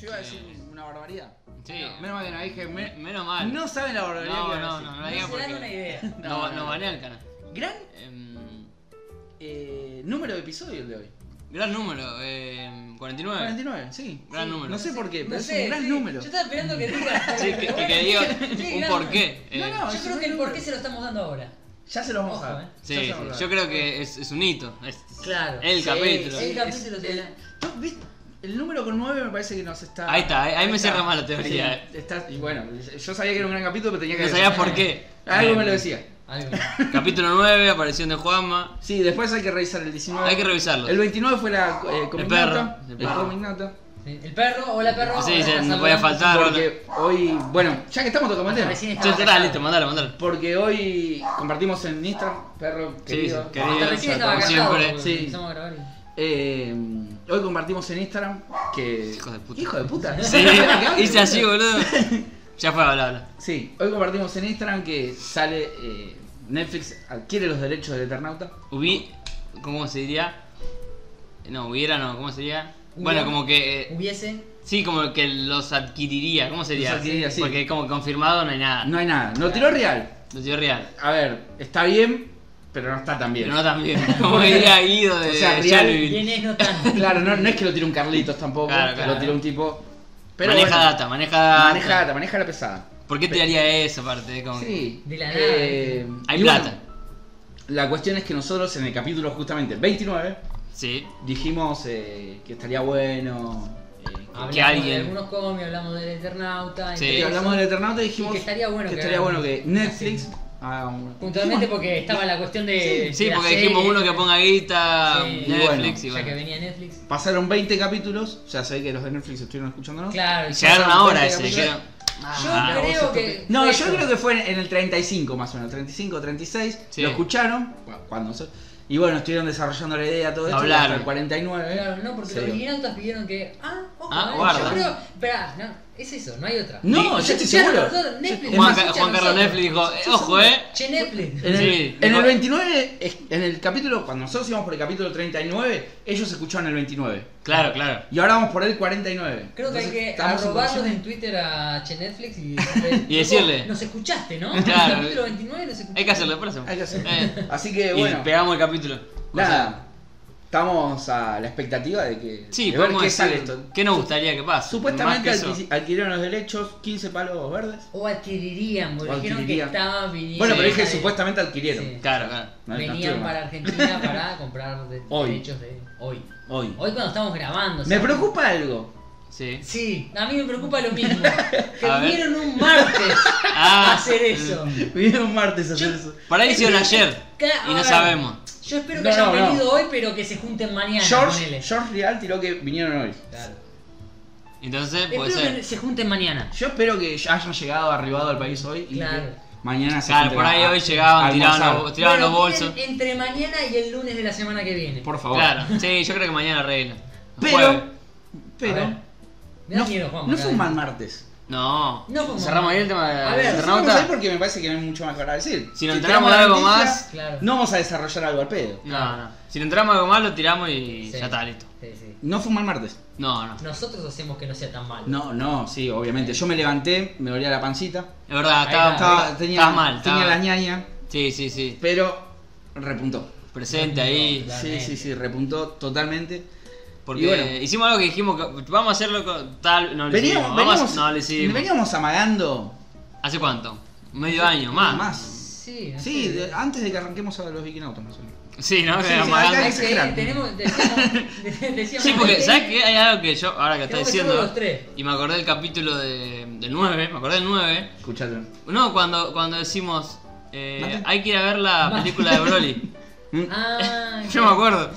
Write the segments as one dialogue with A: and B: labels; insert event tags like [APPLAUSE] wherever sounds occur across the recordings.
A: Yo iba a
B: Sí.
A: decir una barbaridad.
B: Sí,
C: No.
B: menos mal que no dije, me- menos mal.
A: No saben la barbaridad
B: no,
A: que
B: no,
A: iba a
B: no,
A: decir.
B: no,
C: No
B: la digan
C: se dan una
B: porque.
C: idea.
B: No, no,
A: no.
B: banea el canal.
A: Gran
B: Em,
A: eh, número de episodios el de hoy.
B: gran número, eh, 49.
A: 49, sí.
B: Gran
A: Sí.
B: número.
A: No sé por qué, pero
C: No
A: es
C: sé,
A: un gran
C: sí,
A: número.
C: Yo estaba esperando que diga.
B: Sí, que, que- que diga
C: [LAUGHS] Sí,
B: un
C: gran
B: porqué.
A: No,
B: eh,
A: no,
C: Yo
A: es
C: creo
A: un
C: que el
A: número.
C: por qué se lo estamos dando ahora.
A: Ya se los vamos a
C: Ojo,
A: dar.
C: eh.
B: Sí,
A: Ya
B: sí,
A: se los vamos a
B: yo
A: dar.
B: creo que es, es un hito. es-
C: Claro.
B: El
A: Sí,
B: capítulo.
A: sí,
C: El capítulo
A: es-
C: será.
A: el- yo, ¿viste? El número con 9 me parece que nos está.
B: Ahí está, ahí- ahí me
A: está.
B: cierra más la teoría, eh.
A: Sí, está- y bueno, yo sabía que era un gran capítulo, pero tenía que.
B: No
A: decir.
B: sabía por qué.
A: [LAUGHS] Algo
B: Eh,
A: me lo decía.
C: Algo.
B: Capítulo 9, aparición de Juanma.
A: Sí, después hay que revisar el 19.
B: Hay que revisarlo.
A: El 29 fue la eh,
B: El
A: comic
B: perro,
A: nata,
B: el
A: La
B: perro.
A: comic nata.
C: Sí, El perro, hola perro.
B: Sí,
C: hola,
B: sí,
C: Casa
B: no podía
C: Blanca.
B: faltar. hola.
A: Porque hoy. Bueno, ya que estamos tocando el tema.
C: Recién
B: Sí,
C: estaba
B: está
C: casado.
B: listo, mandalo,
A: [LAUGHS]
B: mandalo.
A: Porque hoy compartimos en Instagram, perro
B: Sí,
A: querido.
B: sí, querido.
C: Hasta Recién
B: Como
C: estaba casado.
B: siempre.
C: cuando
A: Sí.
C: Empezamos a grabar y-
A: Eh, hoy compartimos en Instagram que.
B: Hijo de puta.
A: [LAUGHS] Hijo de puta.
B: Sí, [LAUGHS] hice así, boludo. Ya fue, habla, habla.
A: Sí, hoy compartimos en Instagram que sale. eh, Netflix adquiere los derechos del Eternauta.
B: Hubi... ¿Cómo se diría? No, hubiera no, ¿cómo sería?
C: Hubiera.
B: Bueno, como que... eh,
C: Hubiese.
B: sí, como que los adquiriría, ¿cómo sería?
A: Los adquiriría, sí.
B: Porque como confirmado no hay nada.
A: No hay nada. No tiró real.
B: Lo tiró real.
A: A ver, está bien, pero no está tan bien.
B: Pero no también. Como diría Guido de
A: O sea, real
B: Charleville.
C: ¿Quién es
B: [LAUGHS]
C: no tanto?
A: [LAUGHS] Claro, no, no es que lo tire un Carlitos tampoco,
B: Claro,
A: que
B: claro.
A: lo tire un tipo. Pero
B: maneja
A: bueno,
B: data, maneja data.
A: Maneja data, maneja la pesada.
B: ¿Por qué te haría eso aparte? Como
A: Sí.
C: De la
A: eh,
B: Hay
A: y
B: plata.
A: bueno, la cuestión es que nosotros en el capítulo justamente 29
B: que- Sí.
A: dijimos eh, que estaría bueno. eh, que-
C: Hablamos
B: Que alguien-
C: de algunos cómics, hablamos del Eternauta.
B: Ah, Sí.
C: entre
A: que
C: eso.
A: hablamos del Eternauta y dijimos
C: Y que estaría bueno
A: que,
C: que
A: estaría
C: hagamos- Ah,
A: bueno que Netflix haga un-
C: Puntualmente porque estaba la cuestión de.
B: Sí,
C: de la
B: porque dijimos
C: serie.
B: uno que ponga guita,
C: Sí. Y
B: Netflix
C: Ya
B: y bueno.
C: que venía Netflix.
A: Pasaron 20 capítulos, ya sé que los de Netflix estuvieron escuchándonos.
C: Claro.
B: Llegaron
A: Pasaron
B: ahora
A: 20
B: ese,
A: capítulos.
B: dijeron.
C: Yo
B: Ah,
C: creo
A: vos
C: que.
A: No,
C: fue
A: yo
C: eso.
A: creo que fue en el 35 más o menos, 35, 36.
B: Sí.
A: Lo escucharon cu- cuando se- y bueno, estuvieron desarrollando la idea todo esto
B: Hablaron.
A: hasta el 49.
C: Claro, no, porque
A: Sí.
C: los guionautas pidieron que. Ah, ojo,
B: Ah,
C: eh,
B: guarda.
C: Yo creo. Esperá, no, es eso, no hay otra.
A: No,
B: Ni-
A: yo estoy
C: Escucharon
A: seguro.
C: a nosotros, Netflix,
A: Es
B: Juan,
C: nos
B: Ca-
C: escucha
B: Juan
C: a
B: Carlos
C: nosotros.
B: Netflix dijo, eh, ojo, eh.
C: Che, Netflix.
A: En, el,
B: Sí,
A: en el
B: dijo-
A: 29, es- en el capítulo, cuando nosotros íbamos por el capítulo 39, ellos escucharon el 29.
B: Claro, claro.
A: Y ahora vamos por el 49.
C: Creo que hay
A: Entonces,
C: que
A: estamos en
C: arrobarlos
A: condiciones-
C: en Twitter a Che
B: [LAUGHS]
C: Netflix y,
B: Y decirle.
C: Nos escuchaste, ¿no?
B: Claro.
C: El capítulo 29 nos escuchaste.
B: Hay que hacerlo, por eso.
A: Hay que hacerlo. [LAUGHS]
B: Eh,
A: Así
B: y
A: que bueno,
B: pegamos el capítulo.
A: nada. Estamos a la expectativa de que
B: Sí,
A: de ver
B: podemos
A: qué
B: decir
A: sale esto.
B: ¿Qué nos gustaría que pase?
A: Supuestamente
B: Más que eso.
A: adquisi- adquirieron los derechos 15 palos verdes.
C: O adquirirían, porque
A: O
C: dijeron que
A: adquirirían.
C: estaban viniendo.
A: Bueno, pero
B: Sí.
A: dije
C: de-
A: supuestamente adquirieron.
C: Sí.
B: Claro, claro.
A: No, no
C: Venían
A: estuve mal.
C: para Argentina
A: [LAUGHS]
C: para comprar de-
A: Hoy.
C: derechos de hoy.
A: Hoy.
C: Hoy cuando estamos grabando. o
A: Me
C: sea,
A: preocupa algo. [LAUGHS]
B: Sí.
C: Sí, a mí me preocupa
B: [LAUGHS]
C: lo mismo. Que
B: A ver.
C: vinieron un martes a
B: Ah,
C: hacer eso.
A: Vinieron martes a hacer
C: Yo-
A: eso.
B: Por ahí hicieron ayer.
C: Ca-
B: Y
C: a
B: no
C: ver,
B: sabemos.
C: Yo espero que
A: No,
C: hayan
A: no, no.
C: venido hoy, pero que se junten mañana.
A: George,
C: ponele.
A: George Real tiró que vinieron hoy.
C: Claro.
B: Entonces puede
C: Espero que
B: ser.
C: se junten mañana.
A: Yo espero que ya hayan llegado arribado al país hoy y
C: Claro.
A: que mañana se
B: Claro, por
A: junten
B: ahí
A: a-
B: hoy
A: a
B: llegaban,
A: almorzar.
B: tiraban los, tiraban los
C: Bueno,
B: bolsos.
C: miren, Entre mañana y el lunes de la semana que viene.
A: Por favor.
B: Claro, sí, yo creo que mañana arreglan. Jueves.
A: Pero,
C: A ver,
A: pero,
C: me da
A: no,
C: miedo, Juan,
A: no
C: acá
A: fue un
C: adentro.
A: mal martes.
B: No.
C: No, como-
B: Cerramos ahí el tema
C: A
B: de
C: ver,
A: Vamos a ver
B: Eternauta.
A: porque me parece que no hay mucho más para decir.
B: Si nos
A: Si
B: enteramos de
A: tenemos
B: algo
A: la noticia,
B: más.
C: Claro.
A: No vamos a desarrollar algo al pedo.
B: No, no. Si nos enteramos de algo más, lo tiramos y
C: Sí.
B: ya está listo.
C: Sí, sí.
A: No fue un mal martes.
B: No, no.
C: Nosotros hacemos que no sea tan malo.
A: No, no, sí, obviamente. Yo me levanté, me dolía la pancita.
B: Es verdad,
C: Ahí
B: estaba,
C: está.
A: Estaba,
B: estaba,
A: tenía,
B: mal.
A: tenía
B: estaba-
A: la ñaña,
B: Sí, sí, sí.
A: pero repuntó.
B: Presente ahí.
C: Claramente.
A: Sí, sí, sí, repuntó totalmente.
B: Porque
A: Y bueno.
B: hicimos algo que dijimos que vamos a hacerlo con tal. No lo hicimos.
A: Veníamos,
B: Vamos,
A: veníamos,
B: no lo hicimos.
A: veníamos amagando
B: ¿Hace cuánto? Medio año, más.
A: más.
C: Sí, no
A: Sí,
C: sé.
A: de- antes de que arranquemos a los vikinautos más o menos.
B: Sí, ¿no?
A: Sí,
B: Que
A: sí,
B: amagando.
A: acá hay-
C: Hay que-
A: exagerando.
C: tenemos, decíamos, [LAUGHS] decíamos
B: Sí, porque
C: antes,
B: ¿sabes qué? Hay algo que yo, ahora que está
C: Tenemos que hacerlo
B: diciendo, [LAUGHS]
C: los tres.
B: y me acordé del capítulo de, del 9, me acordé del 9,
A: Escuchate.
B: no, cuando, cuando decimos, eh,
A: Mate.
B: hay que ir a ver la
C: Mate.
B: película de
C: [LAUGHS]
B: Broly, [LAUGHS]
A: Mm.
C: Ah,
B: yo me acuerdo.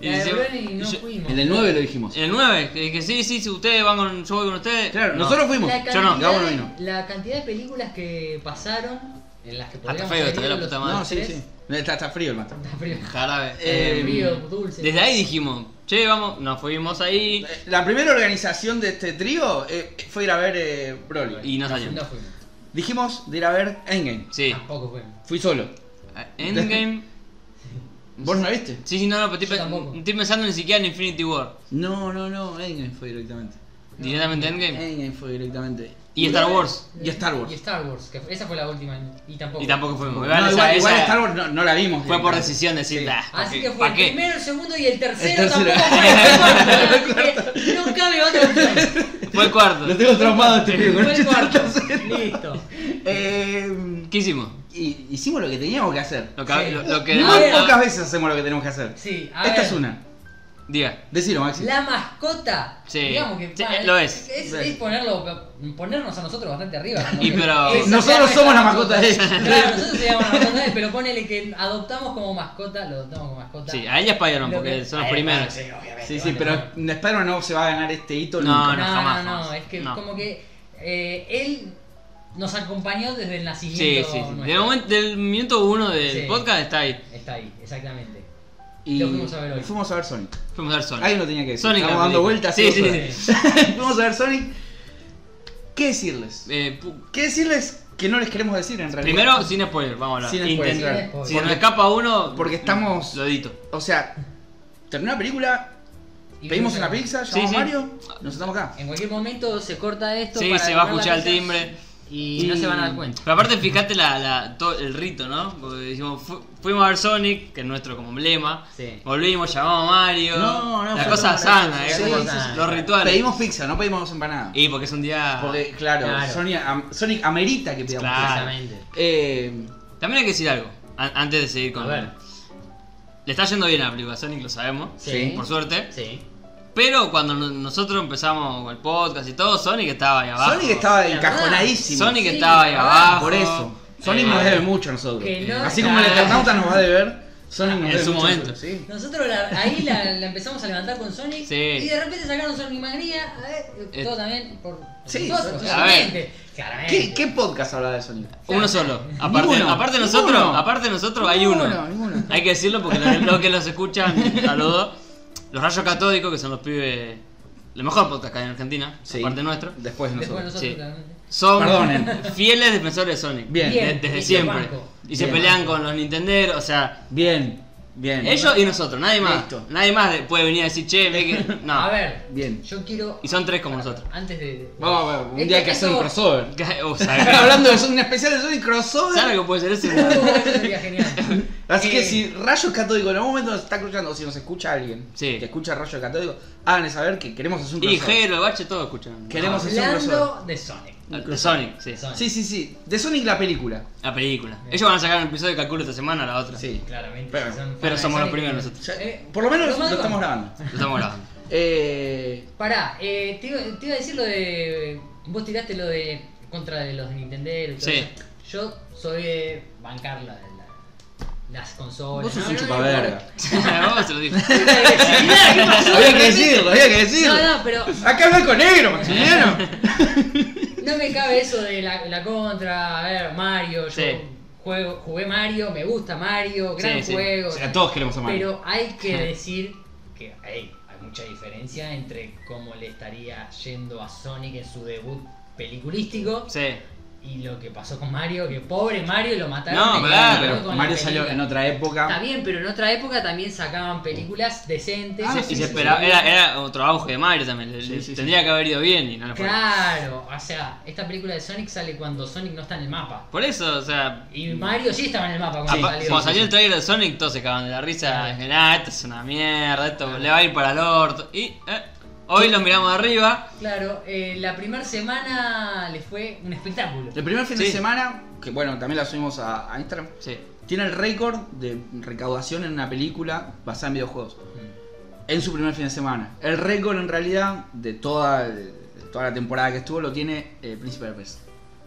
B: Y
C: La de
B: decimos-
C: Broly no
B: yo-
C: fuimos.
A: En el 9 lo dijimos.
B: el 9, que, que sí, sí, si ustedes van con, yo voy con ustedes.
A: Claro,
B: Eh, No.
A: nosotros fuimos.
C: La
B: Yo no,
C: cantidad
A: Gabo no
C: de-
A: vino.
C: La cantidad de películas que pasaron, en las que podríamos
B: feo esto,
C: haber ido
B: de la
C: los
B: puta madre.
A: No, sí,
C: tres.
A: sí. Está, está frío el mate.
C: Está frío.
B: Jarabe.
A: Eh,
B: Eh,
C: Frío, dulce.
B: desde ahí dijimos, che, vamos, nos fuimos ahí
A: Eh, La primera organización de este trío eh, fue ir a ver eh, Broly.
B: y no salió.
C: No fuimos.
A: Dijimos de ir a ver Endgame.
C: [LAUGHS]
B: Sí.
C: Tampoco fuimos.
A: Fui solo.
B: Endgame.
A: ¿Vos no la viste?
B: Sí, sí, no, no, pero estoy,
C: Yo
B: pe-
C: tampoco.
B: estoy pensando ni siquiera en Infinity War.
A: No, no, no, Endgame fue directamente.
B: Directamente Endgame.
A: Endgame fue directamente.
B: Y Star Wars.
A: Y Star Wars.
C: Y Star Wars, que esa fue la última. Y tampoco.
B: Y tampoco fue muy
A: No,
B: igual, esa-
A: igual, igual
B: esa
A: Star Wars no, no la vimos.
B: Fue por decisión decir,
A: Sí.
B: "Ah,
C: Así que fue
B: ¿pa'
C: el
B: qué?".
C: primero, el segundo y el tercero,
A: El tercero.
C: tampoco. fue. Así que no cabe otro.
B: [LAUGHS] Fue el cuarto.
A: Lo tengo traumado este pibe con
C: Fue el
A: este
C: cuarto.
A: tercer-
C: Listo.
A: [LAUGHS] Eh,
B: ¿Qué hicimos?
A: y- hicimos lo que teníamos que hacer.
B: Lo que,
C: Sí.
B: lo, lo que-
A: Muy
C: A ver.
A: pocas veces hacemos lo que tenemos que hacer.
C: Sí, a
A: Esta
C: ver.
A: es una.
B: Diga.
A: Decilo, Maxi.
C: La mascota.
B: Sí.
C: Digamos que
B: Sí,
C: pa,
B: lo es.
C: Es,
A: Sí.
C: es ponerlo, ponernos a nosotros bastante arriba. ¿no?
B: Y pero-
C: Es-
A: Nosotros
C: es-
A: somos la mascota de
C: Claro, nosotros se llaman mascota de él, pero ponele que adoptamos como mascota, lo adoptamos como mascota.
B: Sí, a ella Spider-Man
C: Lo
B: porque
C: que-
B: son los
C: a él,
B: primeros.
C: sí, obviamente,
A: Sí, sí,
C: vale,
A: pero
C: vale.
A: Spider-Man no se va a ganar este hito
B: No,
C: No,
A: nunca.
C: no,
B: jamás,
C: no,
B: jamás.
C: es que
B: No.
C: como que eh, él nos acompañó desde el
B: Sí, sí,
C: nacimiento.
B: sí.
C: nuestro.
B: Del, momento, del minuto uno del
C: Sí.
B: podcast está ahí.
C: Está ahí, exactamente.
A: Y
C: Lo fuimos a ver hoy.
A: fuimos a ver Sonic.
B: Fuimos a ver Sonic.
A: Ahí no tenía que decir.
B: Sonic,
A: Estamos
B: la
A: dando
B: película.
A: vueltas.
B: Sí, sí,
A: sí. [LAUGHS] fuimos a ver Sonic. ¿Qué decirles?
B: Eh, pu-
A: ¿Qué decirles que no les queremos decir en realidad?
B: primero, sin spoiler, vamos a hablar.
A: sin
B: Intent-
A: spoiler.
C: Sin
A: claro.
C: spoiler.
B: Si
A: Porque-
B: nos escapa uno,
A: porque estamos-
B: Lo edito.
A: O sea, terminó la película,
C: [LAUGHS] Y
A: pedimos
C: fuimos
A: una
C: a-
A: pizza,
B: Sí,
A: llamamos
B: sí.
A: a Mario, nos sentamos acá.
C: En cualquier momento se corta esto.
B: Sí,
C: para
B: se va a
C: tomar la
B: escuchar el
C: pizza
B: timbre.
C: Y, no se van a dar cuenta.
B: Pero aparte, fíjate la, la- todo el rito, ¿no? Porque dijimos, fu- fuimos a ver Sonic, que es nuestro como emblema.
C: Sí.
B: Volvimos, llamamos a Mario.
A: No, no,
B: la
A: fue
B: cosa
A: todo
B: sana,
A: para-
B: ¿eh?
A: sí,
B: Como
A: sí, sí.
B: los rituales.
A: Pedimos pizza, no pedimos empanada.
B: Y porque es un día.
A: Porque, claro,
C: Claro.
A: Sonic, am- Sonic amerita que
C: Ah.
A: pidamos
B: Claro.
C: Exactamente.
A: pizza. Eh,
B: También hay que decir algo, an- antes de seguir con.
C: A ver.
B: Le está yendo bien a la película Sonic, lo sabemos.
A: Sí.
B: Por suerte.
C: Sí.
B: Pero cuando no- nosotros empezamos con el podcast y todo, Sonic estaba ahí abajo.
A: Sonic estaba
C: Sí,
A: encajonadísimo.
B: Sonic
C: Sí,
B: estaba ahí
C: ah,
B: abajo.
A: Por eso. Sonic
B: Eh,
A: nos debe mucho a nosotros.
C: que no
A: Así como el
C: está-
A: Eternauta nos va a deber, Sonic nos
B: En
A: debe
B: su
A: mucho a
B: momento.
A: nosotros, ¿sí?
C: Nosotros la- ahí la, la empezamos a levantar con Sonic
B: Sí.
C: y de repente sacaron Sonic Mania, a ver,
B: Eh,
C: todo también por
A: sí,
C: nosotros,
A: sí,
B: a ver.
C: claramente. claramente.
A: ¿Qué, qué podcast hablaba de Sonic?
B: Uno solo. Aparte,
A: Ninguno.
B: aparte de nosotros,
A: Ninguno.
B: aparte de nosotros hay uno.
A: Ninguno, ninguno.
B: Hay que decirlo porque los, los que los escuchan, saludos. Los rayos catódicos, que son los pibes. El mejor podcast que hay en Argentina,
A: Sí.
B: aparte nuestro.
A: Después de
C: Después
A: nosotros.
C: nosotros,
B: sí.
C: claramente.
B: Son
A: Perdonen.
B: fieles defensores de Sonic.
A: Bien.
B: De-
C: Bien,
B: desde
C: y se
B: siempre.
C: banco.
B: Y se
A: Bien.
B: pelean con los Nintenderos, o sea.
A: Bien, bien.
B: Ellos y nosotros, nadie más.
A: Listo.
B: Nadie más puede venir a decir, che, ve que. No.
C: A ver,
A: Bien.
C: yo quiero.
B: Y son tres como
C: [LAUGHS]
B: nosotros. [LAUGHS]
C: Antes de.
A: Vamos a ver, un
C: Esto-
A: día hay que
C: esto-
A: hacer un crossover. [LAUGHS]
B: O
C: [LAUGHS]
A: Están
B: sea,
A: hablando de Sonic, un especial de
B: ¿Sabes
A: Sonic crossover.
B: lo que puede ser eso?
C: Esto sería genial.
A: Así que
C: Eh,
A: si Rayo Catódico en algún momento nos está escuchando, o si nos escucha alguien
B: Sí.
A: que escucha Rayo Catódico, háganle saber que queremos hacer
B: [LAUGHS]
A: un
B: Y
A: crossover.
B: Jero, el Bache, todos escuchan. Ah,
A: Queremos hacer un crossover.
C: Hablando de Sonic.
B: De Sonic, sí.
C: Sonic.
A: Sí, sí, sí. De Sonic la película.
B: La película. Ellos van a sacar un episodio de Calculo esta semana, la otra.
A: Sí.
C: Claramente.
A: Pero-
C: si son
B: Pero
C: fanas de
B: somos los
C: Sonic,
B: primeros
C: eh,
B: nosotros.
A: Ya, por lo menos lo
C: más-
A: estamos grabando.
B: Lo estamos grabando.
A: Eh,
C: Pará, eh, te, iba, te iba a decir lo de. Vos tiraste lo de. contra de los de Nintendo y todo
B: Sí.
C: eso. Yo soy de bancar la- la- las consolas.
A: vos sos
C: No,
A: un
C: no, no,
A: chupaverga.
B: [LAUGHS] Vos se lo
A: [LAUGHS]
B: dije.
C: no,
B: [LAUGHS]
C: no, ¿qué pasó?
A: Había que decirlo, había que decirlo.
C: No, no, pero
A: Acá blanco negro, Maximiliano.
B: [LAUGHS]
C: no me cabe eso de la, la contra. A ver, Mario, yo
B: Sí.
C: juego, jugué Mario, me gusta Mario, gran
B: Sí, sí.
C: juego.
A: O sea, todos queremos a Mario.
C: Pero hay que decir que hey, hay mucha diferencia entre cómo le estaría yendo a Sonic en su debut peliculístico
B: Sí.
C: y lo que pasó con Mario, que pobre Mario lo mataron.
B: No,
C: y
B: claro,
C: lo
B: pero
C: mataron con
A: Mario
C: la
A: salió en
C: película.
A: otra
C: Está
A: época.
C: bien, pero en otra época también sacaban películas decentes.
B: Y
A: Ah, sí,
B: se-
A: sí,
B: y se
A: sí.
B: esperaba. Era, era otro auge de Mario también. le-
A: Sí,
B: le-
A: sí,
B: Tendría que haber ido bien y no lo fue.
C: Claro, o sea, esta película de Sonic sale cuando Sonic no está en el mapa.
B: Por eso, o sea.
C: Y Mario sí estaba en el mapa cuando
B: apa- Mm.
C: salió.
B: Ah, cuando salió el trailer de Sonic, todos se cagaban de la risa.
C: Claro.
B: Dijeron, ah, esto es una mierda, esto le va a ir para el orto. Y eh, hoy lo miramos de arriba.
C: Claro, eh, la primera semana le fue un espectáculo.
A: El primer fin de
B: Sí.
A: semana, que bueno, también la subimos a, a Instagram,
B: Sí.
A: tiene el récord de recaudación en una película basada en videojuegos.
C: Mm.
A: En su primer fin de semana. El récord en realidad de toda, de toda la temporada que estuvo lo tiene eh, Príncipe de Persia.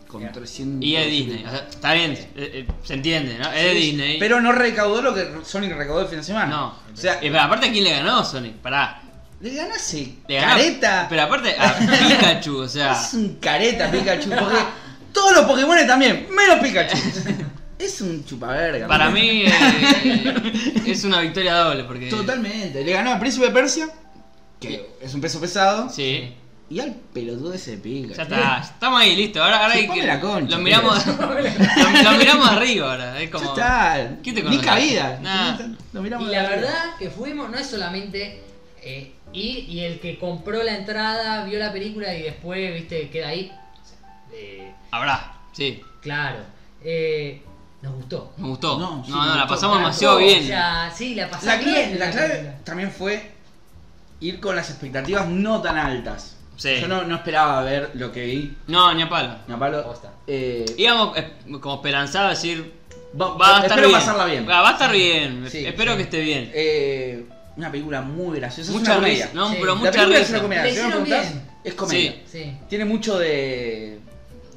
A: Con
C: Bien.
A: 300...
B: Y es Disney, o sea, está bien, eh, eh, se entiende, ¿no? Es de Disney.
A: Pero no recaudó lo que Sonic recaudó el fin de semana.
B: No.
A: O sea,
B: Eh, pero aparte, ¿a quién le ganó Sonic? Pará.
A: le ganase
B: Le ganó.
A: careta.
B: Pero aparte,
A: [LAUGHS]
B: a Pikachu, o sea.
A: Es un careta Pikachu. Porque todos los Pokémon también, menos Pikachu. [LAUGHS] es un chupaverga.
B: Para
A: man.
B: mí
A: [LAUGHS]
B: eh, es una victoria doble, porque.
A: Totalmente. Le ganó a Príncipe de Persia, que es un peso pesado.
B: Sí.
A: Y al pelotudo ese de Pikachu.
B: Ya está, estamos ahí listos. Ahora, ahora hay
A: Chupame
B: que.
A: la
B: [LAUGHS]
A: concha,
B: lo miramos. lo, lo miramos arriba ahora. Es
A: Ya
B: como.
A: está.
B: ¿Quién te
A: Ni
B: conoce?
A: cabida.
B: Nah.
A: Lo miramos
C: Y
A: de
C: la
A: arriba.
C: verdad que fuimos no es solamente eh, Y, y el que compró la entrada, vio la película y después, viste, queda ahí. O sea, eh,
B: Habrá, sí.
C: claro. Eh, nos gustó.
B: Me gustó.
A: No,
B: No,
A: sí,
B: no,
A: me
B: la
A: gustó.
B: pasamos
C: La
B: demasiado
C: cosa,
B: bien.
C: sí, la pasamos
A: La clave,
C: bien.
A: la clave
C: película.
A: también fue ir con las expectativas no tan altas.
B: Sí.
A: Yo no, no esperaba ver lo que vi.
B: No, ni a palo.
A: No, Pablo,
C: Posta.
A: eh,
B: Íbamos eh, como esperanzado a decir.
A: va-
B: Va a estar
A: espero
B: bien.
A: pasarla bien.
B: Ah, Va a estar bien.
A: Sí,
B: Espero
A: sí.
B: que esté bien.
A: Eh, una película muy graciosa.
B: Mucha
A: es una
B: risa.
A: comedia.
B: No,
C: Sí.
B: pero
A: La
B: mucha
A: película es
B: risa.
A: una comedia.
C: Le
A: Si no me
C: hicieron
A: preguntás,
C: bien.
A: es comedia.
B: Sí.
C: Sí.
A: Tiene mucho de,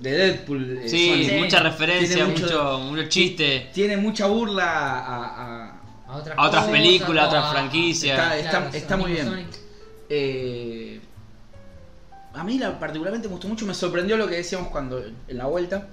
A: de Deadpool. eh,
B: Sí,
A: Sonic.
C: Sí.
B: mucha referencia,
A: Tiene mucho-
B: mucho, mucho chiste.
A: Tiene mucha burla a- a,
C: A otras,
B: A otras
C: cosas,
B: películas, a otras
C: a-
B: franquicias.
A: Está- está-
C: Claro,
A: está
C: Sonic,
A: muy bien.
C: Sonic.
A: Eh, a mí la, particularmente me gustó mucho, me sorprendió lo que decíamos cuando en la vuelta,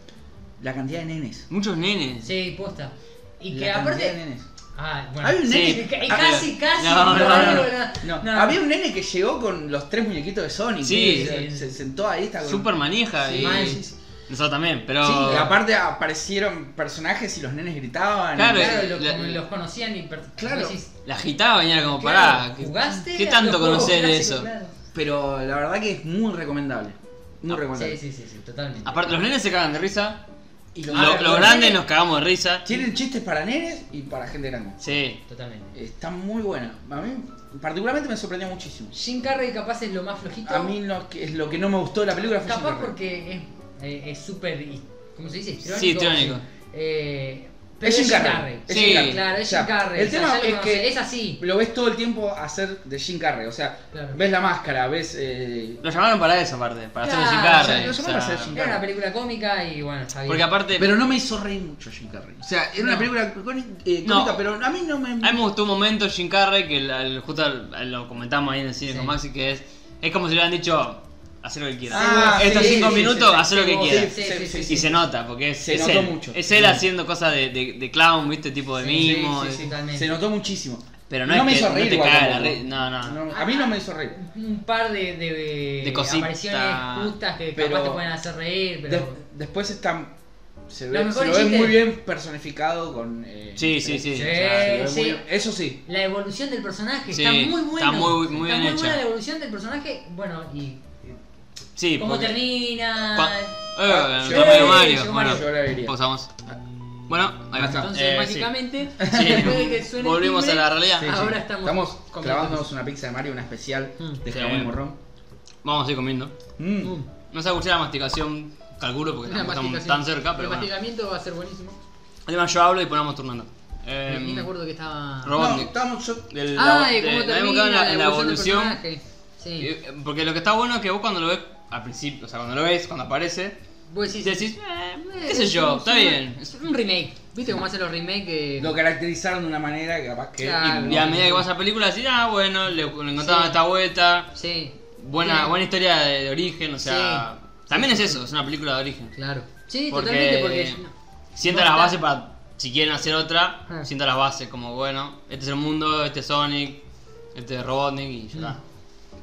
A: la cantidad de nenes.
B: Muchos nenes.
C: Sí, posta. Y que
A: La cantidad de
C: aparte.
A: nenes.
C: Ah, bueno.
A: Hay un
C: sí,
A: nene-
C: ca-
B: Ah,
C: Casi,
B: pero-
C: casi.
B: No, no,
A: no, no,
C: no, no.
A: Había un nene que llegó con los tres muñequitos de Sonic.
B: Sí,
A: y se,
C: sí.
A: se sentó ahí, está con-
B: Super manija.
A: Sí,
B: y
C: mal.
A: sí, sí.
B: Nosotros también, pero.
A: Sí, y aparte aparecieron personajes y los nenes gritaban.
B: Claro,
A: Y-
C: Claro, lo-
B: la-
C: como los conocían y. per-
A: Claro.
C: vos decís,
B: La agitaba venía como
C: claro,
B: pará. ¿qué-
C: ¿Jugaste?
B: ¿Qué
C: a
B: tanto
C: los juegos
B: conocés de
C: clásicos?
B: eso?
C: Claro.
A: Pero la verdad que es muy recomendable. Muy recomendable.
C: Sí, sí, sí, sí, totalmente.
B: Aparte, los nenes se cagan de risa.
A: Y
B: Lo-
A: los-
C: Ah,
B: Los
C: los
B: grandes
C: nenes-
B: nos cagamos de risa.
A: Tienen chistes para nenes y para gente grande.
B: Sí.
C: Totalmente.
A: Está muy buena. A mí particularmente me sorprendió muchísimo.
C: Jim Carrey capaz es lo más flojito.
A: A mí lo que, es lo que no me gustó de la película fue
C: Capaz
A: Jim Carrey.
C: porque es eh, es súper. hi- ¿Cómo se dice? Histriónico.
B: Sí, histriónico.
C: Eh, pero
A: Es Jim Carrey.
B: Es
C: Sí,
B: Jim Carrey.
C: claro, es
A: O sea,
C: Jim Carrey.
A: el
C: O sea,
A: tema
C: ya lo
A: es
C: conoces,
A: que-
C: es así.
A: Lo ves todo el tiempo hacer de Jim Carrey. O sea,
C: Claro.
A: ves la máscara, ves. eh,
B: Lo llamaron para eso, aparte. Para hacer
C: Claro,
B: Jim
A: sí,
B: Carrey.
A: lo
B: o
A: llamaron
B: sea,
A: para hacer Jim
C: Era una película cómica y bueno, está bien.
B: Porque aparte.
A: Pero no me hizo reír mucho Jim Carrey. O sea, era una
C: No.
A: película cóni- eh,
B: No.
A: cómica, pero a mí no me.
B: A mí me gustó un momento Jim Carrey que el- el- justo el- lo comentamos ahí en el cine
C: Sí.
B: con Maxi que es es como si le hubieran dicho hacer lo que quieras.
A: Ah,
B: Estos
A: sí,
B: cinco
A: sí,
B: minutos
A: sí, sí,
B: haz lo que
C: Sí,
B: quieras.
C: Sí, sí, sí.
B: y se nota porque es,
A: Se
B: es
A: notó
B: él.
A: mucho.
B: Es él
A: Sí.
B: haciendo cosas de, de- de clown, viste, tipo de
C: Sí,
B: mimo.
C: sí, sí,
B: de-
C: totalmente.
A: Se notó muchísimo.
B: Pero no, es que no te
A: igual
B: caga la
A: tampoco.
B: re- no, no.
A: A mí no me hizo reír.
C: Un par de, de,
B: De cositas.
C: apariciones justas que
A: Pero-
C: capaz te pueden hacer reír, pero.
A: De- después está. Se,
C: Los
A: ve, se
C: mejores
A: lo ve
C: chistes.
A: muy bien personificado con. eh,
B: Sí, sí, sí.
C: Sí,
B: o sea,
A: se lo ve muy
C: sí.
A: bien. Eso sí.
C: La evolución del personaje
B: Sí,
C: está muy buena.
B: está muy- muy bien hecha.
C: buena la evolución del personaje. Bueno, y.
B: sí,
C: ¿Cómo
B: porque-
C: termina?
B: Cuan- Eh,
A: Ah,
B: entró
A: llegó
B: medio
C: Mario,
B: Mario.
C: llegó
B: Bueno,
C: Mario.
A: Yo la vería.
B: pausamos. Bueno, ahí
A: Ah,
B: está.
C: Entonces,
B: Eh, sí.
C: mágicamente,
B: Sí,
C: [LAUGHS] después de que suene el
B: volvimos
C: timbre,
B: a la realidad.
A: Sí, sí.
C: Ahora estamos
A: Estamos
C: comiendo.
A: clavándonos una pizza de Mario, una especial
C: Mm.
A: de
B: Sí.
A: jamón y morrón.
B: Vamos a ir comiendo.
A: Mm.
B: No se escucha la masticación, calculo, porque
C: Una
B: tampoco estamos
C: masticación.
B: tan cerca, pero
C: El
B: bueno.
C: masticamiento va a ser buenísimo.
B: Además yo hablo y ponemos turnando. Eh,
C: Ni me acuerdo que estaba.
B: Rob- Robón.
A: No, estamos, yo-
B: del-
C: Ah, de
B: de-
C: cómo
B: la
C: termina
B: época en la- en la
C: del
B: evolución.
C: personaje. Sí.
B: eh, Porque lo que está bueno es que vos cuando lo ves al principio, o sea, cuando lo ves, cuando aparece,
C: Vos
B: y
C: decís,
B: decís, eh, qué sé
C: es
B: yo,
C: un-
B: está
C: es un-
B: bien.
C: Es un remake. ¿Viste cómo hacen los eh? remakes? que-
A: lo caracterizaron de una manera que capaz que.
C: Claro.
B: Y a medida que vas a la película decís, ah, bueno, le, le encontraron
C: Sí.
B: esta vuelta,
C: Sí,
B: buena,
C: Sí.
B: buena historia de, de origen, o sea, también es eso, es una película de origen.
C: claro. Sí,
B: Porque-
C: totalmente, porque.
B: Sienta
C: No,
B: las bases
C: está-
B: para, si quieren hacer otra,
C: Ah.
B: sienta las bases, como bueno, este es el mundo, este es Sonic, este es Robotnik y ya está.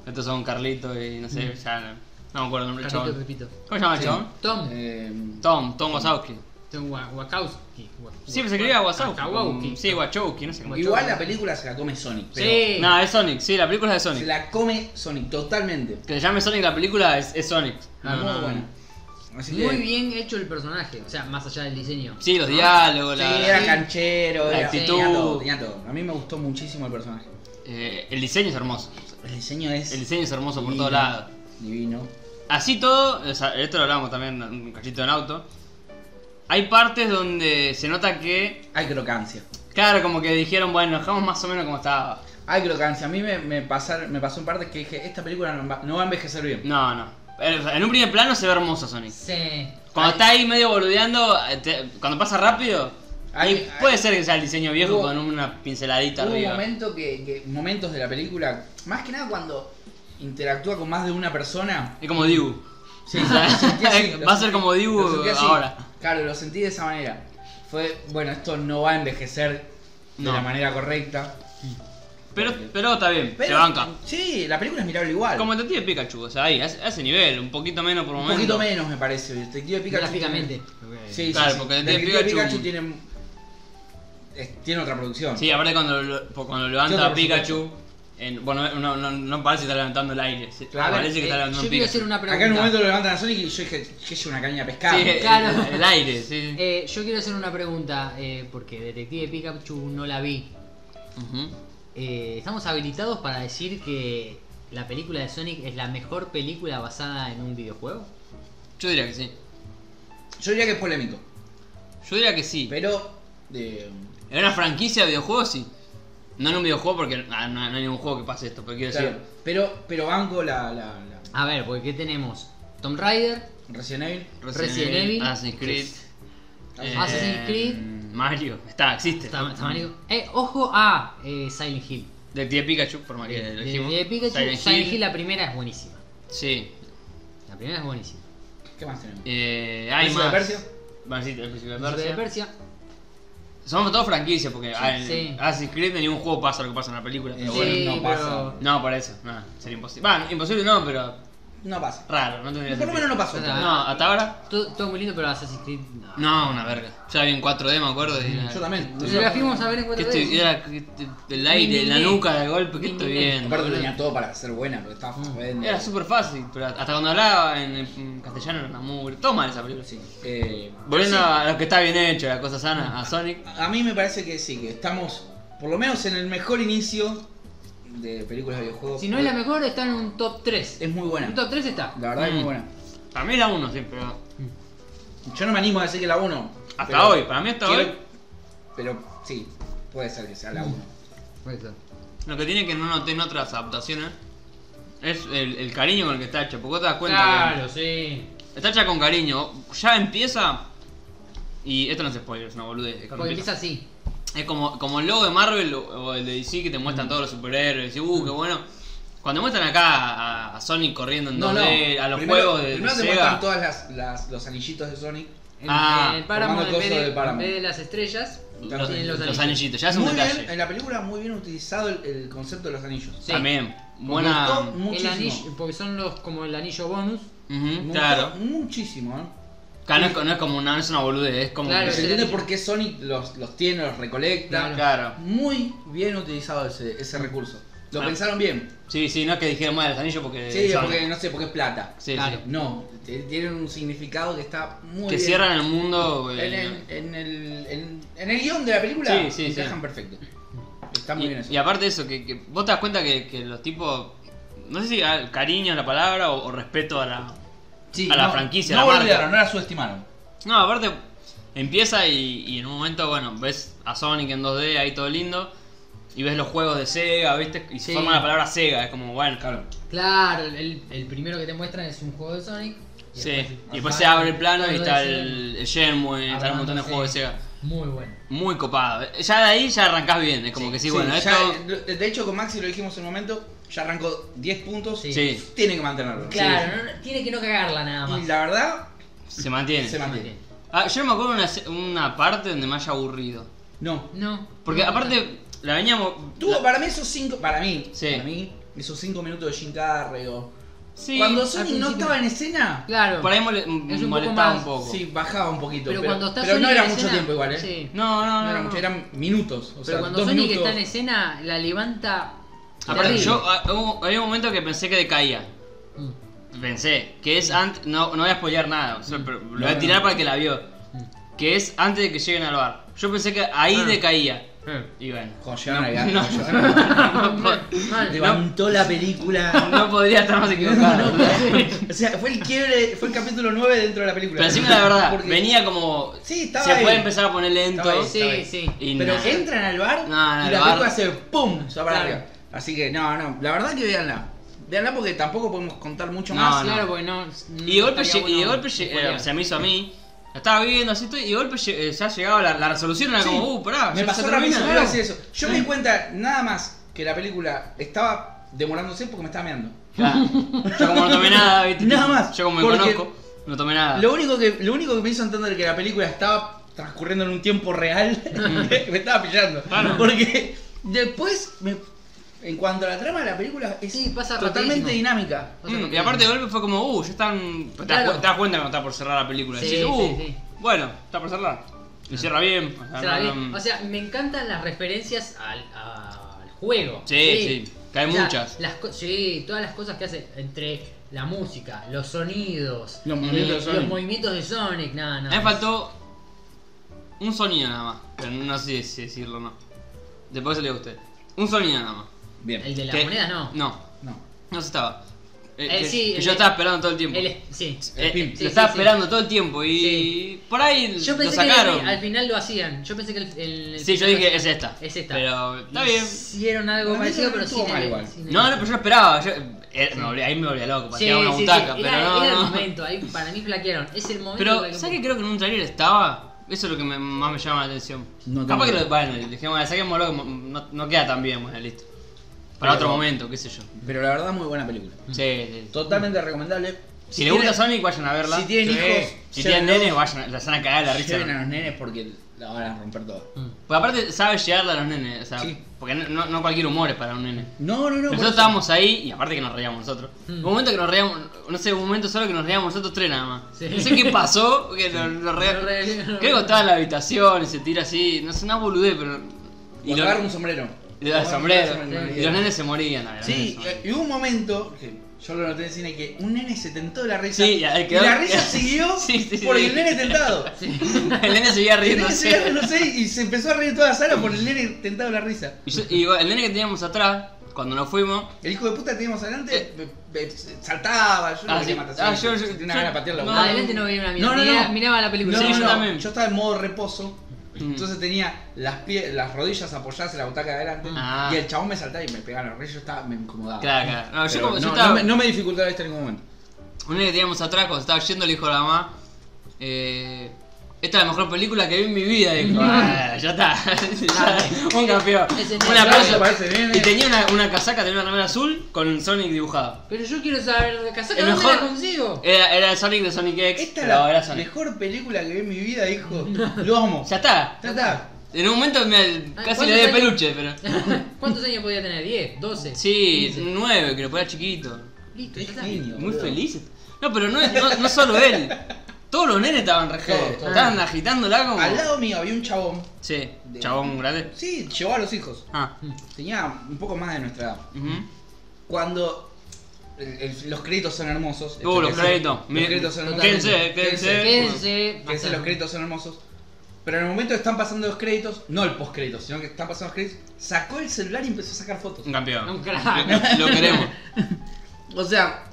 B: Estos son Carlito y no sé, ya no, no me acuerdo el nombre del
C: Carlito
B: chabón.
C: Pepito.
B: ¿Cómo se llama el
A: Sí.
B: chabón?
C: Tom.
A: Eh,
B: Tom, Tom Wazowski.
C: Tom Wa- Wakowski. Wa-
B: Siempre se escribía
C: Wa-
B: Wazowski.
C: Wakowski.
B: Sí, Wachowski, no sé cómo.
C: Wachowski.
A: igual la película se la come Sonic. pero
C: Sí.
B: No, es Sonic, sí, la película es de
A: Se
B: Sonic.
A: la come Sonic totalmente.
B: Que se llame Sonic la película es, es Sonic. No,
A: Ah, Muy
B: no, no.
A: buena. Así que-
C: Muy bien hecho el personaje, o sea, más allá del diseño.
B: Sí, los diálogos,
A: Sí,
B: la-
A: era canchero,
B: La
A: era-
B: actitud.
A: tenía todo, tenía todo. A mí me gustó muchísimo el personaje.
B: eh, el diseño es hermoso.
A: El diseño es
B: El diseño es hermoso por
A: Divino.
B: todos lados.
A: divino.
B: Así todo, o sea, esto lo hablamos también un cachito en auto. Hay partes donde se nota que,
A: Hay crocancia.
B: claro, como que dijeron, bueno, dejamos más o menos como estaba.
A: Hay crocancia. A mí me, me, pasaron- me pasó en partes que dije: Esta película no va, no va a envejecer bien.
B: No, no. Eh, o sea, En un primer plano se ve hermoso Sonic.
C: Sí.
B: Cuando está ahí medio boludeando, eh, te- cuando pasa rápido,
A: Hay-
B: y puede ser que sea el diseño viejo
A: Hubo-
B: con una pinceladita
A: Hubo un
B: arriba.
A: momento que, que- momentos de la película, más que nada cuando interactúa con más de una persona.
B: Es como Dibu.
A: [LAUGHS] Sí,
B: O sea,
A: lo sentí así,
B: [LAUGHS]
A: lo
B: va a ser
A: sentí-
B: como Dibu
A: lo sentí así.
B: ahora.
A: Claro, lo sentí de esa manera. Fue, bueno, esto no va a envejecer de
B: No.
A: la manera correcta.
B: Pero, pero está bien, se
A: Pero,
B: banca.
A: Sí, la película es mirable igual.
B: Como el detective Pikachu, o sea, ahí, a ese a ese nivel, un poquito menos por
A: un
B: momento.
A: poquito menos me parece. Detective Pikachu.
C: Gráficamente.
A: Sí, sí,
B: Claro,
A: sí.
B: porque
A: Detective
B: Detective
A: Pikachu,
B: Pikachu
A: tiene, es- tiene otra producción.
B: Sí, aparte cuando lo, cuando lo levanta
A: Yo
B: a
A: por
B: Pikachu, en- bueno, no, no, no parece que está levantando el aire. se-
A: Claro,
B: parece que
C: Eh,
B: está levantando
C: yo
B: un
C: quiero
B: pico.
C: hacer una pregunta.
A: Acá en un momento lo levantan a Sonic y yo dije, ¿qué es una caña de pescado?
B: Sí,
C: Claro.
B: el, el aire, sí.
C: Eh, yo quiero hacer una pregunta, eh, porque Detective Pikachu no la vi.
B: Ujú.
C: Eh, ¿Estamos habilitados para decir que la película de Sonic es la mejor película basada en un videojuego?
B: Yo diría que sí.
A: Yo diría que es polémico.
B: Yo diría que sí.
A: Pero. eh,
B: En una franquicia de videojuegos sí. No en un videojuego porque ah, no, no hay ningún juego que pase esto, pero quiero
A: claro,
B: decir.
A: pero, pero banco la, la, la
C: A ver, porque ¿qué tenemos? Tomb Raider,
A: Resident Evil.
C: Resident Evil.
B: Assassin's Creed, Eh,
C: Assassin's Creed.
B: Mario. Está, existe.
C: Ta- Tamarigo. Eh, ojo a eh, Silent Hill.
B: De Tía Pikachu, por Mario.
C: De,
B: lo
C: de-
B: dijimos.
C: de Pikachu,
B: Silent
C: Silent
B: Hill.
C: Hill la primera es buenísima.
B: Sí.
C: La primera es buenísima.
A: ¿Qué más tenemos?
B: Eh, hay
A: ¿Príncipe de
B: más.
A: Persia?
B: Bueno, sí, el Príncipe de
C: Príncipe de
B: Persia.
C: Persia.
B: Son todos franquicias porque
C: Sí,
B: ah, en
C: sí.
B: Assassin's Creed ningún juego pasa lo que pasa en la película. Pero
A: Sí.
B: bueno.
A: no pasa.
B: No, por eso. No, sería imposible. Va, imposible no, pero
A: No pasa.
B: raro. No tendría
A: Por lo
B: sentido.
A: menos no pasó.
C: Nada.
B: No, hasta ahora.
C: Todo, todo muy lindo, pero Assassin's Creed. No.
B: No, una verga. Ya vi en 4D, me acuerdo. y era-
A: Yo también.
C: Entonces la fuimos a ver en
B: Que
C: 4
B: estoy, era que te- el aire, la nuca de golpe, que estoy viendo.
A: Aparte
B: boludo?
A: tenía todo para ser buena, porque estaba jodiendo.
B: Era súper fácil, pero hasta cuando hablaba en, en castellano era una mugre. Todo mal esa película.
A: Sí. Eh,
B: Volviendo a lo que está bien hecho, la cosa sana, a Sonic.
A: a mí me parece que sí, que estamos por lo menos en el mejor inicio de películas de videojuegos.
C: Si no es la mejor, está en un top 3.
A: Es muy
C: En un
A: buena.
C: top 3 está.
A: La verdad es muy
B: Mm.
A: buena.
B: Para mí era uno, sí, pero.
A: Yo no me animo a decir que la 1.
B: Hasta hoy, para mí hasta hoy.
A: Pero sí, puede ser que sea la 1.
B: Lo que tiene que no noté en otras adaptaciones es el, el cariño con el que está hecho, porque vos te das cuenta
C: Claro, sí.
B: que está hecha con cariño. Ya empieza. Y esto no es spoiler, es una boludez. es como
C: Porque empieza así.
B: Es como, como el logo de Marvel o o el de DC que te muestran todos los superhéroes. Y uh, qué bueno. Cuando muestran acá a, a Sonic corriendo en 2D, a los
A: Primero-
B: juegos de, de
A: Primero te
B: Sega.
A: muestran todas las, las- los anillitos de Sonic.
C: En,
B: Ah,
C: en el páramo, en
A: formando
C: vez,
A: coso
C: de,
A: del páramo.
C: en vez de las estrellas,
B: Los,
C: tienen los,
B: los
C: anillos.
B: anillitos, ya es un
A: muy
B: detalle.
A: bien, en la película muy bien utilizado el, el concepto de los anillos.
C: Sí.
B: También.
A: Me
B: Buena.
A: gustó
B: Ujú,
C: El
A: muchísimo.
C: anillo, porque son los como el anillo bonus.
A: Me
B: claro.
A: gustó Muchísimo, ¿eh?
B: Acá no es, no es como una, no es una boludez, es como.
C: Claro,
A: Se
C: sí.
B: que-
A: entiende por qué Sonic los, los tiene, los recolecta.
C: Claro.
B: claro.
A: Muy bien utilizado ese, ese recurso. Lo
B: Ah.
A: pensaron bien.
B: Sí, sí, no es que dijeron más de los anillos porque.
A: Sí,
B: son-
A: porque no sé, porque es plata.
B: Sí,
C: Claro.
B: sí.
A: No, t- tienen un significado que está muy
B: Que
A: bien.
B: cierran el mundo.
A: en
B: eh,
A: el, en el, en, en el guión de la película
B: Sí, sí,
A: encajan
B: sí.
A: perfecto. Está muy
B: Y,
A: bien eso.
B: y aparte de eso, que, que vos te das cuenta que, que los tipos, no sé si ah, cariño a la palabra o, o respeto a la...
A: Sí,
B: a la
A: no-
B: franquicia,
A: No
B: a la marca.
A: olvidaron, no la subestimaron.
B: No, aparte empieza y, y en un momento, bueno, ves a Sonic en 2D ahí todo lindo y ves los juegos de Sega, ¿viste? Y se
C: Sí.
B: forma la palabra Sega, es como, bueno,
A: Claro.
C: Claro, el, el primero que te muestran es un juego de Sonic. y
B: Sí,
C: después-
B: y después se abre el plano y
C: Todo
B: está
C: ese-
B: el, el Shenmue, están un montón de
C: armándose.
B: juegos de Sega.
C: Muy bueno.
B: Muy copado. Ya de ahí ya arrancás bien, es como que sí, bueno,
A: ya,
B: esto...
A: eh, de hecho, con Maxi lo dijimos en un momento, ya arrancó 10 puntos.
C: Sí.
B: Sí,
A: Tiene que mantenerlo.
C: Claro, no- no- tiene que no cagarla nada
A: Y
C: más.
A: la verdad,
B: se mantiene.
A: se mantiene.
B: Ah, yo me acuerdo una, se- una parte donde me haya aburrido.
A: No.
C: No.
B: Porque
C: no,
B: aparte, la veníamos.
A: Tuvo
B: la-
A: para mí esos 5. Para mí.
B: Sí.
A: Para mí. Esos 5 minutos de Jim Carrey.
B: Sí,
A: Cuando
C: al
A: Sonic no
C: principio.
A: estaba en escena.
C: Claro.
B: por ahí mole- m-
C: Es un poco
B: molestaba
C: más-
B: un poco.
A: Sí, bajaba un poquito.
C: pero, cuando está
A: pero
C: Sonic
A: no era
C: en
A: mucho
C: escena-
A: tiempo igual, ¿eh?
C: Sí.
B: No, no,
A: No,
B: no.
A: era
B: no.
A: mucho, eran minutos. O
C: pero
A: sea,
C: cuando
A: dos
C: Sonic
A: minutos.
C: está en escena, la levanta.
B: Aparte,
C: terrible.
B: yo. ah, hubo- Había un momento que pensé que decaía.
C: Mm.
B: Pensé. Que es antes. No, no voy a spoilear nada. o sea,
A: Mm.
B: pero lo voy
A: No,
B: a tirar
A: no.
B: para el que la vio. Que es antes de que lleguen al bar. Yo pensé que ahí
C: Ah.
B: decaía.
C: Eh.
B: Y bueno.
A: Cuando llegaron
B: [LAUGHS]
A: al
B: No.
A: gato, cuando llegaron al
C: Mal,
A: gato.
C: mal.
A: Levantó la
B: [LAUGHS]
A: película.
B: No podría estar más equivocado.
A: [LAUGHS] O sea, fue el quiebre, fue el capítulo 9 dentro de la película.
B: Pero decime la verdad.
A: Porque-
B: Venía como.
A: Sí,
B: Se
A: estaba ahí.
B: puede empezar a poner lento.
A: Estaba ahí, estaba
C: Sí,
A: ahí.
C: sí.
B: Y
A: Pero
B: nada.
A: entran al bar
B: No, no,
A: y
B: el
A: la
B: bar-
A: película hace ¡pum! Se va para
C: Claro.
A: arriba. Así que no, no, la verdad que véanla. Véanla porque tampoco podemos contar mucho
B: No,
A: más.
B: no.
C: Claro, porque no.
B: Y de golpe, lle- y de golpe lle- eh, se me hizo a mí. La estaba viendo así estoy, y de golpe lle- eh, ya llegaba la, la resolución, era
A: Sí.
B: como, uh, pará,
A: Me
B: ya se
A: pasó
B: termina.
A: rapidísimo, iba a decir eso. Yo me
B: Sí.
A: di cuenta nada más que la película estaba demorándose porque me estaba meando.
B: Claro. Yo como no tomé nada, viste.
A: Nada más,
B: Yo como me
A: porque-
B: conozco, no tomé nada.
A: Lo único que lo único que me hizo entender que la película estaba transcurriendo en un tiempo real [LAUGHS] me estaba pillando.
B: Mm. Claro.
A: Porque después me- en cuanto a la trama de la película es
C: Sí, pasa
A: totalmente
C: rapidísimo.
A: dinámica.
B: Mm, y aparte de golpe fue como, uh, ya están. Te, das,
C: Claro.
B: cu- te das cuenta cuando está por cerrar la película.
C: Sí,
B: Decís,
C: sí,
B: uh,
C: sí.
B: bueno, está por cerrar. Y cierra bien. o sea,
C: O sea,
B: no-
C: bien,
B: no-
C: o sea, me encantan las referencias al, al juego.
B: Sí, sí. Que hay
C: O sea,
B: muchas.
C: Las co- sí, todas las cosas que hace entre la música, los sonidos, eh,
A: Los movimientos de Sonic.
C: los movimientos de Sonic, nada,
B: A
C: nada.
B: mí me faltó un sonido nada más, pero no sé si decirlo o no. Después se le a usted. Un sonido nada más.
A: Bien.
C: El de las
B: Que-
C: monedas no.
B: No,
A: No.
B: no se estaba. Eh,
C: Eh,
B: que-
C: sí,
B: que
C: el
B: yo
C: de-
B: estaba esperando todo el tiempo.
C: El- sí.
A: el
B: Eh, lo
A: pimp.
C: Sí, sí,
B: estaba
C: sí.
B: esperando todo el tiempo y
C: Sí.
B: por ahí
C: Yo
B: lo
C: pensé que
B: sacaron.
C: al- al final lo hacían. Yo pensé que el, el- el
B: Sí, yo
C: final lo
B: dije, es
C: hacían.
B: esta.
C: Es esta.
B: Pero está bien.
C: Hicieron algo
A: Para mí
C: parecido,
A: no
C: pero
A: estuvo
C: sin
A: mal
C: el-
A: igual.
C: sin el-
B: No, no, pero yo esperaba. yo- eh, me volví- ahí me volví loco,
C: Sí,
B: pateaba una
C: sí, sí,
B: butaca, pero
C: era,
B: no.
C: era el
B: no.
C: momento, ahí para mí flaquearon. Es el momento.
B: Pero,
C: en el
B: ¿sabes que creo que en un trailer estaba? Eso es lo que me- más me llama la atención.
A: No
B: Capaz que
A: tengo
B: lo. Bueno, dijimos, "Bueno, saquémoslo, que mo- no, no queda tan bien, bueno, listo. Para
A: Pero-
B: otro momento, qué sé yo.
A: Pero la verdad, muy buena película.
B: Sí, sí.
A: Totalmente recomendable.
B: Si, le gusta Sonic, vayan a verla.
A: si tienen
B: Sí.
A: hijos,
B: si tienen
A: llévenlos.
B: nenes, vayan, a- las van a cagar de la risa.
A: Lleven a los nenes porque la van a romper todo.
C: Mm.
B: Porque aparte sabe llegarle a los nenes, o sea,
A: Sí.
B: porque no, no- no cualquier humor es para un nene.
A: No, no, no. por
B: nosotros
A: eso.
B: estábamos ahí y aparte que nos reíamos nosotros.
C: Mm.
B: Un momento que nos reíamos, no sé, un momento solo que nos reíamos nosotros tres nada más.
C: Sí.
B: No sé qué pasó, que nos, nos reíamos.
C: Nos reíamos.
B: Creo que estaba en la habitación y se tira así, no sé, una boludez, pero.
A: Y
B: los-
A: agarra un sombrero.
B: y los sombreros,
A: Sí.
B: Y los nenes se morían, la verdad.
A: Sí,
B: los nenes se morían.
A: Eh, y hubo un momento que yo lo noté en el cine que un nene se tentó de la risa.
B: Sí, y ahí quedó-
A: la
B: [LAUGHS]
A: risa siguió
B: Sí, sí,
A: por
B: sí.
A: el nene tentado.
B: [LAUGHS] El nene seguía
A: El
B: riendo.
A: nene se agarró, no sé, y se empezó a reír toda la sala por el nene tentado de la risa.
B: Y, yo- y el nene que teníamos atrás, cuando nos fuimos,
A: El hijo de puta que teníamos adelante me- me- saltaba, yo no
B: Eh. Ah,
A: quería
B: sí.
A: matar
B: Ah,
A: a ese
B: yo-
A: nene,
B: yo-
A: tenía una
B: yo-
A: gana de patearlo.
B: no,
A: boludo.
C: Realmente Ah, no veía una
A: No,
C: mierda.
A: no, no.
C: Miraba, miraba la película.
B: Sí,
A: No,
B: yo
A: no,
B: también.
A: Yo estaba en modo reposo.
B: Mm.
A: Entonces tenía las, pie- las rodillas apoyadas en la butaca de adelante
B: Ah.
A: y el chabón me saltaba y me pegaba en los reyes, yo estaba, me incomodaba.
B: claro, claro. No, yo
A: Pero
B: como yo
A: no,
B: estaba.
A: no me, no me dificultaba esto en ningún momento.
B: Un nene que teníamos atrás cuando estaba yendo le dijo a la mamá, eh, esta es la mejor película que vi en mi vida,
A: [LAUGHS]
B: dijo, "Ah, ya está, [LAUGHS] Ya, un campeón.
C: Ese nene.
B: Un aplauso.
A: Parece nene.
B: Y tenía una, una casaca, tenía una remera azul con Sonic dibujado.
C: Pero yo quiero saber la casaca,
B: El
C: ¿dónde
B: mejor-
C: la consigo?
B: Era, era el Sonic de Sonic X,
A: Esta es
B: pero
A: la
B: era Sonic.
A: mejor película que vi en mi
B: [LAUGHS]
A: vida, hijo. Lo amo.
B: Ya está.
A: Ya está.
B: En un momento me, casi
C: Ah, ¿cuántos
B: le di de
C: años?
B: peluche, pero...
C: [LAUGHS] ¿Cuántos años podía tener? ¿10? ¿12?
B: Sí,
C: 15.
B: nueve, creo, pero era chiquito.
C: Listo,
A: Qué
C: ya está.
A: genio,
B: Muy
A: boludo.
B: feliz. No, pero no, es- no, no solo él. Todos los nenes estaban re
A: Todos, todos.
B: Estaban agitándola como...
A: Al lado mío había un chabón.
B: Sí, chabón grande.
A: Sí, llevó a los hijos.
B: Ah.
A: Tenía un poco más de nuestra edad.
B: ujú.
A: Cuando el- el- los créditos son hermosos.
B: Uh, los
A: Esto que
B: créditos.
A: sí, Los
B: Miren,
A: créditos son hermosos.
B: quédense, quédense.
C: Quédense.
A: Que dicen los créditos son hermosos. Pero en el momento que están pasando los créditos, no el post créditos, sino que están pasando los créditos, sacó el celular y empezó a sacar fotos.
B: Un campeón.
C: Un crack.
B: Lo, lo queremos.
A: O sea,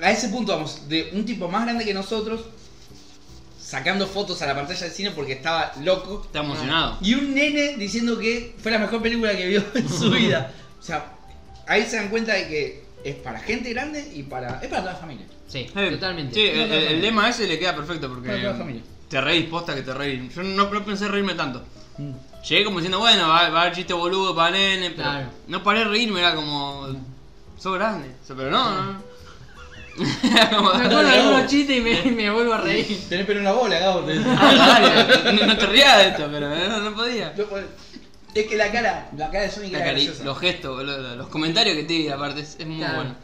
A: a ese punto vamos, de un tipo más grande que nosotros, sacando fotos a la pantalla del cine porque estaba loco.
B: Está emocionado.
A: Y un nene diciendo que fue la mejor película que vio en su vida. O sea, ahí se dan cuenta de que es para gente grande y para. es para toda la familia.
C: Sí,
B: Eh,
C: totalmente.
B: Sí, el,
A: Totalmente.
B: el lema ese le queda perfecto porque.
A: Para toda la familia.
B: Te reís, posta que te reís. Yo no, no pensé reírme tanto.
A: Mm.
B: Llegué como diciendo, bueno, va, va a haber chiste boludo para nene, pero
C: Claro.
B: no paré de reírme, era como. Sos grande. O sea, pero no, no. [LAUGHS] no. Era como,
C: Me acuerdo de
A: Dale,
C: algunos
A: vos.
C: chistes y me, me vuelvo a reír.
A: Tenés pelo en la bola, Gabo.
B: [LAUGHS]
A: [LAUGHS]
B: "Ah, dale, no, no te rías de esto, pero no, no podía.
A: No podés. Es que la cara, la cara de Sonic
B: La
A: era
B: cari-
A: graciosa.
B: los gestos, boludo, los comentarios que tira, aparte, es, es muy
C: Claro.
B: bueno.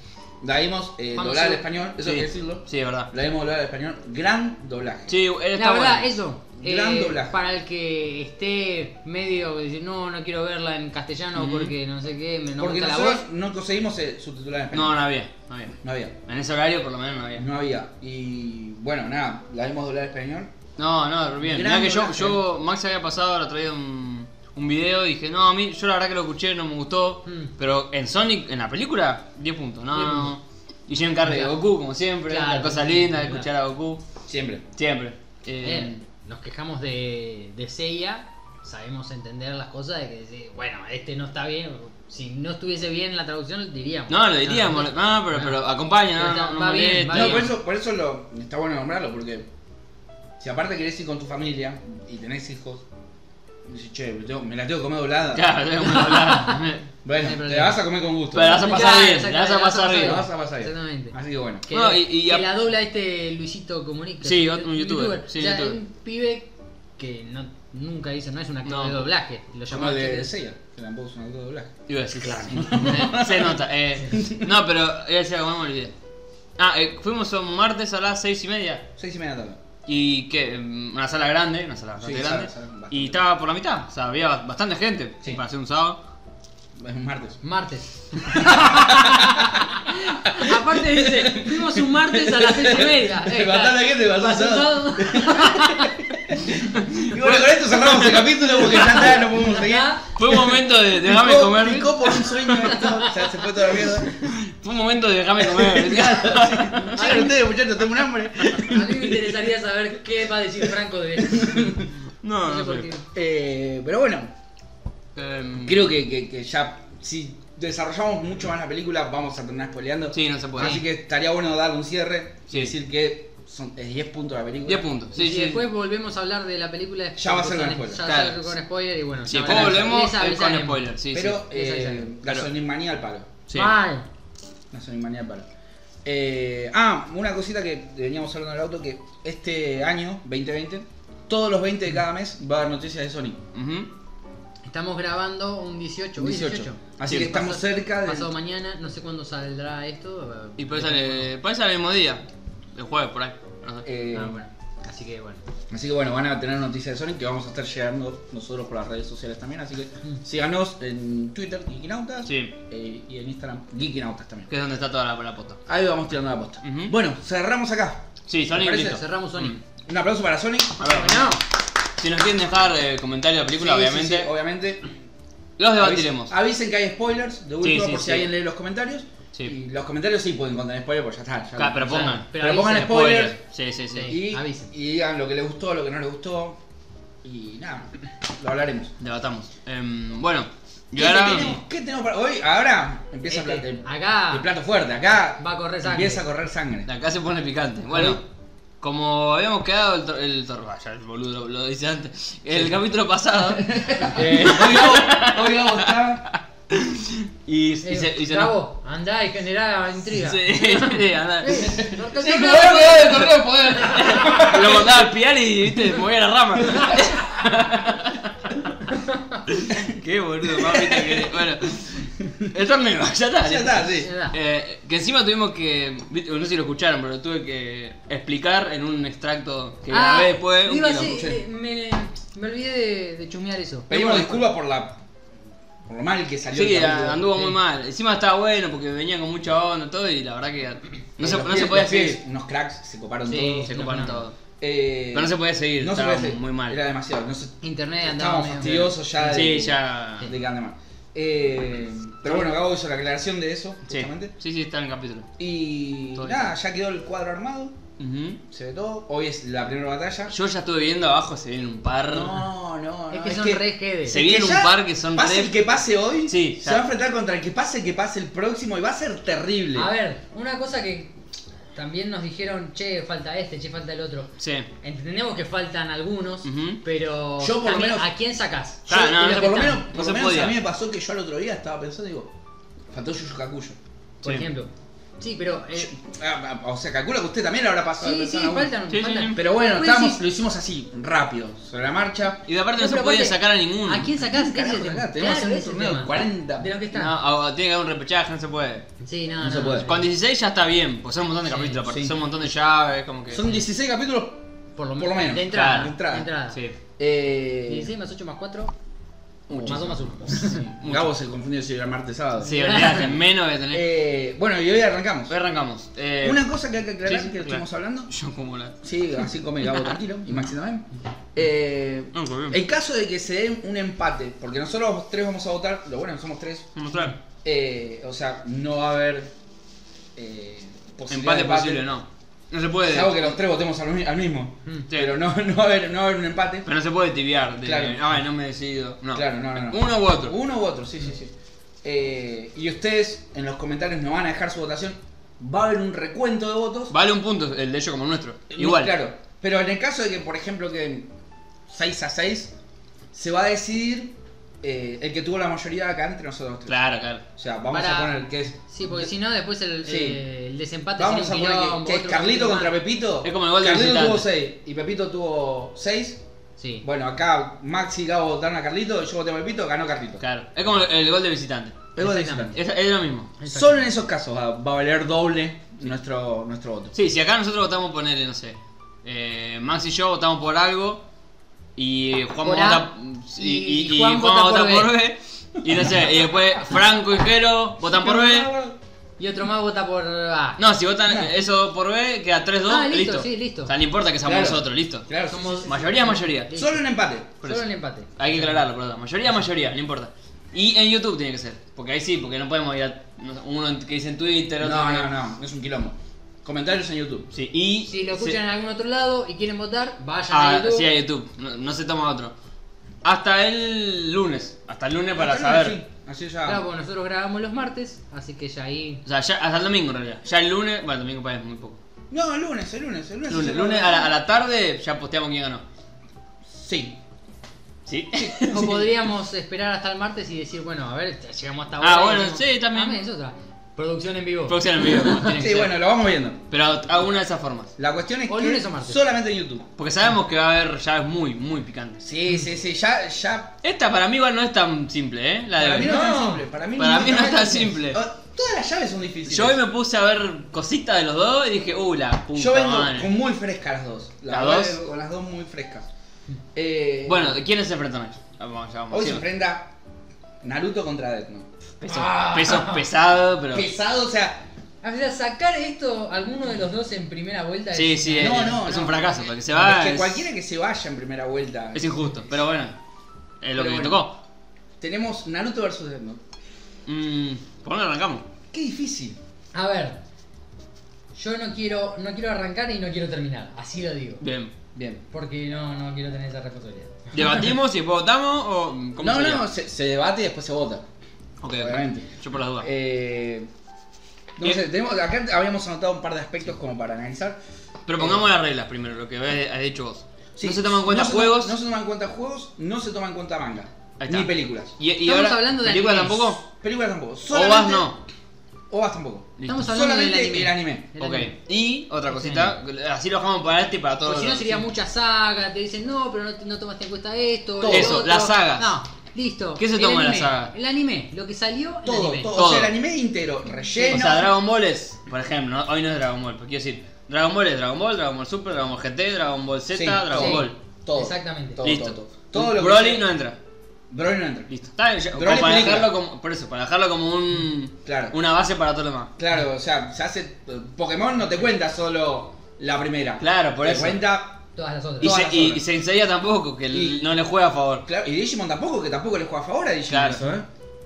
A: La vimos eh,
C: Vamos,
A: doblada al
C: sí.
A: español, eso
B: Sí.
A: hay que decirlo.
B: Sí, es verdad.
A: La vimos doblada al español, gran doblaje.
B: Sí, él está
C: La verdad,
B: bueno.
C: eso.
A: Gran
C: eh,
A: doblaje.
C: para el que esté medio que dice, no, no quiero verla en castellano
B: Mm.
C: porque no sé qué, me no
A: Porque
C: gusta la
A: nosotros
C: voz.
A: no conseguimos eh, subtitular en español.
B: No, no había, no había.
A: No había.
B: En ese horario por lo menos no había.
A: No había. Y bueno, nada, la vimos doblada al español.
B: No, no, pero bien.
A: Gran
B: Mirá que yo,
A: doblaje.
B: yo, Max había pasado, ahora traído un, un video y dije, no, a mí, yo la verdad que lo escuché, no me gustó.
C: Mm.
B: Pero en Sonic, en la película, 10 puntos, no,
C: 10
B: no,
C: puntos.
B: Y Jim Carrey de
C: Claro.
B: Goku, como siempre,
C: Claro.
B: la cosa linda de
C: Claro.
B: escuchar a Goku.
A: Siempre.
B: Siempre. Eh,
C: Eh, nos quejamos de, de Seiya, sabemos entender las cosas de que decir, bueno, este no está bien. Si no estuviese bien la traducción, diríamos.
B: no, lo diríamos,
C: no,
B: no, pero,
C: no.
B: pero acompaña, no,
C: Pero está-
B: no, no
C: va bien,
B: molesta.
C: va
A: No,
C: bien.
A: por eso, por eso lo, está bueno nombrarlo, porque si aparte querés ir con tu familia y tenés hijos, dices, che, me, tengo- me la tengo que comer doblada.
B: Claro, tengo que
C: [LAUGHS]
B: hablar.
A: Bueno,
C: No hay
A: te la
C: problema.
A: vas a comer con gusto.
B: Pero la vas a pasar
C: Claro,
B: bien,
C: exactamente,
B: la vas a pasar bien.
A: La vas a pasar bien.
C: Exactamente.
A: Así que bueno.
C: Que,
B: No,
C: la-
B: y- y
C: que
B: a-
C: la dobla este Luisito Comunica.
B: Sí,
C: un
B: un youtuber, sí,
C: O sea,
B: youtuber.
C: un pibe que no, nunca hizo, no es un actor
B: No.
C: de doblaje. Lo
A: Como
C: llamaba
A: el de
C: chiste.
A: Seiya, que tampoco es un actor de doblaje.
B: Iba a decir claro. [LAUGHS] Se nota. Eh, no, pero iba a decir algo, me olvidé. Ah, eh, fuimos un martes a las seis y media.
A: Seis y media de la tarde.
B: Y que una sala grande, una sala bastante
A: Sí, sala-
B: grande.
A: sala bastante
B: y estaba por la mitad, o sea, había ba- bastante gente
A: Sí.
B: para hacer un sábado.
A: Es un martes.
C: Martes. [LAUGHS] Aparte dice, fuimos un martes a las seis
A: [LAUGHS]
C: y
B: Ah,
C: media. Eh,
A: Matá a la gente, matá a
C: Pasó
A: sábado.
C: todo.
A: Y bueno, con esto cerramos el capítulo porque ya está, no podemos seguir.
C: Acá,
B: Fue un momento de déjame
A: Picó-
B: comer.
A: Picó por un sueño esto. O sea, se fue toda la mierda.
B: Fue un momento de déjame comer.
A: Llegan ustedes, muchachos, Ah, tengo un hambre.
C: A mí me interesaría saber qué va a decir Franco de
B: No,
C: No
B: [LAUGHS]
C: sé
B: no
C: por
B: sé.
C: qué.
A: Eh, pero bueno,
B: Em,
A: creo que, que- que ya si desarrollamos mucho más la película, vamos a terminar spoileando.
B: Sí, no se puede.
A: Así que estaría bueno dar un cierre
B: Sí.
A: y decir que son, es 10 puntos la película.
B: 10 puntos. Sí,
C: y
B: sí.
C: después volvemos a hablar de la película.
A: Ya va a ser con
C: Ya
A: spoiler.
C: va a ser
B: Claro.
C: con spoiler y bueno.
B: Si
C: ya
B: después
C: verán.
B: volvemos
C: Les
B: es con
C: avisaremos.
B: spoiler. Sí,
A: pero
B: sí.
A: eh,
C: Esa es
B: la-
A: gasolinemanía al palo.
B: Sí.
C: Mal.
A: Gasolinemanía al palo. Eh, ah, una cosita que veníamos hablando en el auto, que este año, 2020, todos los 20 de cada mes va a haber noticias de Sony.
B: Ujú.
C: Estamos grabando un 18. hoy
A: 18.
C: 18.
A: Así
B: Sí,
A: que estamos
C: Pasó-
A: cerca de...
C: Pasado mañana, no sé cuándo saldrá esto.
B: Y
C: por
B: puede salir, puede salir el mismo día. El jueves por ahí. No sé.
A: eh,
C: Ah, bueno. Así que bueno.
A: Así que bueno, van a tener noticias de Sonic que vamos a estar llegando nosotros por las redes sociales también. Así que síganos en Twitter, Geekinautas.
B: Sí.
A: eh, y en Instagram, Geekinautas también.
B: Que es donde está toda la, la posta.
A: Ahí vamos tirando la posta.
B: Ujú.
A: Bueno, cerramos acá.
B: Sí, Sonic
A: parece?
B: listo.
C: Cerramos Sonic.
B: Mm.
A: Un aplauso para Sonic.
B: A ver, Si nos quieren dejar eh, comentarios de la película,
A: Sí, sí,
B: obviamente,
A: sí, Ah, obviamente.
B: los debatiremos.
A: Avisen, avisen que hay spoilers de última
B: sí,
A: por si
B: sí.
A: alguien lee los comentarios.
B: Sí.
A: Y los comentarios sí pueden contener spoilers porque ya está. ya-
B: Ca- pero pongan.
A: Pero pongan
C: avisen.
A: spoilers.
B: Sí, sí, sí.
A: y,
C: avisen.
A: y digan lo que les gustó, lo que no les gustó. Y nada, lo hablaremos.
B: Debatamos. Em, bueno,
A: ¿Qué,
B: yo ahora.
A: tenemos, qué tenemos para hoy? Ahora empieza
C: Este,
A: a plate-
C: acá
B: Ah.
A: el plato fuerte. Acá
C: va a correr sangre.
A: empieza a correr sangre.
B: Acá se pone picante. Bueno, como habíamos quedado el, tor- el tor- ah, ya el boludo lo, lo dice antes. El capítulo
A: [LAUGHS]
B: pasado. eh,
A: Hoy vamos- hoy vamos a estar.
B: y, y
C: Eh,
B: se, y se nos-
C: Gabo, andá y generá
B: [LAUGHS]
C: intriga.
B: Sí, sí, andá.
C: Eh, no te-
A: Sí, como era, como era el torneo de poder.
C: [LAUGHS]
B: Lo mandaba al pial y viste, movía la rama. Qué boludo, más viste que. Bueno. El torneo, ya está.
A: [LAUGHS] Ya está, sí.
C: Andá.
B: Eh, que encima tuvimos que. viste, No sé si lo escucharon, pero lo tuve que explicar en un extracto que
C: Ah,
B: grabé después. pues, un
C: iba a
B: quilombo.
C: decir, eh, me, me olvidé de, de chusmear eso.
A: Pedimos disculpas por la. por lo mal que salió
B: Sí,
A: el capítulo.
B: a- anduvo
C: Sí.
B: muy mal. Encima estaba bueno porque venía con mucha onda y todo y la verdad que no se,
A: Los
B: no se
A: pibes-
B: podía
A: los pibes,
B: seguir.
A: Unos cracks se coparon
C: Sí.
A: todos.
B: Se coparon
C: No,
B: todo.
A: Eh,
B: Pero no se podía seguir,
A: No se
B: estaba
A: podía seguir.
B: muy mal. Eh,
A: Era demasiado. No se,
C: Internet andaba
A: estábamos
C: medio-
A: fastidiosos ya de.
B: Sí, ya.
A: de que ande mal. Eh, pero bueno, Gabo hizo la aclaración de eso,
B: Sí,
A: justamente.
B: sí, sí, está en el capítulo.
A: Y
B: Todo
A: nada, ya quedó el cuadro armado,
B: Ujú.
A: se ve todo. Hoy es la primera batalla.
B: Yo ya estuve viendo abajo, se vienen un par.
A: No, no, no.
C: Es que son re jedes.
B: Se vienen
A: ya
B: un par que son
A: Pase
B: re-
A: el que pase hoy,
B: Sí,
A: se
B: ya.
A: va a enfrentar contra el que pase, el que pase el próximo y va a ser terrible.
C: A ver, una cosa que también nos dijeron, che, falta este, che, falta el otro.
B: Sí.
C: Entendemos que faltan algunos,
B: Ujú.
C: pero
A: Yo por lo
C: también,
A: menos-
C: ¿a quién sacás?
A: Yo-
B: Ah, no,
A: mira,
B: no,
A: por lo
B: no,
A: menos,
B: no
A: por
B: se
A: lo menos
B: podía.
A: a mí me pasó que yo al otro día estaba pensando, digo, faltó Yuyu Kakuyo.
C: Por
B: Sí.
C: ejemplo. Sí, pero... eh, sí,
A: Ah, ah, O sea, calculo que usted también le habrá pasado. de
C: sí,
A: pensar a uno.
C: faltan,
B: Sí, sí,
C: faltan.
B: sí.
A: Pero bueno,
C: Después
A: estábamos-
C: decís,
A: lo hicimos así, rápido, sobre la marcha.
B: Y de aparte no,
C: pues, No,
B: se
C: pero
B: podían
C: aparte,
B: sacar a ninguno.
C: ¿A quién sacás? Ese es
A: Carajo,
C: el tema.
A: acá tenemos
C: Claro,
A: un
C: ese es el
A: torneo de
C: tema.
A: 40.
C: De los que están.
B: No, ah, tiene que haber un repechaje, no se puede.
C: Sí, no,
A: No se puede.
B: Con 16 ya está bien, pues son un montón de
C: Sí,
B: capítulos, aparte,
A: sí.
B: son un montón de llaves, como que.
A: Son 16 capítulos.
C: Por lo,
A: Por lo menos.
C: De entrada.
B: Claro, de
A: entrada.
C: De entrada.
B: Sí.
A: Eh,
C: 16 más 8 más 4.
A: muchísimo.
C: Más 2 más 1.
A: [LAUGHS]
B: Mucho.
A: Gabo se confundió si era martes sábado.
B: Sí, olvidate, menos de tener.
A: Eh, bueno, y hoy arrancamos.
B: Hoy arrancamos. Eh,
A: Una cosa que hay que aclarar
B: sí, sí,
A: que
B: claro.
A: estamos
B: [LAUGHS]
A: hablando.
B: Yo como la.
A: Sí, así come
B: [LAUGHS]
A: Gabo tranquilo y Maxi también. Eh,
B: No, qué bien.
A: en caso de que se dé un empate, porque nosotros los tres vamos a votar, lo bueno es que somos tres,
B: Mostrar.
A: eh, o sea, no va a haber eh, posibilidad
B: Empate,
A: de
B: posible, no. No se puede.
A: Salvo que los tres votemos al, mi- al mismo.
B: Sí.
A: Pero no, no, va a haber, no va a haber un empate.
B: Pero no se puede tibiar. De,
A: Claro.
B: Ay, no me decido. No.
A: Claro, no, no, no.
B: Uno u otro.
A: Uno u otro, sí, sí, sí. Eh, y ustedes en los comentarios nos van a dejar su votación. Va a haber un recuento de votos.
B: Vale un punto el de ellos como el nuestro.
A: No,
B: Igual.
A: Eh, Claro. Pero en el caso de que, por ejemplo, que 6 a 6, se va a decidir eh, el que tuvo la mayoría acá entre nosotros tres.
B: Claro, claro.
A: O sea, vamos
C: Para-
A: a poner que es.
C: Sí, porque si no, después el,
A: Sí.
C: eh, el desempate
A: Vamos a
C: sería un
A: poner que-
C: quilombo,
A: que, es
C: otro
A: Carlito
C: capítulo
A: contra
C: más.
A: Pepito.
B: Es como el gol de
A: Carlito tuvo
B: visitante.
A: 6 y Pepito tuvo 6.
C: Sí.
A: Bueno, acá Maxi y Gabo votaron a Carlito, yo voté a Pepito, ganó Carlito.
B: Claro. Es como el gol de visitante.
A: Es gol de
C: Exactamente.
B: Es, es lo mismo.
A: visitante.
C: Exacto.
A: Solo en esos casos va, va a valer doble nuestro, nuestro voto.
B: Sí, si acá nosotros votamos ponerle, no sé. Eh, Max y yo votamos por algo. Y Juan
C: Por
B: vota.
C: A,
B: Y, y,
C: y
B: y Juan
C: Juan vota
B: vota
C: por
B: por
C: B.
B: B. Y no sé, y después Franco y Jero votan por B.
D: Y otro más vota por A.
B: No, si votan eso por B, queda 3-2,
D: Ah, listo,
B: listo.
D: sí, listo.
B: O sea, no importa que seamos
A: Claro.
B: nosotros, listo.
A: Claro,
D: Somos-
A: sí, sí,
B: Mayoría, mayoría.
A: sí. Solo un empate.
B: Por
D: Solo
B: eso.
D: el empate.
B: Hay que aclararlo, perdón. Mayoría, mayoría, no importa. Y en YouTube tiene que ser. Porque ahí sí, porque no podemos ir a no sé, uno que dice en Twitter,
A: No,
B: otro que-
A: no, no, es un quilombo. Comentarios en YouTube.
B: Sí, y.
D: Si lo escuchan en algún otro lado y quieren votar, vayan a
B: Ah,
D: YouTube.
B: sí, a YouTube. No, no se toma otro. Hasta el lunes. Hasta el lunes
A: Ah,
B: para saber.
A: Así ya.
D: Claro, porque nosotros grabamos los martes, así que ya
B: [LAUGHS]
D: ahí.
B: O sea, ya, hasta el domingo en realidad. Ya el lunes. Bueno, el domingo para es muy poco.
A: No, el lunes, el lunes, el lunes.
B: Lunes,
A: el
B: lunes a la, a la tarde ya posteamos quién ganó.
A: Sí.
B: ¿Sí?
D: O podríamos esperar hasta el martes y decir, bueno, a ver, llegamos hasta ahora.
B: Ah,
D: y
B: bueno,
D: decimos,
B: sí, también.
D: es otra. Producción en vivo.
B: [LAUGHS] Próximo en vivo. como tiene que
A: Sí,
B: ser.
A: bueno, lo vamos viendo.
B: Pero a una de esas formas.
A: La cuestión es
D: O
A: que
D: lunes o martes.
A: solamente en YouTube.
B: Porque sabemos que va a haber llaves muy, muy picantes.
A: Sí, sí, sí, ya, ya.
B: Esta para mí igual no es tan simple, ¿eh? La de
A: Para mí no, es tan
C: No.
A: simple. Para mí,
B: Para mí no es
A: es
B: tan simple.
A: Ah, Todas las llaves son difíciles.
B: Yo hoy me puse a ver cositas de los dos y dije, uh, la puta
A: Yo vengo
B: madre".
A: con muy frescas las dos. La
B: ¿Las
A: verdad,
B: dos? Mm.
A: eh, Con las dos muy frescas. Eh,
B: Bueno, ¿quiénes se enfrentan hoy? Ah, Vamos, ya vamos.
A: hoy
B: sí,
A: se enfrenta Naruto contra Death Note.
B: Peso, peso pesado, pero.
A: Pesado, o sea,
D: A ver, Ah, sacar esto, alguno de los dos en primera vuelta.
B: Sí,
D: es
B: sí, eh.
D: una-
B: es,
A: No, no,
B: es
A: no.
B: un fracaso. Porque se va.
A: es que
B: es-
A: cualquiera que se vaya en primera vuelta.
B: Es injusto, pero bueno. Es lo
A: Pero
B: que me
A: bueno.
B: tocó.
A: Tenemos Naruto versus Death Note.
B: Mm, ¿Por dónde arrancamos?
A: Qué difícil.
D: A ver, yo no quiero, no quiero arrancar y no quiero terminar, así lo digo.
B: Bien.
A: Bien.
D: Porque no, no quiero tener esa responsabilidad.
B: ¿Debatimos y después votamos o mm, cómo
A: No,
B: sería?
A: no, se, se debate y después se vota.
B: Ok, ok.
A: obviamente.
B: Yo por las dudas.
A: Eh, no
B: Ah. Bien.
A: sé, tenemos, acá habíamos anotado un par de aspectos como para analizar.
B: pero pongamos las reglas primero, lo que habías has dicho vos.
A: eh, Sí,
B: no se toman en cuenta
A: no se to-
B: juegos.
A: no se toman en cuenta juegos, no se toman en cuenta manga.
B: Ahí está.
A: Ni películas.
B: Y, y
D: Estamos
B: ahora,
D: hablando de
B: ¿Películas
D: animes.
B: tampoco?
A: Películas tampoco.
B: ¿Ovas
A: Solamente-
B: no?
A: Ovas tampoco.
B: Listo.
D: Estamos hablando del
A: Solamente
D: anime.
A: el anime.
D: Del
B: Ok.
D: anime.
B: Y otra cosita, así lo dejamos para este y para todos.
D: Porque si no
B: los-
D: sería mucha saga, te dicen no, pero no, no tomaste en cuenta esto.
A: Todo.
D: lo
B: Eso,
D: otro".
B: las sagas.
D: No, listo.
B: ¿Qué se
D: El
B: toma en la
D: anime.
B: saga?
D: El anime, lo que salió, el
A: Todo,
D: anime.
A: todo.
B: Todo.
A: O sea, el anime entero, relleno.
B: O sea, Dragon Ball es, por ejemplo, ¿no? hoy no es Dragon Ball, pero quiero decir, Dragon Ball es Dragon Ball, Dragon Ball Super, Dragon Ball GT, Dragon Ball Z,
A: Sí,
B: Dragon
D: sí.
B: Ball.
A: todo.
D: Exactamente.
A: Todo,
B: Listo.
A: todo, todo. Todo lo que
B: Broly
A: sea-
B: no entra.
A: Broly no entra.
B: Listo. Está bien, ya-
A: Broly
B: como para
A: película.
B: dejarlo como, por eso, para dejarlo como un,
A: Claro.
B: una base para todo lo demás.
A: Claro, o sea, se hace. eh, Pokémon no te cuenta solo la primera.
B: Claro, por
A: te
B: eso.
A: cuenta.
D: Todas las otras.
B: Y,
A: Todas
B: se,
A: las
B: y,
A: obras.
B: y Saint Seiya tampoco, que
A: Y-
B: no le juega a favor.
A: Claro, y Digimon tampoco, que tampoco le juega a favor a Digimon.
B: Claro.
A: eso, ¿eh?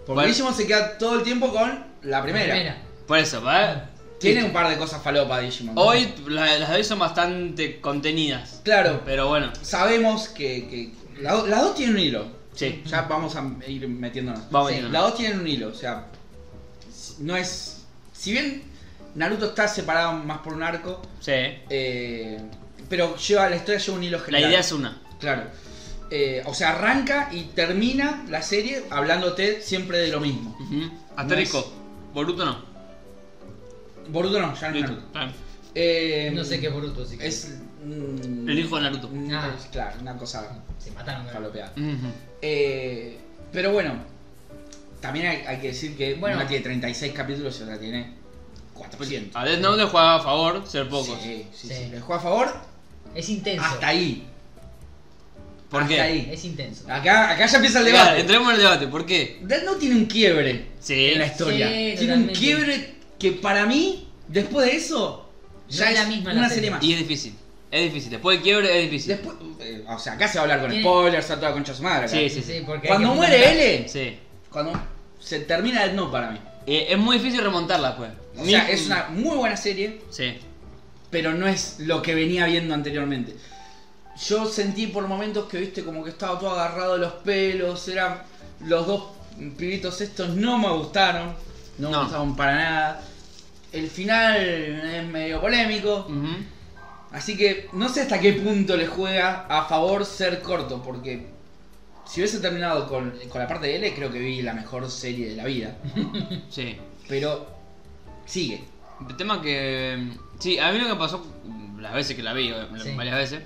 A: Porque
B: Bueno.
A: Digimon se queda todo el tiempo con la primera.
B: Por eso, ¿vale?
A: Tiene un par de cosas falopa Digimon.
B: Hoy la- las de hoy son bastante contenidas.
A: Claro.
B: Pero bueno,
A: Sabemos que. que la do- las dos tienen un hilo.
B: sí.
A: Ya vamos a ir metiéndonos.
B: Vamos
A: Sí,
B: metiéndonos.
A: Las dos tienen un hilo, o sea. si- No es. Si bien Naruto está separado más por un arco,
B: Sí.
A: eh, pero lleva la historia lleva un hilo
B: La
A: general.
B: idea es una.
A: Claro. Eh, o sea, arranca y termina la serie hablándote siempre de lo mismo.
B: Ujú. Asterisco. Boruto no.
A: Boruto no, ya no es
B: Listo.
A: Naruto.
B: Está bien.
A: Eh,
D: No sé qué bruto, así que
A: Es. mm,
B: El hijo de Naruto.
A: mm,
D: Ah.
A: es, Claro, una cosa
D: se mataron. ¿no?
A: falopeada.
B: Ujú.
A: Eh, pero bueno, también hay, hay que decir que
D: Bueno.
A: una tiene 36 capítulos y otra tiene 400.
B: A Death Note le jugaba a favor ser Pues, pocos.
A: Sí, sí, sí.
D: Sí.
A: Le juega a favor
D: Es intenso.
A: hasta ahí.
B: ¿Por
A: hasta
B: qué?
A: ahí.
D: Es intenso.
A: Acá, acá ya empieza el
B: Claro,
A: debate.
B: entremos en el debate. ¿Por qué?
A: Death Note tiene un quiebre
B: Sí.
A: en la historia.
D: Sí,
A: tiene un
D: totalmente.
A: quiebre que para mí, después de eso, ya
D: No es
A: es
D: la misma la
A: una
D: serie.
A: serie más.
B: Y es difícil. Es difícil. Después del quiebre es difícil.
A: Después, eh, o sea, acá se va a hablar con
D: Tiene-
A: spoilers, está toda concha de su madre. acá.
B: Sí, sí,
D: Sí,
B: sí.
D: sí, porque hay
A: Cuando
D: que
A: muere
D: fundamentar.
A: L,
B: Sí.
A: cuando se termina Death Note para mí.
B: Eh, es muy difícil remontarla después.
A: O sea,
B: Ni-
A: es una muy buena serie,
B: Sí.
A: pero no es lo que venía viendo anteriormente. Yo sentí por momentos que, viste, como que estaba todo agarrado de los pelos, eran los dos pibitos estos no me gustaron, no,
B: No.
A: me gustaron para nada. El final es medio polémico,
B: Ujú.
A: así que no sé hasta qué punto le juega a favor ser corto, porque si hubiese terminado con, con la parte de L, creo que vi la mejor serie de la vida.
B: Sí.
A: Pero sigue.
B: El tema que. Sí, a mí lo que pasó mm, las veces que la vi, eh,
D: Sí.
B: varias veces,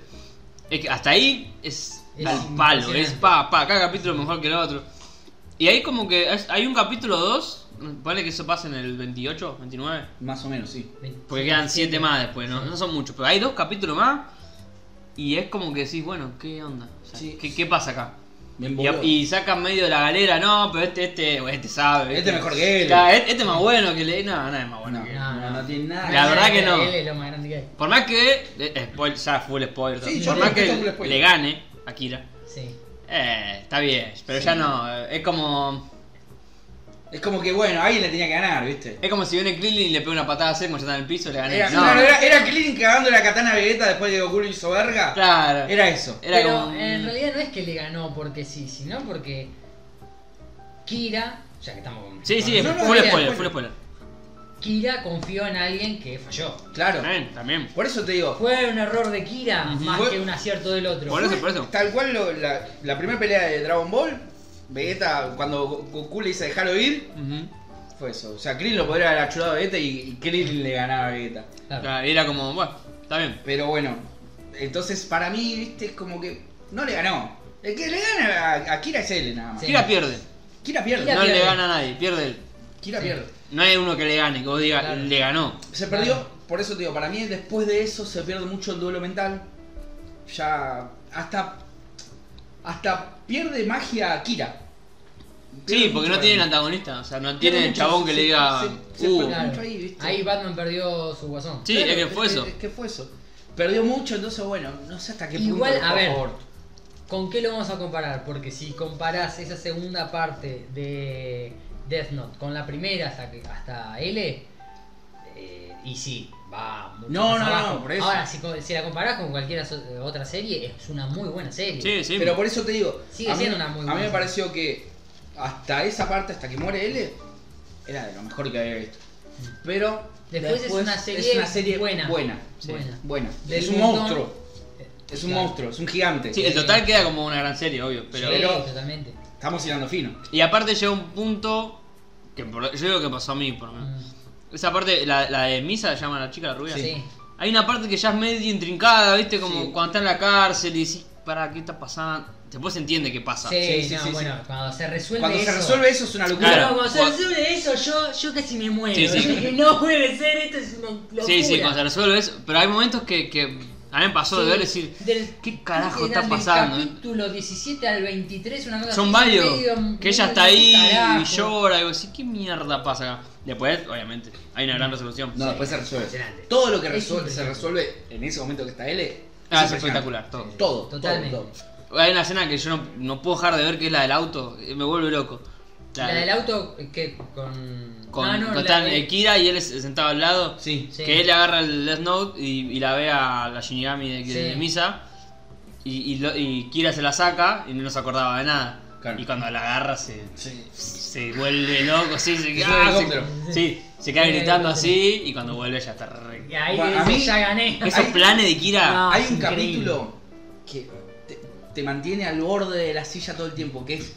B: es que hasta ahí es,
D: Es
B: al palo, es
D: impresionante.
B: pa, pa, cada capítulo mejor que el otro. Y ahí como que es- hay un capítulo 2, vale que eso pasa en el 28, 29,
A: Más o menos, sí.
B: porque quedan 7 más después, ¿no? no son muchos, pero hay dos capítulos más y es como que decís, bueno, ¿qué onda? O sea,
A: Sí.
B: ¿qué, qué pasa acá?
A: Bien
B: Y,
A: boludo.
B: y sacan medio de la galera, no, pero este, este, bueno, este sabe.
A: Este mejor que él.
B: Claro, este, este es más bueno que le. No, no es más bueno
A: No,
B: que él.
A: no, no, Ah, no tiene nada.
B: La verdad que no.
C: Él es lo más grande Ah, que hay.
B: Por más que. eh, spoil- ya full spoiler. todo.
A: Sí, yo
B: por
A: creo
B: más
A: que
B: que,
A: esto es full spoiler.
B: le gane a Kira.
C: Sí.
B: Eh, está bien. Pero ya no. eh, Es como.
A: Es como que bueno, alguien le tenía que ganar, ¿viste?
B: Es como si viene Krillin y le pega una patada a Semo ya está en el piso le gané.
A: Era,
B: no.
A: claro, era, era Krillin cagando la katana a Vegeta después de que Goku lo hizo verga.
B: Claro.
A: Era eso.
B: Era
C: Pero
B: como-
C: en realidad no es que le ganó porque sí, sino porque Kira, ya que estamos con.
B: Sí, sí,
C: con-
A: No, no,
B: full
A: era
B: spoiler,
A: spoiler.
B: full spoiler.
C: Kira confió en alguien que falló.
A: Claro.
B: También, también.
A: Por eso te digo,
C: Fue un error de Kira
B: Ujú.
C: más
A: Fue-
C: que un acierto del otro.
B: Por eso, por eso.
A: Tal cual lo- la, la primera pelea de Dragon Ball, Vegeta, cuando Go- Goku le dice dejarlo ir,
B: Ujú.
A: fue eso. O sea, Krillin lo podría haber ayudado a Vegeta y, y Krillin le ganaba a Vegeta.
C: Claro.
B: Claro, Era como, bueno, está bien.
A: Pero bueno, entonces para mí, viste, es como que no le ganó. El que le gana a, a Kira es él, nada más.
C: Sí.
B: Kira pierde.
A: Kira pierde.
C: Kira
B: no le
C: pierde.
B: gana a nadie, pierde él.
A: Kira
C: Sí.
A: pierde.
B: No hay uno que le gane, que vos digas,
C: Claro.
B: le ganó.
A: Se perdió, por eso te digo, para mí después de eso se pierde mucho el duelo mental. Ya. Hasta. Hasta pierde magia Kira.
B: Sí, porque no tienen
A: tiene
B: antagonista, o sea, no
A: Tiene
B: tienen
A: eh. mucho-
B: chabón que le
A: se-
B: diga.
A: se- se
B: "Uh".
A: fue
C: Claro.
A: Mucho ahí, ¿viste?
C: Ahí Batman perdió su guasón.
B: Sí, es que fue eso.
A: Es que fue eso. Perdió mucho, entonces bueno, no sé hasta qué punto.
C: Igual,
A: por
C: a ver.
A: favor.
C: ¿Con qué lo vamos a comparar? Porque si comparás esa segunda parte de Death Note con la primera hasta, que- hasta L, eh, y sí, va mucho
A: No,
C: más
A: no, no,
C: abajo.
A: por eso.
C: Ahora, si, co- si la comparás con cualquier aso- otra serie, es una muy buena serie.
B: Sí, sí.
A: Pero por eso te digo.
C: Sigue
A: a mí-
C: siendo una muy
A: A mí me
C: buena.
A: pareció que hasta esa parte, hasta que muere L, era de lo mejor que había visto. Pero.
C: Mm. Después es una serie
A: es una serie
C: buena.
A: Buena.
C: Sí. Buena.
A: buena.
C: Del
A: Es un
C: montón-
A: monstruo. Es un
C: Claro.
A: monstruo, es un gigante.
B: Sí, el total queda como una gran serie, obvio. Pero...
C: Sí,
A: Pero-
C: totalmente.
A: Estamos hilando fino.
B: Y aparte llega un punto que por- yo digo que pasó a mí, por lo menos.
C: Mm,
B: Esa parte, la, la de Misa, llama la chica la rubia.
C: Sí.
B: Hay una parte que ya es medio intrincada, ¿viste? Como
A: Sí.
B: cuando está en la cárcel y decís, para, ¿qué está pasando? Después se entiende qué pasa.
C: Sí,
A: Sí, sí,
C: no,
A: sí, sí.
C: bueno, cuando se resuelve
A: Cuando
C: eso.
A: se resuelve eso es una locura.
B: Claro.
C: No, cuando se
B: Cuando-
C: resuelve eso, yo, yo casi me muero.
B: Sí, sí.
C: [LAUGHS] Dije, no puede ser, esto es una locura.
B: Sí, sí, cuando se resuelve eso. Pero hay momentos que, que a mí me pasó de ver decir,
C: del-
B: ¿qué carajo
C: eran
B: está
C: del
B: pasando?
C: capítulo 17 al 23, una cosa
B: Son
C: así,
B: varios.
C: medio-
B: Que ella
C: medio
B: está ahí
C: carajo.
B: y llora. Y digo, sí, ¿qué mierda pasa acá? Después, obviamente, hay una gran
C: Mm.
B: resolución.
A: No, después se resuelve.
C: impresionante.
A: Todo lo que
C: Es
A: resuelve, se
C: impresionante.
A: resuelve en ese momento que está L. es
B: Ah, es
A: impresionante.
B: espectacular, todo.
A: Todo,
C: Totalmente.
A: todo, todo.
B: Hay una escena que yo no, no puedo dejar de ver que es la del auto. eh, Me vuelve loco.
C: La del auto que con.
B: Con,
C: Ah, no,
B: con
C: la
B: están,
C: de-
B: eh, Kira y él es- sentado al lado.
A: Sí.
C: Sí.
B: Que él agarra el Death Note y, y la ve a la Shinigami de, de-
C: Sí.
B: de Misa. Y, y lo- y Kira se la saca y no se acordaba de nada.
A: Claro.
B: Y cuando la agarra se,
A: Sí.
B: se vuelve loco, sí, se
A: Se sube
B: queda,
A: el
B: se,
A: helicóptero.
B: sí, se queda gritando así y cuando vuelve ya está re...
C: Y ahí
A: Bueno, a
C: dice,
A: mí-
C: ya
B: [LAUGHS]
C: gané.
B: Esos
A: Ahí-
B: planes de Kira...
C: No. Ah,
A: Hay
C: es
A: un
C: increíble.
A: capítulo que te, te mantiene al borde de la silla todo el tiempo, que es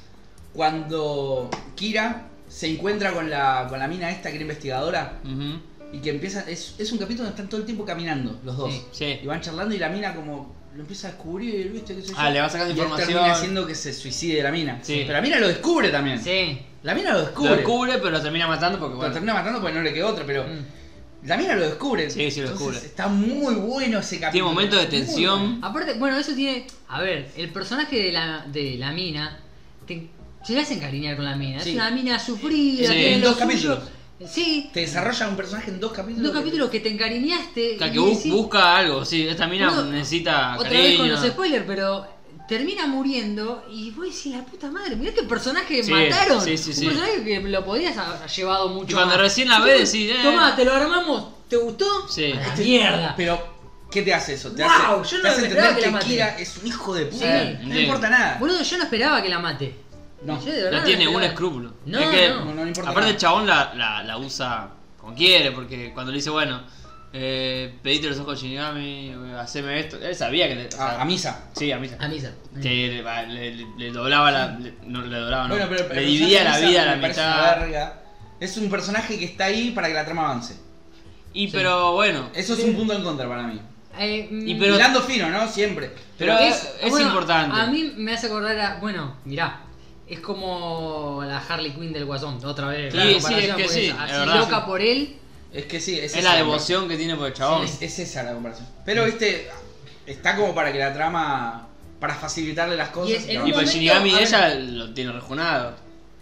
A: cuando Kira se encuentra con la, con la mina esta que era investigadora
B: Ujú,
A: y que empieza... Es, es un capítulo donde están todo el tiempo caminando los dos.
C: Sí.
A: Y
B: sí.
A: van charlando y la mina como lo empieza a descubrir, ¿viste? ¿Qué sé yo?
B: Ah, le va sacando
A: y él
B: información.
A: termina haciendo que se suicide la mina.
B: Sí.
A: Pero la mina lo descubre también.
C: Sí.
A: La mina lo descubre.
B: Lo descubre pero lo termina matando porque
A: Lo
B: bueno...
A: termina matando porque no le quedó otro, pero...
C: Mm.
A: La mina lo descubre.
B: Sí, sí, lo
A: Entonces,
B: descubre.
A: Está muy bueno ese capítulo.
B: Tiene momentos de
A: Muy
B: tensión.
A: bueno.
C: Aparte, bueno, eso tiene. A ver, el personaje de la, de la mina. Te, te hace encariñar con la mina.
A: Sí.
C: Es una mina sufrida.
B: Sí.
C: tiene
B: En
C: lo
A: dos
C: suyo. Sí.
A: Te desarrolla un personaje en dos capítulos.
C: Dos
A: que-
C: capítulos que te encariñaste.
B: O sea,
C: y
B: que bu-
C: decís-
B: busca algo, sí, esta mina
C: Boludo,
B: necesita
C: Otra vez con
B: cariño.
C: los spoilers, pero termina muriendo y vos decís, la puta madre, mirá qué personaje
B: Sí,
C: mataron.
B: sí, sí,
C: un
B: sí.
C: personaje que lo podías haber llevado mucho
B: Y cuando
C: más.
B: recién la ves decís, eh.
C: Tomá, te lo armamos, ¿te gustó?
B: Sí.
C: A la
A: Este-
C: mierda.
A: Pero, ¿qué te hace eso? Te
C: Wow,
A: hace,
C: yo no
A: te hace
C: me esperaba
A: entender
C: que la
A: que,
C: maten.
A: Kira es un hijo de puta.
C: Sí.
A: no
B: Sí.
A: importa nada.
C: Boludo, yo no esperaba que la mate.
A: No.
C: Yo de verdad
B: No tiene
C: no
B: un
C: esperaba.
B: escrúpulo.
C: No,
B: Es que,
C: no.
A: No, no le importa
B: Aparte, el
A: nada.
B: chabón la, la, la usa como quiere, porque cuando le dice, bueno, eh, pedite los ojos de Shinigami, eh, haceme esto. Él sabía que le. o sea,
A: Ah, A, a misa.
B: Sí, a misa.
C: A misa.
B: Que le, va- le- le- le doblaba la. le- no le doblaba, no.
A: Bueno, pero, pero
B: le
A: el
B: dividía la
A: personaje de
B: vida a
A: Misa
B: la
A: me parece
B: mitad.
A: una verga. Es un personaje que está ahí para que la trama avance.
B: Y pero bueno.
A: Eso es un punto en contra para mí.
C: Eh, mm,
B: Y Pero-
A: Mirando fino, ¿no? Siempre.
B: Pero
C: que
B: es, es
C: bueno,
B: importante.
C: A mí me hace acordar a. Bueno, mirá. Es como la Harley Quinn del Guasón, otra vez.
B: Sí,
C: la
B: sí, es
C: comparación,
B: que
C: porque
B: sí,
C: es
B: es
C: Así
B: verdad.
C: loca por él.
A: Es que sí, es,
B: es
A: esa
B: la
A: la
B: devoción que tiene por el chabón.
A: comparación. Es, es esa la comparación. Pero, viste, está como para que la trama. para facilitarle las cosas.
C: Y es-
A: y la
C: en
A: verdad-
B: Y
C: un
B: pues
C: momento,
B: Shinigami
C: a
B: de
C: ver.
B: ella lo tiene rejunado.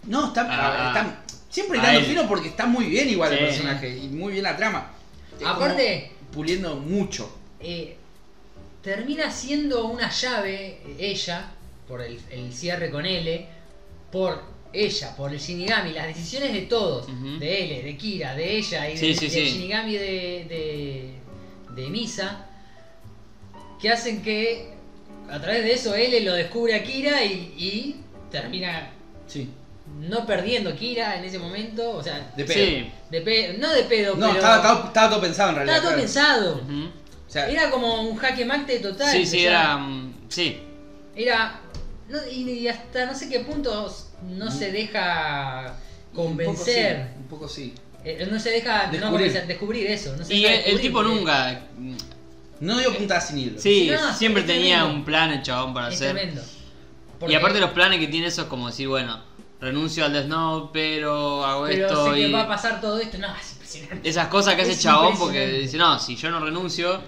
A: No, está,
B: Ah,
A: está- siempre
B: a
A: dando
B: él.
A: fino porque está muy bien igual
B: Sí.
A: el personaje y muy bien la trama. Es
C: Aparte-
A: como puliendo mucho.
C: eh, termina siendo una llave eh, ella, por el, el cierre con L, por ella, por el Shinigami, las decisiones de todos,
B: Ujú.
C: de L, de Kira, de ella y
B: Sí,
C: de,
B: sí,
C: del
B: sí.
C: Shinigami de, de, de Misa, que hacen que a través de eso L lo descubre a Kira y, y termina
A: Sí.
C: no perdiendo Kira en ese momento, o sea,
A: De pedo.
B: Sí.
C: de pe- no de pedo,
A: No,
C: pero
A: estaba, estaba- estaba todo pensado en realidad.
C: estaba todo
A: claro.
C: pensado.
B: Ujú.
A: O sea,
C: Era como un jaque mate total.
B: Sí,
C: o
B: sí,
C: sea,
B: era. mm, Sí.
C: Era. no, y, y hasta no sé qué punto s- no se deja convencer.
A: Un poco sí. un poco
C: Eh, no se deja no,
A: Descubrir.
C: convencer, descubrir eso. No se
B: Y
C: deja
B: el, el
C: descubrir,
B: tipo
C: porque
B: nunca. mm,
A: sí. No dio puntadas sin hilo.
B: Sí,
C: Sí, no,
B: siempre
C: es
B: tenía
C: tremendo.
B: un plan el chabón para
C: Es
B: hacer.
C: tremendo.
B: Y
C: Porque-
B: aparte, los planes que tiene eso es como decir, bueno, renuncio al Death Note, pero hago
C: Pero
B: esto.
C: sé
B: y...
C: que va a pasar todo esto. No, es impresionante.
B: Esas cosas que hace
C: Es
B: chabón porque
C: impresionante.
B: dice, no, si yo no renuncio,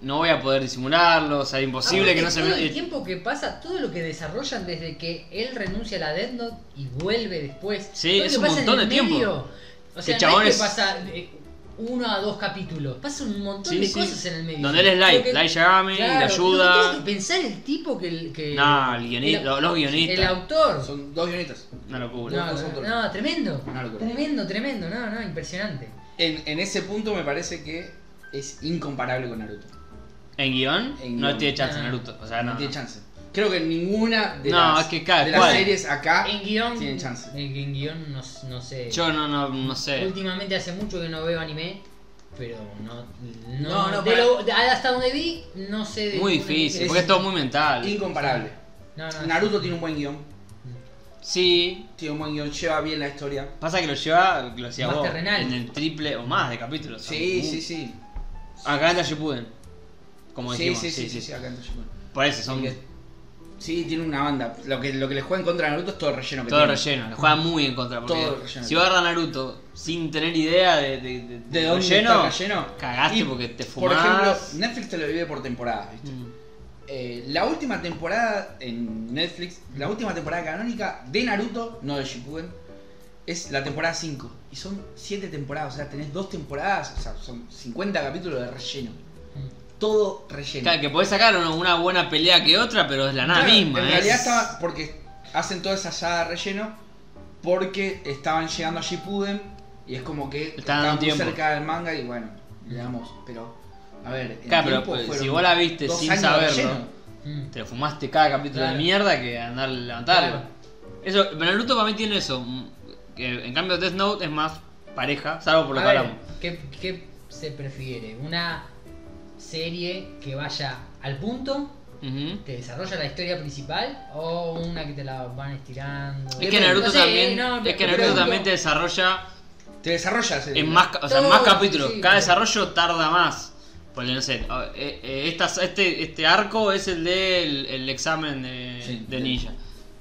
B: no voy a poder disimularlo, o sea, imposible
C: Aparte,
B: que no se
C: Ah, todo
B: me... eh,
C: el tiempo que pasa, todo lo que desarrollan desde que él renuncia a la Death Note y vuelve después.
B: Sí,
C: todo lo
B: es
C: que
B: un
C: pasa en
B: montón
C: el
B: de tiempo.
C: medio. O sea,
B: Que
C: no
B: chabón
C: es
B: es-
C: que pasa eh, uno a dos capítulos. Pasa un montón
B: Sí,
C: de
B: sí.
C: cosas en el medio.
B: Donde él es Light,
C: Lo que-
B: Light Yagami,
C: Claro,
B: le
C: lo que
B: ayuda...
C: tiene que pensar el tipo que. el- que
B: No, el guionista-
C: el-
B: los- los guionistas.
C: El autor.
A: Son dos guionistas.
B: Una locura.
C: No,
A: los
C: no,
A: autores.
C: no, tremendo.
A: Una locura.
C: Tremendo, tremendo. No, no, impresionante.
A: En, en ese punto me parece que es incomparable con Naruto.
B: ¿En guión?
A: En
B: no
A: guión.
B: tiene chance
C: No.
B: Naruto, o sea,
A: no,
B: no.
A: tiene chance. Creo que ninguna de
B: No,
A: las,
B: es que cada
A: de las
B: cual.
A: series acá
C: En guión.
A: tienen chance.
C: En, en guión, no, s- no sé.
B: Ah, Yo no, no, no sé.
C: Últimamente hace mucho que no veo anime, pero no. No,
A: No, no,
C: de
A: para-
C: lo- de- hasta donde vi, no sé de.
B: Muy
C: ninguna que-
B: difícil,
A: es-
B: porque es todo muy mental.
A: Incomparable.
C: No, no,
A: Naruto tiene un buen guión.
B: Sí,
A: Tiene un buen guión, lleva bien la historia.
B: pasa que lo lleva, lo decía
C: Más
B: vos,
C: terrenal.
B: en el triple o más de capítulos.
A: Sí,
B: Son-
A: sí, sí.
B: Acá entra Shippuden, como
A: Sí,
B: dijimos.
A: sí, sí, sí, sí, acá en Toshimono.
B: Por eso, son
A: Porque- Sí, tiene una banda. Lo que, lo que le juega en contra a Naruto es todo el relleno que
B: Todo
A: tiene.
B: relleno, le juega muy en contra. Porque
A: Todo relleno.
B: si va a agarrar Naruto sin tener idea de, de, de-
A: ¿De
B: del
A: dónde
B: relleno,
A: está el relleno?
B: cagaste
A: Y,
B: porque te
A: Por
B: fumás. Mm.
A: ejemplo, Netflix te lo divide por temporadas, ¿viste? Eh, la última temporada en Netflix, la última temporada canónica de Naruto, no de Shippuden, es la temporada 5. Y son 7 temporadas, o sea, tenés dos temporadas, o sea, son 50 capítulos de relleno. Todo relleno.
B: Claro, que podés sacar una, una buena pelea que otra, pero es la nada
A: Claro,
B: misma. ¿eh?
A: En
B: es-
A: realidad estaba. Porque hacen toda esa saga de relleno. Porque estaban llegando a Shippuden. Y es como que
B: Está dando
A: estaban muy
B: tiempo.
A: cerca del manga. Y bueno, le damos. Pero. A ver. en
B: Claro, pero,
A: tiempo
B: pues,
A: fueron
B: si vos la viste
A: dos
B: sin
A: años de
B: saberlo.
A: relleno.
C: Mm.
B: Te fumaste cada capítulo
C: Claro.
B: de mierda que andar a levantarlo.
C: Claro.
B: Eso, pero Naruto para mí tiene eso. mm, Que en cambio Death Note es más pareja, salvo por lo
C: A
B: que
C: ver,
B: hablamos.
C: ¿qué, qué se prefiere? ¿Una serie que vaya al punto,
B: Ujú.
C: te desarrolla la historia principal, o una que te la van estirando?
B: Es que
A: Depende.
B: Naruto
C: No sé,
B: también,
C: no,
B: es que
C: pero-
B: Naruto también te desarrolla
A: Te desarrollas. el-
B: En más, ca- o sea, en más
C: Todo,
B: capítulos.
C: sí, sí.
B: Cada desarrollo tarda más. Porque no sé, a- eh, eh, estas- este, este arco es el del el examen de,
A: Sí,
B: de
A: sí.
B: ninja.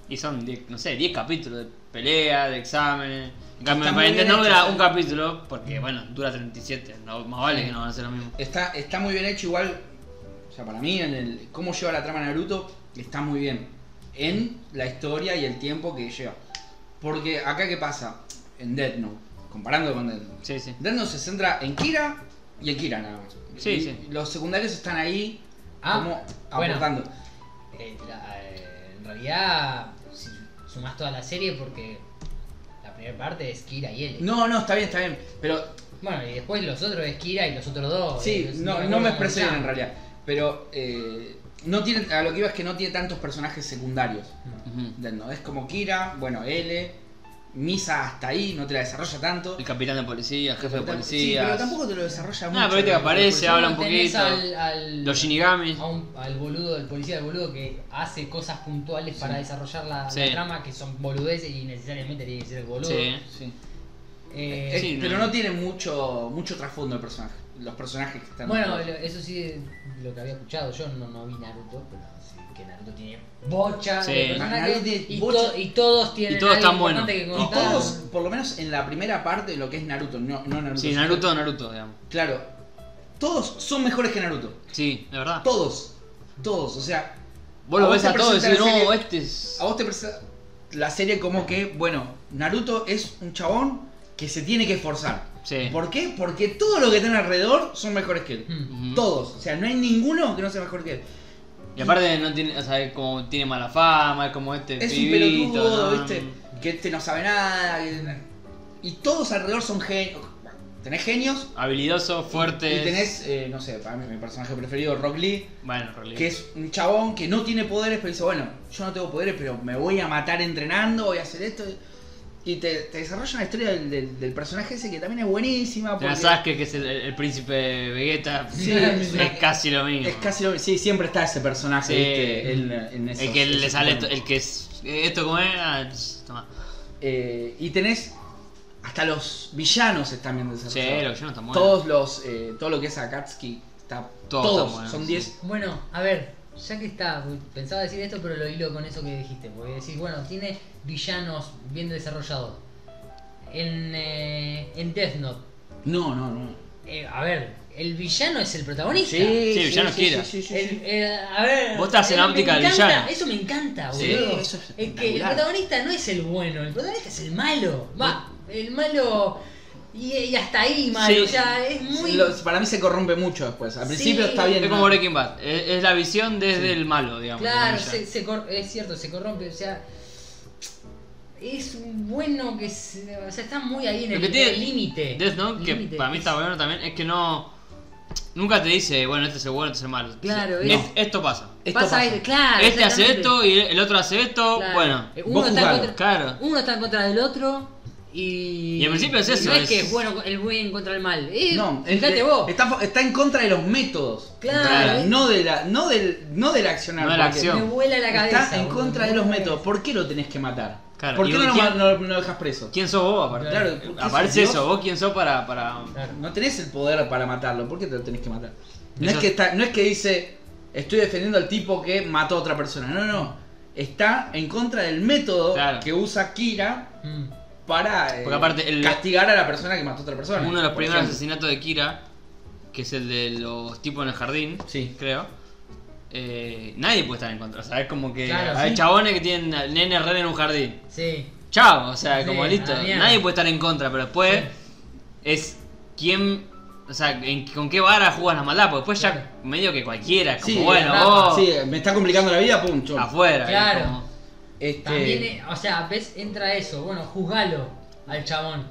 B: Y son, diez- no sé, 10 capítulos de pelea, de exámenes. En cambio, para
A: Está muy bien
B: Nintendo
A: hecho,
B: era
A: sí.
B: un capítulo, porque bueno, dura 37. No, más vale que no van a hacer lo mismo.
A: Está, está muy bien hecho igual. O sea, para mí, en el cómo lleva la trama Naruto, está muy bien. En la historia y el tiempo que lleva. Porque acá qué pasa, en Death Note, comparando con Death Note.
B: Sí, sí.
A: Death Note se centra en Kira y en Kira nada más.
B: Sí,
A: Y
B: sí.
A: Los secundarios están ahí
C: Ah,
A: como
C: bueno.
A: aportando.
C: Eh, la- eh, en realidad, si sumás toda la serie, porque la primera parte es Kira y L.
A: No, no, está bien, está bien. Pero
C: Bueno, y después los otros es Kira y los otros dos.
A: sí,
C: eh,
A: no,
C: acuerdo
A: no me
C: cómo se
A: expresé bien en
C: llaman.
A: realidad. Pero eh, no tiene, a lo que iba es que no tiene tantos personajes secundarios.
B: Ujú.
A: Death Note. Es como Kira, bueno, L, Misa hasta ahí, no te la desarrolla tanto.
B: El capitán de policía, el jefe de
A: Sí,
B: policía.
A: pero tampoco te lo desarrolla
B: No,
A: mucho.
B: pero viste que aparece,
A: Porque
B: habla un
C: Tenés
B: poquito.
C: al- al-
B: Los Shinigami.
A: Ah,
C: a un- al boludo, el policía del boludo que hace cosas puntuales para desarrollar la, la
B: Sí.
C: trama que son boludeces y necesariamente tiene que ser el boludo.
B: Sí.
A: Sí.
C: Eh,
A: Es-
B: Sí,
A: pero
B: no.
A: no. tiene mucho mucho trasfondo el personaje. Los personajes que están.
C: Bueno, lo- eso sí, lo que había escuchado, yo no, no vi Naruto, pero sí que Naruto tiene bocha
B: Sí.
C: de personajes
A: Naruto tiene
C: y,
A: bocha.
C: to- y todos tienen
B: Y todos
C: algo
B: están buenos.
C: importante que
B: Y
A: y
C: contar.
A: todos, por lo menos en la primera parte de lo que es Naruto, no, no Naruto.
B: Sí,
A: Shin.
B: Naruto, Naruto, digamos.
A: Claro. Todos son mejores que Naruto.
B: Sí, de verdad.
A: Todos. Todos. O sea,
B: Vos
A: A
B: lo
A: vos
B: ves
A: te
B: a todos y decís,
A: presentan la
B: no,
A: serie-
B: este es.
A: A vos te presenta la serie como que, bueno, Naruto es un chabón que se tiene que esforzar.
B: Sí.
A: ¿Por qué? Porque todo lo que tiene alrededor son mejores que él.
C: Hmm.
B: Ujú.
A: Todos. O sea, no hay ninguno que no sea mejor que él.
B: Y aparte no tiene, o sea, como tiene mala fama, es como este
A: Es un
B: pibito,
A: pelotudo,
B: ¿no?
A: ¿viste? Que este no sabe nada. que- Y todos alrededor son genios. Tenés genios.
B: Habilidoso, fuerte.
A: Y tenés, eh, no sé, para mí mi personaje preferido, Rock Lee,
B: Bueno, realidad.
A: que es un chabón que no tiene poderes, pero dice, bueno, yo no tengo poderes, pero me voy a matar entrenando, voy a hacer esto. Y te, te desarrolla una historia del, del- del personaje ese que también es buenísima.
B: Tenés a Sasuke, que es el, el- el príncipe Vegeta. [LAUGHS]
A: Sí,
B: es,
A: es-
B: casi lo mismo.
A: Es casi lo Sí, siempre está ese personaje,
B: Sí.
A: ¿viste? En, en esos-
B: el que le
A: esos
B: sale, to-
A: juegos.
B: el que es. eh, Esto como es. ah, pss, toma.
A: Eh, y tenés. Hasta los villanos están bien
B: Che, lo
A: desarrollados.
B: que yo no está bueno.
A: todos los. eh, todo lo que es Akatsuki. Está,
B: Todos
A: todos.
B: están buenos,
A: son
B: sí.
A: 10.
C: Bueno, a ver, ya que está, pues, pensaba decir esto, pero lo hilo con eso que dijiste, porque decís, bueno, tiene villanos bien desarrollados. En, eh, en Death Note,
A: No, no, no.
C: eh, a ver, el villano es el protagonista.
B: sí, villanos quiera.
A: sí, sí, sí.
C: El- eh, a ver,
B: Vos estás en
C: eh,
B: la
C: me
B: óptica del
C: encanta,
B: villano.
C: Eso me encanta,
B: Sí,
C: boludo.
A: eso es
C: es que el
A: espectacular.
C: protagonista no es el bueno, el protagonista es el malo. Va, el malo. Y, y hasta ahí, malo.
B: Sí.
C: O sea, es muy.
A: Los- para mí se corrompe mucho después. Al
C: Sí.
A: principio está bien.
B: Es como Breaking Bad. Es, es la visión desde
A: Sí.
B: el malo, digamos.
C: Claro,
B: el
C: se,
B: villano.
C: se cor- es cierto, se corrompe, o sea. Es un bueno que se- o sea, está muy ahí en
B: Lo
C: el
B: que tiene
C: el límite.
B: Death Note, que
C: Límite,
B: para mí
C: es-
B: está bueno también, es que no. Nunca te dice, bueno, este es el bueno, este es el malo.
C: Claro,
B: es,
C: es-
B: esto pasa.
A: Esto
C: pasa
A: pasa.
C: ahí, claro.
B: este hace
C: Ah, exactamente.
B: esto y el otro hace esto.
C: Claro.
B: Bueno,
C: Eh,
A: vos
C: uno, está en
A: juzgalo,
C: contra,
B: claro.
C: uno está en contra del otro y.
B: Y al principio es
C: y
B: eso,
C: No es,
B: es-
C: que es bueno el buen contra el mal. Eh,
A: No, es-
C: fíjate vos.
A: Está, fo- está en contra de los métodos.
C: Claro.
A: Claro, No, de la, no, del, no del accionar.
B: No de la
A: porque
B: acción.
C: me vuela la cabeza.
A: Está en
C: boludo,
A: contra
C: me
A: de los
C: vuela la
A: métodos.
C: cabeza.
A: ¿Por qué lo tenés que matar?
B: Claro,
A: ¿Por
B: y
A: qué no lo,
B: ¿quién-
A: ma- no, no lo dejas preso?
B: ¿Quién sos vos? aparte?
A: Claro, ¿por qué
B: Aparece
A: sos
B: eso,
A: Dios?
B: vos quién sos para. para...
C: Claro.
A: No tenés el poder para matarlo, ¿por qué te lo tenés que matar? No
B: Eso-
A: es que está, no es que dice estoy defendiendo al tipo que mató a otra persona, no, no. Está en contra del método
B: Claro.
A: que usa Kira
C: Mm.
A: para eh,
B: Porque aparte el-
A: castigar a la persona que mató a otra persona.
B: Uno de los
A: por
B: primeros
A: ejemplo.
B: asesinatos de Kira, que es el de los tipos en el jardín,
A: Sí.
B: creo. eh, nadie puede estar en contra. O sea, es como que
C: Claro,
B: hay
C: sí.
B: chabones que tienen al nene re en un jardín.
C: Sí.
B: Chao, o sea,
C: Sí,
B: como listo.
C: a la mierda.
B: Nadie puede estar en contra, pero después es quién. O sea, en- con qué vara jugas la maldad, porque después ya
C: Claro.
B: medio que cualquiera, como
A: Sí,
B: bueno,
C: claro,
B: vos
A: Sí, me está complicando la vida, pum, yo.
B: afuera.
C: Claro.
B: es como-
A: Este,
C: También, eh, o sea, ves, entra eso, bueno, juzgalo al chabón.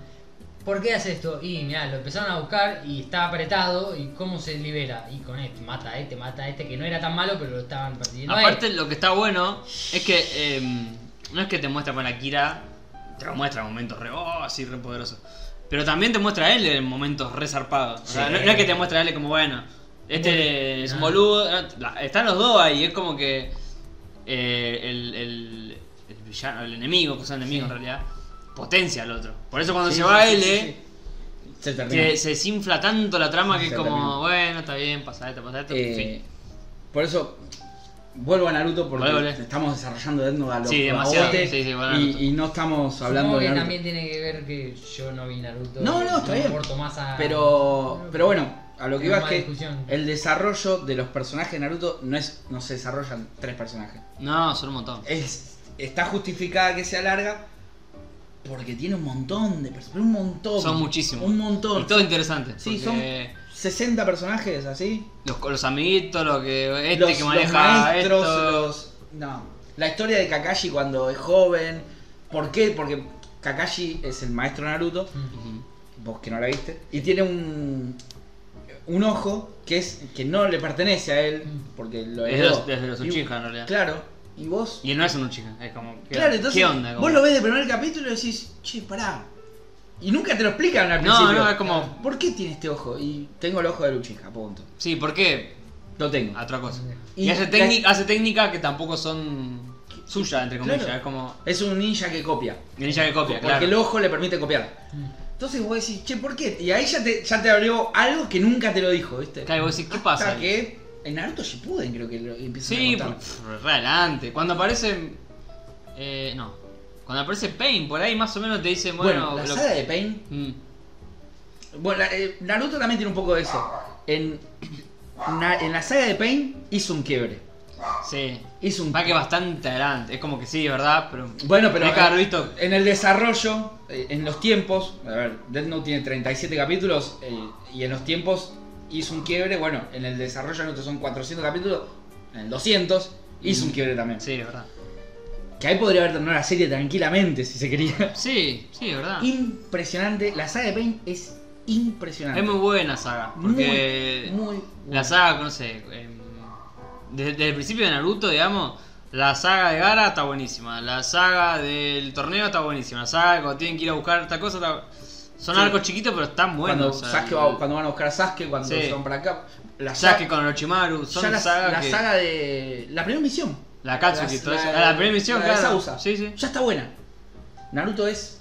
C: ¿Por qué hace esto? Y mira, lo empezaron a buscar y está apretado y cómo se libera. Y con este, mata a este, mata a este, que no era tan malo, pero lo estaban persiguiendo. a
B: Aparte,
C: él.
B: lo que está bueno es que em, no es que te muestra para Kira, te lo muestra en momentos re, oh, así re poderoso. Pero también te muestra a él en momentos re zarpados. O sea,
C: Sí.
B: no, no es que te muestra a él como, bueno, este
C: Bueno,
B: es un
C: no.
B: boludo. no, la- están los dos ahí, es como que eh, el, el- el villano, el enemigo, que son enemigos
C: Sí.
B: en realidad, potencia al otro. Por eso cuando
A: sí,
B: se va
A: sí,
B: él,
A: sí, sí. Se termina.
B: se, se desinfla tanto la trama que es
A: Se termina.
B: como, bueno, está bien, pasa esto, pasa esto.
A: Eh,
B: fin.
A: Por eso vuelvo a Naruto porque
B: Volvé, volvé.
A: estamos desarrollando Death Note a lo-
B: Sí,
A: a
B: demasiado.
A: bote
B: Sí, sí, volvé a Naruto.
A: y, y no estamos hablando de
C: Supongo que
A: Naruto.
C: también tiene que ver que yo no vi Naruto.
A: No, no, está
C: me
A: bien.
C: aporto más a-
A: Pero, pero bueno, a lo que
C: Tenemos
A: iba es
C: más
A: que
C: discusión.
A: el desarrollo de los personajes de Naruto no es no se desarrollan tres personajes.
B: No, son un montón.
A: Es, está justificada que sea larga porque tiene un montón de personajes, un montón.
B: Son muchísimos.
A: Un montón.
B: Y todo interesante.
A: Sí,
B: porque
A: 60 personajes así.
B: Los, los amiguitos, lo que. Este
A: los,
B: que
A: los
B: maneja
A: maestros,
B: esto.
A: los- No. La historia de Kakashi cuando es joven. ¿Por qué? Porque Kakashi es el maestro de Naruto.
C: Mm,
B: Ujú.
A: vos que no la viste, y tiene un un ojo que es que no le pertenece a él porque lo
B: Es de
A: heredó.
B: los- desde los
A: Y-
B: Uchiha, en realidad.
A: Claro, y vos
B: Y no es un Uchiha, es como. ¿Qué,
A: Claro, entonces
B: ¿qué onda? Como-
A: vos lo ves del primer capítulo y decís, "Che, pará." Y nunca te lo explican
B: No,
A: al principio.
B: no, es como.
A: ¿Por qué tiene este ojo? Y tengo el ojo de Uchiha, punto.
B: Sí, ¿por qué?
A: Lo tengo.
B: A Otra cosa. Y,
A: Y
B: hace,
A: la-
B: técnica- hace técnicas que tampoco son suyas, entre comillas.
A: Claro.
B: Es como.
A: Es un ninja que copia.
B: Ninja que copia,
A: Porque
B: claro.
A: el ojo le permite copiar.
C: mm.
A: Entonces vos decís, che, ¿por qué? Y ahí ya te, ya te abrió algo que nunca te lo dijo, ¿viste?
B: Claro, y vos decís, ¿qué
A: Hasta
B: pasa? ahí?
A: que en Naruto Shippuden creo que lo empiezan
B: Sí, pues,
A: a contar.
B: pf, re adelante. Cuando aparece. Eh, no. Cuando aparece Pain, por ahí más o menos te dicen, bueno.
A: Bueno, la
B: lo-
A: saga de Pain.
B: Mm.
A: Bueno, la- eh, Naruto también tiene un poco de eso. En, na- en la saga de Pain hizo un quiebre.
B: Sí.
A: Hizo un
B: Va Ah, que bastante adelante. Es como que sí, ¿verdad? Pero.
A: Bueno, pero
B: tenés que haber visto.
A: en el desarrollo, eh, en los tiempos, a ver, Death Note tiene 37 capítulos eh, y en los tiempos hizo un quiebre, bueno, en el desarrollo nosotros son 400 capítulos, en el 200 hizo
B: Mm.
A: un quiebre también.
B: Sí, es verdad.
A: Que ahí podría haber terminado la serie tranquilamente si se
B: [LAUGHS]
A: quería.
B: Sí, sí, es verdad.
A: Impresionante, la saga de Pain es impresionante.
B: Es muy buena saga. Porque.
A: muy, muy buena.
B: La saga, no sé. em, desde, desde el principio de Naruto, digamos. La saga de Gara está buenísima. La saga del torneo está buenísima. La saga de cuando tienen que ir a buscar esta cosa. está- Son
A: Sí.
B: arcos chiquitos, pero están
A: cuando,
B: buenos. o sea,
A: Sasuke va- cuando van a buscar a Sasuke, cuando
B: Sí.
A: son para acá. La saga,
B: Sasuke con Orochimaru. Son
A: ya la,
B: sagas
A: la
B: que-
A: saga de. La primera misión.
B: La Katsuki,
A: La-
B: todo eso.
A: la-
B: Ah, La, primera misión,
A: la de
B: claro.
A: Sausa.
B: Sí, sí.
A: Ya está buena. Naruto es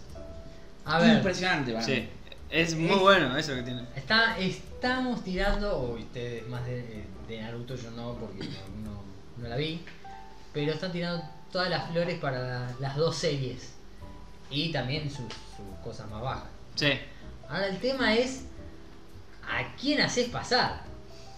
D: A
A: Mm,
D: ver,
A: impresionante, para
B: Sí.
A: mí.
B: Es muy
D: Es-
B: bueno eso que tiene.
D: está, es-
C: Estamos tirando, uy, ustedes más de, de Naruto, yo no, porque no, no- no la vi, pero están tirando todas las flores para las dos series y también sus, sus cosas más bajas.
B: Sí.
C: Ahora el tema es, ¿a quién haces pasar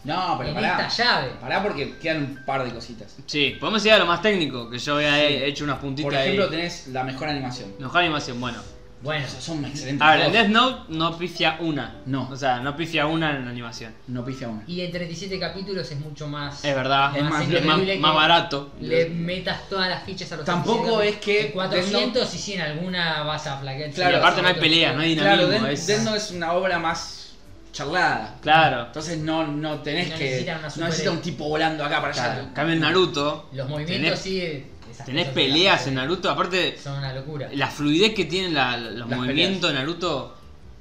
A: No, pero
C: en
A: pará.
C: esta llave?
A: Pará porque quedan un par de cositas.
B: Sí. Podemos ir a lo más técnico, que yo había he- hecho unas puntitas
A: Por ejemplo,
B: ahí.
A: tenés la mejor animación.
B: Nos animación, bueno.
C: Bueno,
A: Esos son excelentes.
B: A ver, en
A: todos.
B: Death Note no pifia una.
A: No.
B: O sea, no pifia una en animación.
A: No pifia una.
C: y en 37 capítulos es mucho más...
B: Es verdad.
A: Es
B: Es
A: más-
B: más,
A: es
B: más,
C: increíble que
B: barato.
C: Le metas todas las fichas a los
A: Tampoco
C: 37
A: es que
C: en 400 y si en alguna vas a flaquear.
A: Claro,
B: y aparte no hay
C: Sí,
B: pelea, no hay
A: Claro,
B: dinamismo.
A: Den-
B: es...
A: Death Note es una obra más charlada.
B: Claro.
A: Entonces no, no tenés
C: No
A: que.
C: necesita una
A: no
C: super-
A: necesita un tipo volando acá para allá.
B: En Cambio en Naruto.
C: Los movimientos
B: tenés,
C: sí. esas
B: Tenés
C: cosas
B: peleas
C: son-
B: en Naruto. Aparte,
C: Son una locura.
B: la fluidez que tienen la- los
A: Las
B: movimientos de Naruto.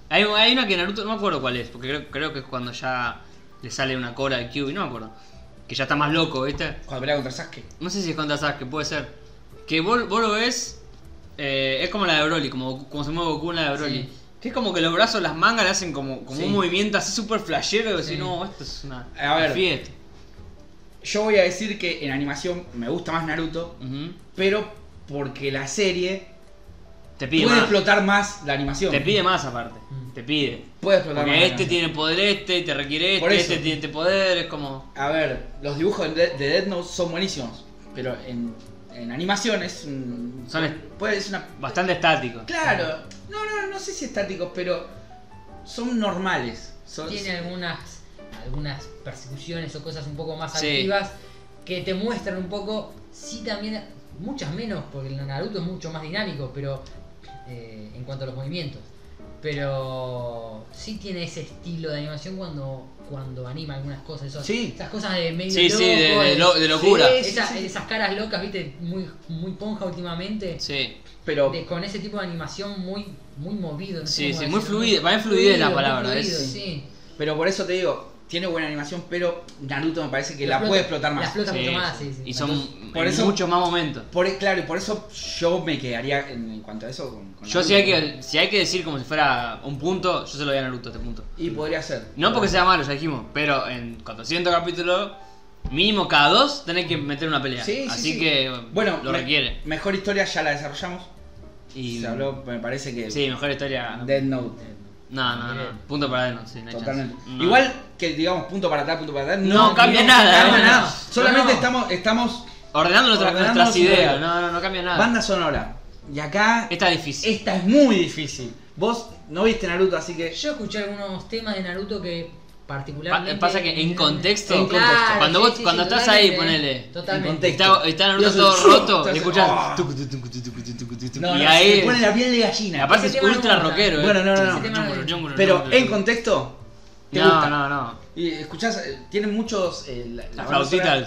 B: Hay, hay una que Naruto, no me acuerdo cuál es, porque creo, creo que es cuando ya le sale una cora de Kyuubi, no me acuerdo. Que ya está más loco, ¿viste?
A: Cuando pelea contra Sasuke.
B: No sé si es contra Sasuke, puede ser. Que vos, vos lo ves, eh, es como la de Broly, como, Goku- como se mueve Goku en la de Broly.
C: Sí.
B: Que es como que los brazos, las mangas le hacen como, como
A: Sí.
B: un movimiento así súper flashero. Y decís,
C: Sí.
B: no, esto es una
A: A ver.
B: fiesta.
A: Yo voy a decir que en animación me gusta más Naruto,
B: Ujú.
A: pero porque la serie
B: Te pide
A: puede
B: más.
A: explotar más la animación.
B: Te pide más aparte.
C: Mm.
B: Te pide.
A: Puede explotar más.
B: Porque
A: la
B: este
A: animación.
B: tiene poder este, te requiere
A: Por
B: este,
A: eso.
B: este tiene este poder, es como...
A: A ver, los dibujos de, de Death Note son buenísimos, pero en, en animación es un.
B: Son est-
A: puede- es una.
B: Bastante estático.
A: Claro, no, no, no sé si estáticos, pero son normales. Son-
C: Tiene algunas, algunas persecuciones o cosas un poco más
B: Sí.
C: activas que te muestran un poco. Sí, también. Muchas menos, porque el Naruto es mucho más dinámico, pero. eh, en cuanto a los movimientos. Pero. Sí tiene ese estilo de animación cuando, cuando anima algunas cosas. Esas,
A: Sí.
C: esas cosas de medio.
B: Sí, sí, de,
C: loco,
B: de
C: el-
B: lo- de locura.
A: Sí.
C: Esas, esas caras locas, viste, muy, muy ponja últimamente.
B: Sí,
A: Pero
C: de- con ese tipo de animación muy, muy movido. no sé
B: sí,
C: cómo
B: sí, muy
C: decirlo.
B: fluida. Para mí fluidez es la
C: Fluido,
B: palabra.
C: muy
B: es-
C: fluido, sí.
A: Pero por eso te digo, tiene buena animación, pero Naruto me parece que la
C: Explota-
A: puede explotar más.
C: La explota
B: Sí,
C: mucho
B: sí.
C: más, sí, sí.
B: Y son
A: Entonces, por
B: en
A: eso-
B: muchos más momentos.
A: Por, e- claro, y por eso yo me quedaría en, en cuanto a eso con, con
B: Yo
A: Naruto.
B: si hay, que, si hay que decir como si fuera un punto, yo se lo doy a Naruto este punto.
A: Y podría ser.
B: No porque sea malo, ya dijimos, pero en 400 capítulos, mínimo cada dos tenés que meter una pelea.
A: Sí, sí,
B: Así
A: sí.
B: que
A: Bueno,
B: lo
A: me-
B: requiere.
A: Mejor historia ya la desarrollamos.
B: Y,
A: Se habló, me parece que.
B: Sí, mejor historia. No,
A: Dead Note.
B: no, no. Punto para Denon, sí, no hay chance.
A: Totalmente.
B: No.
A: Igual que digamos punto para tal, punto para tal.
B: No cambia nada,
A: cambia
B: eh.
A: nada.
B: No,
A: Solamente
C: no.
A: estamos. estamos
B: Ordenando nuestras,
A: Ordenando
B: nuestras
A: nuestras
B: ideas,
A: ideas.
B: no, no, no cambia nada.
A: Banda sonora. Y acá.
B: Esta es difícil.
A: Esta es muy difícil. Vos no viste Naruto, así que.
C: Yo escuché algunos temas de Naruto que
B: Pa-
C: particularmente...
B: pasa que en contexto,
A: En contexto.
B: cuando
C: sí,
B: vos
C: sí,
B: cuando
C: sí,
B: estás
C: totalmente,
B: ahí, ponele,
C: Totalmente.
A: En contexto.
B: está, está Naruto
A: Entonces,
B: todo
A: [LAUGHS]
B: roto,
A: entonces,
B: le escuchás
A: ah.
B: tucu, tucu, tucu, tucu, tucu, tucu, tucu,
A: No,
B: y
A: no, se
B: ahí
A: me pone la piel de gallina.
B: aparte
C: Ese
B: es
C: tema no me
B: ultra
C: gusta.
B: rockero. eh.
A: Bueno, no, no, no.
B: Chum, chum, chum, chum, chum,
A: Pero
B: chum,
A: en
B: chum.
A: contexto, te
B: No,
A: gusta.
B: no, no.
A: Y escuchás, eh, tienen muchos. eh, la, la
B: La
A: banda
B: flautita.
A: sonora.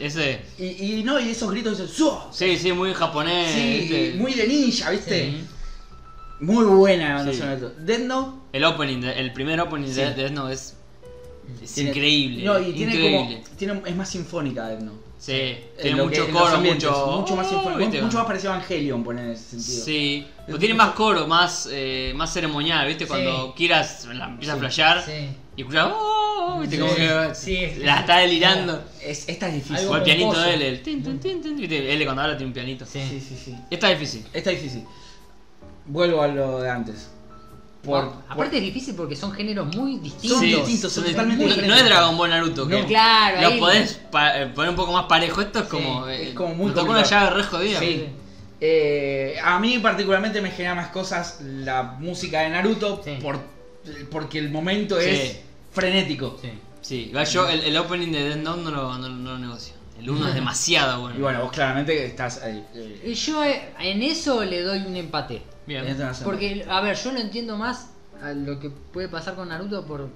B: Ese.
A: Y, y no, y esos gritos, esos. "Suo".
B: Sí, sí, muy japonés.
A: Sí,
B: ¿viste?
A: muy de ninja, ¿viste?
B: Sí.
A: Muy buena la banda
B: Sí.
A: sonora. de todo. Death Note
B: El opening, de- el primer opening
A: Sí.
B: de Death Note es. Es
A: tiene-
B: increíble.
A: No, y tiene
B: increíble.
A: como. Tiene, es más sinfónica Death Note.
B: Sí,
A: En
B: tiene
A: lo
B: mucho
A: que- en los
B: coro,
A: ambientes,
B: mucho.
A: mucho más
B: Oh,
A: sinfónico.
B: ¿viste?
A: Mucho más parecido a Evangelion, por en ese sentido.
B: Sí, pero tiene más coro, más, eh, más ceremonial, ¿viste?
C: Sí.
B: Cuando Kiras la empieza
A: Sí.
B: a flashear
C: Sí.
B: y escucha, "Oh", ¿viste?
C: Sí.
B: Como que
C: Sí, es-
B: la está delirando.
A: Es, esta es difícil.
C: Algo-
B: Como el pianito
C: pomposo.
B: de él, el tin, tin, tin, tin, ¿viste? Él cuando habla tiene un pianito.
A: Sí, sí, sí.
B: Está difícil.
A: Esta es difícil. Vuelvo a lo de antes. por,
C: No,
A: por-
C: aparte es difícil porque son géneros muy
A: son
C: distintos.
B: Sí,
A: distintos, son
B: son
A: totalmente
B: No,
A: diferentes.
B: no es Dragon Ball Naruto, que
C: No, claro,
B: lo
C: ahí-
B: podés pa- eh, poner un poco más parejo. Esto es como.
A: es
B: eh,
A: como muy
B: me tocó una
A: complicado.
B: llave re jodida.
A: Sí. Eh, a mí particularmente me genera más cosas la música de Naruto
C: Sí.
A: por, porque el momento
B: Sí.
A: es frenético.
C: Sí.
B: Sí, igual yo el, el opening de Death Note no lo, no, no lo negocio. El 1 es demasiado bueno.
A: Y bueno, vos claramente estás ahí. eh,
C: Y yo eh, en eso le doy un empate.
B: Bien.
A: en esta nación.
C: Porque, a ver, yo lo entiendo más a lo que puede pasar con Naruto por.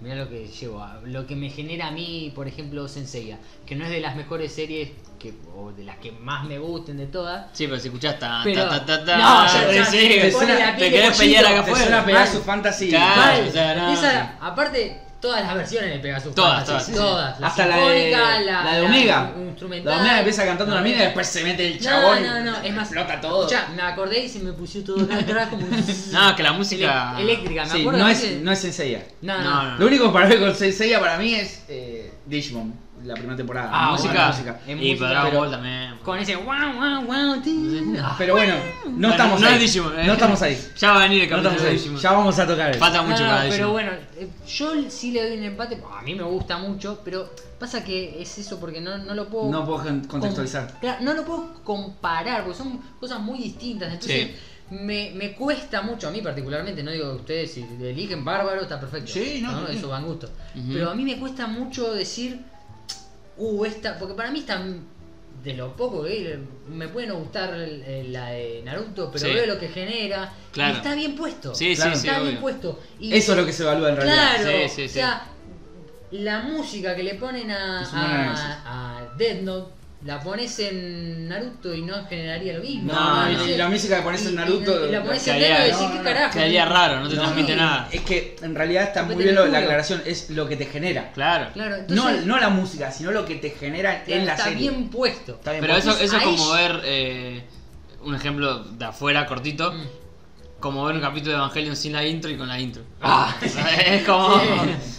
C: Mira lo que llevo, a- lo que me genera a mí, por ejemplo, Senseiya, que no es de las mejores series que, o de las que más me gusten de todas.
B: Sí, pero si escuchás ta,
C: Pero-
B: ta, ta, ta,
C: No,
B: ta,
C: ya- ya-
B: sí,
C: te
B: te,
C: pone la piel de
B: querés
C: pollito,
B: pelear acá
A: Te suena a
B: afuera.
A: Pegasus Fantasy.
B: Claro. Ah,
C: Mal.
B: ya, no,
C: Esa, aparte, todas las versiones de Pegasus
B: Todas,
C: Fantasy,
B: todas, sí, sí.
C: todas. La
A: Hasta la de-
C: sinfónica,
A: la de Omega.
C: instrumental.
A: La mina empieza cantando una mina y
C: No,
A: después se mete el chabón.
C: No, no, no, es más.
A: Explota todo.
C: Escuchá, me acordé y se me puso todo acá atrás como.
A: [LAUGHS]
B: No, que la música.
C: Ele- eléctrica, me
A: Sí,
C: acuerdo.
A: no,
C: que- Ah.
A: es, no es Senseiya.
C: no, no,
B: No, no,
A: Lo único para ver con Senseiya para mí es eh, Digimon, la primera temporada.
C: Ah,
A: ¿no?
B: música.
A: La
C: en
B: y
C: música,
B: para Dragon
A: pero-
B: Ball también.
C: Con ese wow, wow, wow. tin. Ah.
A: Pero bueno, no
B: Bueno,
A: estamos
B: no
A: ahí.
B: es Digimon, eh.
A: No estamos ahí.
B: Ya va a venir el
A: No
B: capítulo
A: estamos
B: de
A: ahí.
B: Digimon.
A: Ya vamos a tocar. eso.
B: Falta mucho
C: No,
B: para
C: no,
B: Digimon.
C: pero bueno, eh, yo sí le doy un empate, a mí me gusta mucho, pero pasa que es eso porque no, no lo puedo...
A: No puedo gen- contextualizar.
C: con- claro, no lo puedo comparar, porque son cosas muy distintas, entonces me, me cuesta mucho, a mí particularmente, no digo que ustedes si eligen bárbaro está perfecto,
A: Sí, no, está bien.
C: eso va en gusto,
B: Ujú.
C: pero a mí me cuesta mucho decir, uh, esta, porque para mí está... De lo poco que me puede no gustar el- el- la de Naruto, pero
B: Sí.
C: veo lo que genera. y
B: Claro.
C: está bien puesto.
B: Sí, sí,
A: Claro.
B: sí,
C: está bien
B: obvio.
C: puesto. Y-
A: Eso es lo que se evalúa en realidad.
C: Claro,
B: Sí, sí,
C: o sea, la música que le ponen a,
A: Es un buen análisis.
C: a, a Death Note, la pones en Naruto y no generaría lo mismo.
A: No,
B: no,
A: y
C: sé.
A: la música que pones en
C: Y-
A: Naruto.
C: Y, y la pones en
B: Quedaría-
C: Death Note y
A: no,
C: decís, ¿qué
A: no,
C: carajo?
B: quedaría raro, no eh, te
A: No,
B: transmite
C: sí.
B: nada.
A: Es que en realidad está
C: Porque
A: muy bien lo- la
C: te lo juro.
A: aclaración, es lo que te genera.
B: Claro.
C: Claro,
A: No,
C: entonces,
A: no la música, sino lo que te genera en la
C: está
A: serie.
C: bien puesto.
A: Está bien
B: Pero
A: puesto.
B: eso, eso es
C: ahí
B: como
C: ya-
B: ver eh, un ejemplo de afuera cortito,
C: Mm.
B: como ver un capítulo de Evangelion sin la intro y con la intro. [LAUGHS]
C: Ah,
B: es como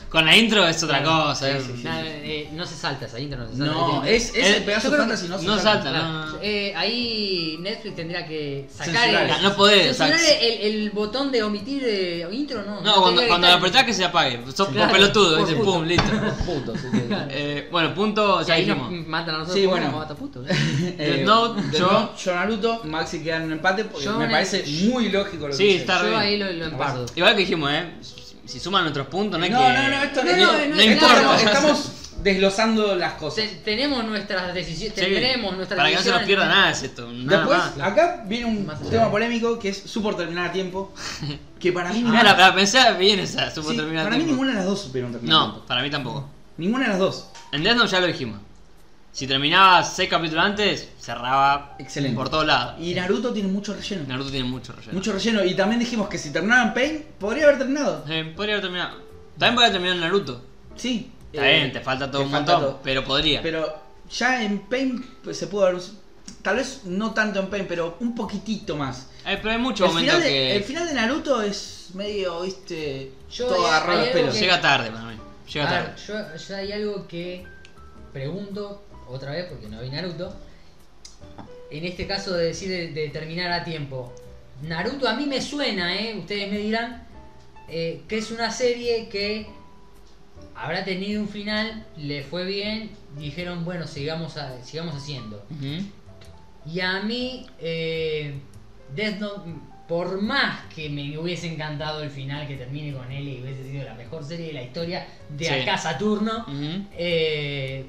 B: con la intro es otra
C: Claro.
B: cosa. es-
A: sí, sí.
C: Nah, eh, no se salta esa intro, no se salta.
A: No,
C: Tiene-
A: es, es el
B: Eh,
A: pedazo
C: yo creo
A: fantasy, no se
B: no
A: saca.
B: salta. no, no.
C: Eh, ahí Netflix tendría que sacar
A: Censurar.
C: el,
A: Ah,
B: no podés, o sea,
C: censurar el, el botón de omitir eh, intro,
B: No,
C: no.
B: cuando,
C: tendría que
B: cuando
C: estar.
B: la
A: [LAUGHS]
B: apretás que se apague, sos
C: Claro,
B: por pelotudo,
C: por
B: dice
C: puto.
B: pum, listo.
C: [LAUGHS]
A: Puto, sí, sí.
B: Eh, bueno, punto,
C: O
B: ya
C: sea, ahí
B: dijimos.
C: nos matan a nosotros.
A: Sí,
C: ¿cómo
A: bueno.
C: nos mata puto?
B: [LAUGHS]
A: Eh,
B: Death Note,
A: Death
B: yo-
A: Note, yo Naruto, Maxi queda en un empate porque
C: Yo
A: me
C: en-
A: parece muy lógico lo que
B: Sí,
A: dice.
B: está re
C: Yo
B: bien.
C: ahí lo, lo empardo.
B: Igual que dijimos, eh, si- si suman nuestros puntos, no hay
A: No,
B: que.
A: no, no, esto
C: No,
A: no, no,
C: no, no,
A: no
B: importa.
A: importa. Estamos desglosando las cosas.
C: Te- tenemos nuestras decisiones,
B: Sí,
C: tendremos nuestras
B: Para que no se nos
C: decisiones.
B: pierda nada, es esto. Nada
A: Después,
B: más.
A: acá viene un
C: Más allá.
A: tema polémico que es supo terminar a tiempo. Que
B: [LAUGHS]
A: para mí.
B: Mira, la, la pensé bien esa,
A: sí,
B: supo terminar.
A: para mí
B: tiempo.
A: ninguna de las dos supieron terminar a
B: No,
A: tiempo.
B: para mí tampoco.
A: Ninguna de las dos.
B: En Death Note ya lo dijimos. Si terminaba seis capítulos antes, cerraba
A: Excelente.
B: por todos lados.
A: Y Naruto tiene mucho relleno.
B: Naruto tiene mucho relleno.
A: Mucho relleno. Y también dijimos que si terminaban Pain, podría haber terminado.
B: Eh, podría haber terminado. También podría terminar en Naruto.
A: Sí.
B: Está
A: Eh,
B: bien, te falta todo
A: te
B: un
A: falta
B: montón,
A: todo.
B: pero podría.
A: Pero ya en Pain pues, se pudo haber. us- Tal vez no tanto en Pain, pero un poquitito más.
B: Eh, pero hay muchos
A: El
B: momentos
A: final, de,
B: que
A: el final de Naruto es medio, viste,
C: Yo
A: todo
C: hay-
A: agarrado
C: hay
A: los
C: algo
A: pelos.
C: que-
B: llega tarde para mí. Llega
C: A
B: tarde.
C: ver, yo, yo hay algo que pregunto otra vez porque no vi Naruto. En este caso de decir de, de terminar a tiempo. Naruto a mí me suena, ¿eh? Ustedes me dirán eh, que es una serie que habrá tenido un final, le fue bien, dijeron, bueno, sigamos, a- sigamos haciendo.
B: Ujú.
C: Y a mí, eh, Death Note, por más que me hubiese encantado el final que termine con él y hubiese sido la mejor serie de la historia de
B: Sí.
C: acá a Saturno,
B: Ujú.
C: eh,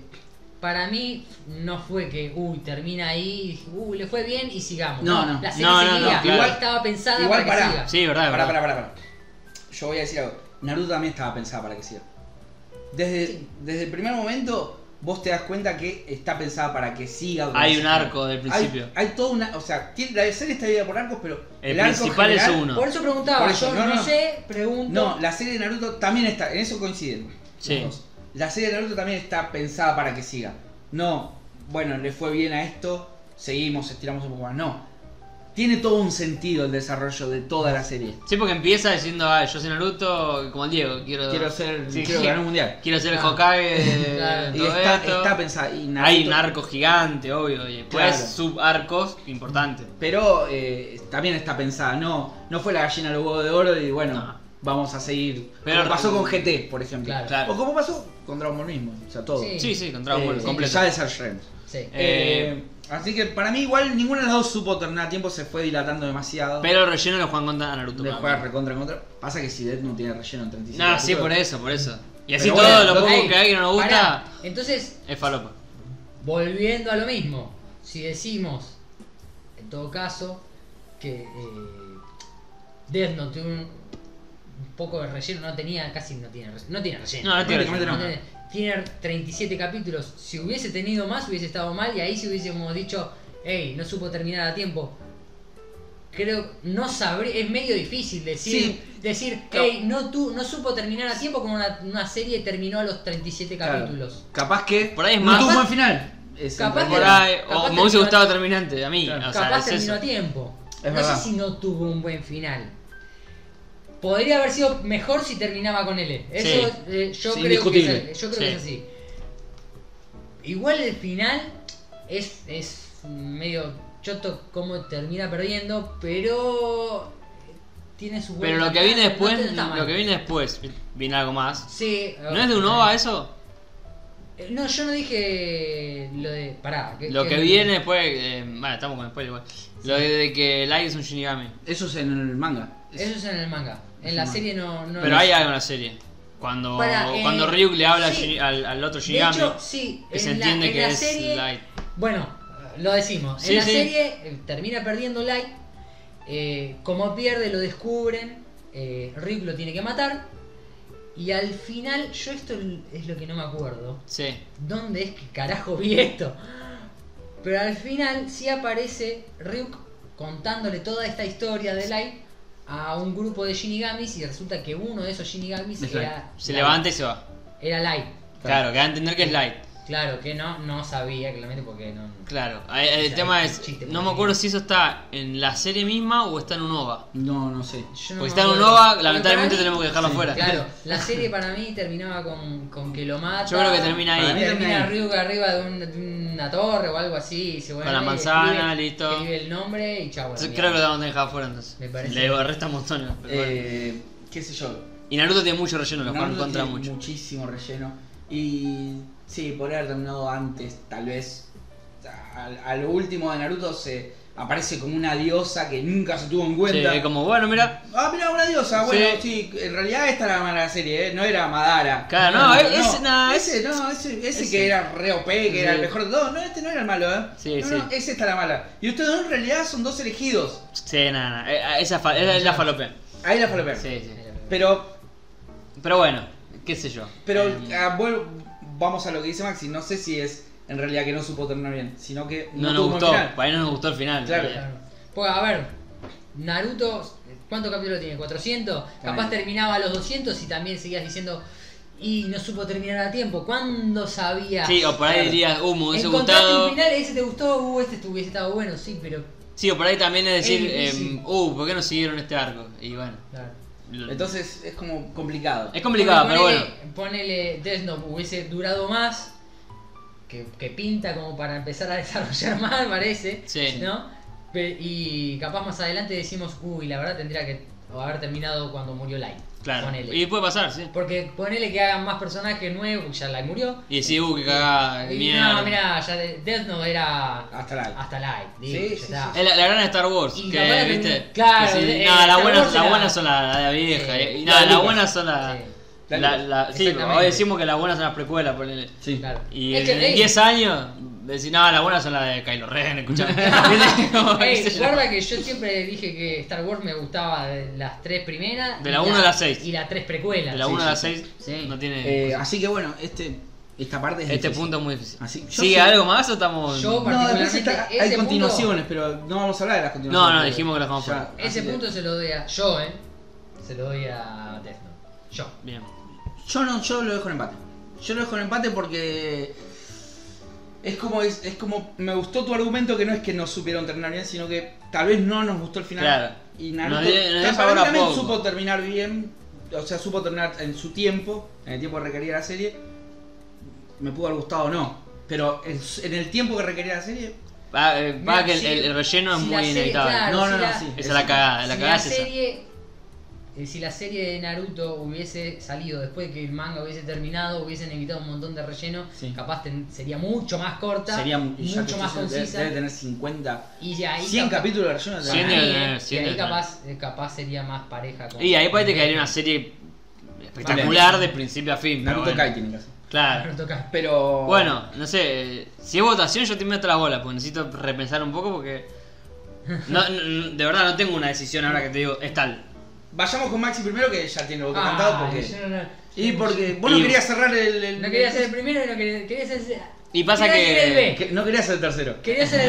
C: para mí no fue que, uy, termina ahí, y dije, uy, le fue bien y sigamos.
A: No, no.
C: La serie
B: No, no, no,
C: seguía,
B: claro.
C: igual estaba pensada
A: Igual
C: para que
A: pará.
C: siga.
B: Sí, verdad, verdad.
A: Pará, pará, pará, pará. Yo voy a decir algo. Naruto también estaba pensada para que siga. Desde,
C: Sí.
A: desde el primer momento, vos te das cuenta que está pensada para que siga. con
B: Hay
A: ese
B: un
A: final.
B: arco del
A: Hay-
B: principio.
A: Hay, toda una. O sea, tiene- la serie está dividida por arcos, pero.
B: El
A: arco
B: principal es
A: general-
B: uno.
C: Por eso preguntaba,
A: Por eso,
C: yo
A: no,
C: no,
A: no.
C: sé, pregunto.
A: No, la serie de Naruto también está. En eso coinciden. los
B: Sí.
A: dos. La serie de Naruto también está pensada para que siga. No, bueno, le fue bien a esto, seguimos, estiramos un poco más. No. Tiene todo un sentido el desarrollo de toda la serie.
B: Sí, porque empieza diciendo, ah, yo soy Naruto, como el Diego, quiero,
A: Quiero ser.
B: Sí.
A: Quiero ganar un mundial.
B: quiero ser el
C: Claro.
B: Hokage
A: [LAUGHS]
B: de
C: Claro.
A: Y
B: todo
A: está,
B: esto.
A: está pensada. Y Naruto-
B: Hay un arco gigante, obvio, y después
A: Claro.
B: subarcos importantes.
A: Pero eh, también está pensada. No, no fue la gallina de los huevos de oro y bueno,
B: No.
A: vamos a seguir.
B: Pero-
A: como pasó con GT, por ejemplo.
C: Claro.
B: Claro.
A: O como pasó con Dragon Ball mismo, o sea, todo.
C: Sí.
B: Sí, sí, con Dragon
A: Eh,
B: Ball completo.
A: Ya de ser Shrek.
C: Sí.
A: Eh,
B: Eh,
A: así que para mí igual ninguna de las dos supo terminar a tiempo, se fue dilatando demasiado.
B: Pero el relleno lo juegan contra Naruto.
A: de
B: para
A: jugar
B: mí.
A: recontra contra. Pasa que si Dead no tiene relleno en 35.
B: Nah, sí,
A: capítulos.
B: por eso, por eso. Y así
A: Pero
B: todo
A: bueno,
B: lo
A: lo
B: poco
C: Ey,
B: que a alguien no nos gusta
C: pará. Entonces,
B: es falopa.
C: volviendo a lo mismo, si decimos, en todo caso, que eh, Death Note tuvo un, un poco de relleno, no tenía, casi no tiene relleno. No tiene relleno.
B: No, no tiene
A: Prácticamente
B: relleno.
A: no.
C: Tiene- Tiene 37 capítulos. Si hubiese tenido más, hubiese estado mal. Y ahí si hubiésemos dicho, hey, no supo terminar a tiempo. Creo, no sabré, es medio difícil decir,
A: Sí.
C: decir hey, no, tú, no supo terminar a tiempo como una, una serie terminó a los 37
A: Claro.
C: capítulos.
A: Capaz que.
B: Por ahí es
A: no
B: más-
A: tuvo un buen final. Es
C: Capaz
A: en
C: que-
B: Por
A: realidad.
B: ahí,
C: capaz
B: o me
C: terminó-
B: hubiese gustado terminante, a mí.
A: Claro.
B: O sea,
C: Capaz
B: es eso.
C: terminó a tiempo.
A: Es
C: no
A: verdad.
C: sé si no tuvo un buen final. Podría haber sido mejor si terminaba con L. Eso
B: Sí.
C: eh, yo,
A: Sí,
C: creo que
A: indiscutible.
C: es, yo creo
B: Sí.
C: que es así. Igual el final es, es medio choto como termina perdiendo, pero tiene su
B: Pero
C: buena-
B: lo que viene
C: no
B: después,
C: está mal.
B: lo que viene después, viene algo más.
C: Sí,
B: ¿No es de un OVA eso?
C: Eh, No, yo no dije lo de. Pará.
B: Lo que viene después, eh, bueno, estamos con spoiler igual. Lo de que Light es un Shinigami.
A: Eso es en el manga. Es-
C: Eso es en el manga. En la
A: Es un
C: serie no. no
B: Pero hay algo en la serie. Cuando,
C: Mm. Para, eh,
B: cuando Ryuk le habla al
C: sí.
B: Shini- al, al otro
C: De
B: Shinigami,
C: hecho, sí,
B: que se
C: en la-
B: entiende
C: en
B: que
C: la
B: es
C: serie-
B: Light.
C: Bueno, lo decimos.
B: Sí,
C: en la
B: sí.
C: serie eh, termina perdiendo Light. eh, como pierde, lo descubren. eh, Rick lo tiene que matar. Y al final, yo esto l- es lo que no me acuerdo.
B: Sí.
C: ¿Dónde es que carajo vi esto? Pero al final sí aparece Ryuk contándole toda esta historia de Light a un grupo de Shinigamis y resulta que uno de esos Shinigamis
A: Es Light.
C: era,
B: Se
C: Light.
B: levanta y se va.
C: era Light.
B: Claro, que va a entender que es Light.
C: Claro, que no, no sabía claramente porque no...
B: Claro. Eh, eh, El,
C: sea,
B: tema
C: es un
B: es,
C: chiste,
B: no me
C: porque-
B: acuerdo si eso está en la serie misma o está en un OVA.
A: No, no sé.
C: Yo no
B: Porque
C: me
B: está en un
C: acuerdo.
B: OVA,
C: Pero
B: lamentablemente
C: para mí-
B: tenemos que dejarlo
A: sí,
B: afuera.
C: Claro, la
B: [LAUGHS]
C: serie para mí terminaba con, con que lo mata.
B: Yo creo que termina
A: Para mí
B: ahí.
A: termina
C: Termina
A: ahí.
C: Ryuk arriba de, un- de una torre o algo así. seguramente
B: la manzana,
C: escribe-
B: listo.
C: Escribe el nombre y chau. a la
B: Entonces,
C: mierda.
B: creo que lo vamos a tener que dejar afuera entonces.
C: Me parece.
B: Le resta montones. pero bueno.
A: Eh, qué sé yo.
B: Y Naruto tiene mucho relleno, lo juegan
A: Naruto
B: contra
A: tiene
B: mucho.
A: Muchísimo relleno. Y sí, podría haber terminado antes, tal vez. A, a lo último de Naruto se aparece como una diosa que nunca se tuvo en cuenta.
B: Sí, como, bueno, mira.
A: Ah, mira, una diosa. Bueno, sí.
B: Sí.
A: en realidad esta era la mala serie, ¿eh? no era Madara.
B: Claro, no, e- ese no,
A: ese no, ese, ese
B: ese.
A: que era re OP, que era el
B: Sí.
A: mejor de todos. No, este no era el malo, ¿eh?
B: Sí,
A: no, no,
B: sí.
A: ese está la mala. Y ustedes dos en realidad son dos elegidos.
B: Sí, nada, nada. Eh, Esa fa- es la falopea.
A: Ahí la falopea.
B: Sí, sí.
C: Eh,
A: Pero
B: Pero bueno, qué sé yo.
A: Pero
B: Eh,
A: ah, vuelvo- vamos a lo que dice Maxi, no sé si es en realidad que no supo terminar bien, sino que
B: no
A: tuvo
B: nos
A: buen
B: gustó.
A: final.
B: Para mí no nos gustó el final.
A: Claro.
B: eh.
C: Claro. Pues a ver, Naruto, ¿cuántos capítulos tiene? ¿400? Capaz terminaba a los 200 y también seguías diciendo, y no supo terminar a tiempo. ¿Cuándo sabías?
B: Sí, o por ahí
A: Claro.
B: dirías, uh, me hubiese
C: Encontraste
B: gustado.
C: un final, ese te gustó, uh, este estuviese estado bueno, sí, pero.
B: Sí, o por ahí también es decir,
C: Es difícil.
B: em, uh, ¿por qué no siguieron este arco? Y bueno.
C: Claro.
B: lo-
A: Entonces es como complicado.
B: es complicado, pero
C: Ponele-
B: bueno.
C: Ponele Death Note, hubiese durado más, que, que pinta como para empezar a [LAUGHS] desarrollar más, parece.
B: Sí.
C: ¿No? Pe- y capaz más adelante decimos, uy, la verdad tendría que haber terminado cuando murió Light.
B: Claro.
C: Ponele.
B: Y puede pasar, sí.
C: Porque ponele que hagan más personajes nuevos, ya Light murió.
B: Y decís, uh, que cagada,
C: Y
B: mierda.
C: no, mira, ya de- Death Note era
A: Hasta la
C: hasta Light. digo,
A: Sí,
C: ya
A: sí,
C: está.
B: Es la, la gran Star Wars,
C: Y la buena
B: que viste.
C: termi- claro,
B: que sí,
C: eh,
B: nada,
C: Star
B: las buenas
C: Wars
B: la
C: era-
B: buena son las la vieja.
C: Sí,
B: y, y
A: la
B: nada,
A: de
B: las
A: Lucas.
B: buenas son las.
A: La de
B: la-
A: Lucas.
B: la- sí,
C: Exactamente.
B: hoy decimos que las buenas son las precuelas, ponele.
A: Sí,
C: Claro.
B: Y
C: Es que,
B: en
C: ey,
B: 10 años, decís, no, las buenas son las de Kylo Ren, escuchame. [LAUGHS]
C: [LAUGHS] ey,
B: Qué sé yo.
C: guarda que yo siempre dije que Star Wars me gustaba de las tres primeras.
B: De
C: y
B: la uno a la seis.
C: Y las tres precuelas.
B: De la
C: Sí,
B: 1 a
C: sí,
B: la
C: sí.
B: 6
C: Sí.
B: no tiene.
A: Eh,
C: ah,
A: así que bueno, este, esta parte es
B: este
A: difícil.
B: punto es muy difícil.
A: Así- yo
B: ¿Sigue
A: sí-
B: algo más o estamos.?
C: Yo-
A: No, después
C: particularmente
A: está-
C: ese
A: hay
C: punto-
A: continuaciones, pero no vamos a hablar de las
B: No,
A: continuaciones.
B: no, dijimos que las vamos a
A: Ya,
B: poner.
A: así
C: Ese
A: que-
C: punto se lo doy a. Yo, eh. Se lo doy a Death Note. Yo.
B: Bien.
A: Yo no, yo lo dejo en empate. Yo lo dejo en empate porque es como es, es como me gustó tu argumento que no es que no supieron terminar bien, sino que tal vez no nos gustó el final.
B: Claro.
A: Y Naruto
B: Nos dio- nos dio
A: ta-
B: sabor
A: para mí
B: a
A: también
B: poco.
A: supo terminar bien, o sea, supo terminar en su tiempo, en el tiempo que requería la serie. Me pudo haber gustado o no, pero en, s- en el tiempo que requería la serie
B: Va, eh, va
C: Mira,
B: que el,
C: si-
B: el- el relleno es
C: si la
B: muy
C: serie-
B: inevitable.
C: claro,
A: No,
C: si
A: no, no,
C: la-
A: sí.
B: Esa es la cagada, la
C: si
B: cagada
C: la
B: es esa.
C: serie eh, si la serie de Naruto hubiese salido después de que el manga hubiese terminado hubiesen evitado un montón de relleno
A: Sí.
C: capaz ten- sería mucho más corta
A: Sería y ya
C: mucho
A: que estoy
C: más
A: diciendo,
C: concisa
A: Debe debe tener 50.
C: y ya ahí
A: 100
C: capaz-
A: capítulos de relleno.
C: y
B: Sí,
A: de-
B: Cien
C: ahí,
B: debe tener,
C: eh,
B: cien
C: y ahí
B: debe tener.
C: capaz eh, capaz sería más pareja con-
B: Y ahí parece que haría una
C: [LAUGHS]
B: serie espectacular de principio a fin. pero
A: Naruto
B: bueno.
A: Kai tiene que hacer.
B: Claro.
C: Naruto Kai.
A: Pero.
B: Bueno, no sé, eh, si es votación yo te meto las bolas, porque necesito repensar un poco porque... no, no, de verdad no tengo una decisión ahora que te digo, es tal.
A: Vayamos con Maxi primero, que ya tiene el voto
C: Ah,
A: cantado. Porque...
C: yo no- no-
A: Y porque vos no
B: Y-
A: querías cerrar el. el-
C: no quería ser el primero y no quería, quería ser el-
B: Y pasa
C: quería ser el
B: que...
C: B.
A: que- No querías ser el tercero.
C: quería ser el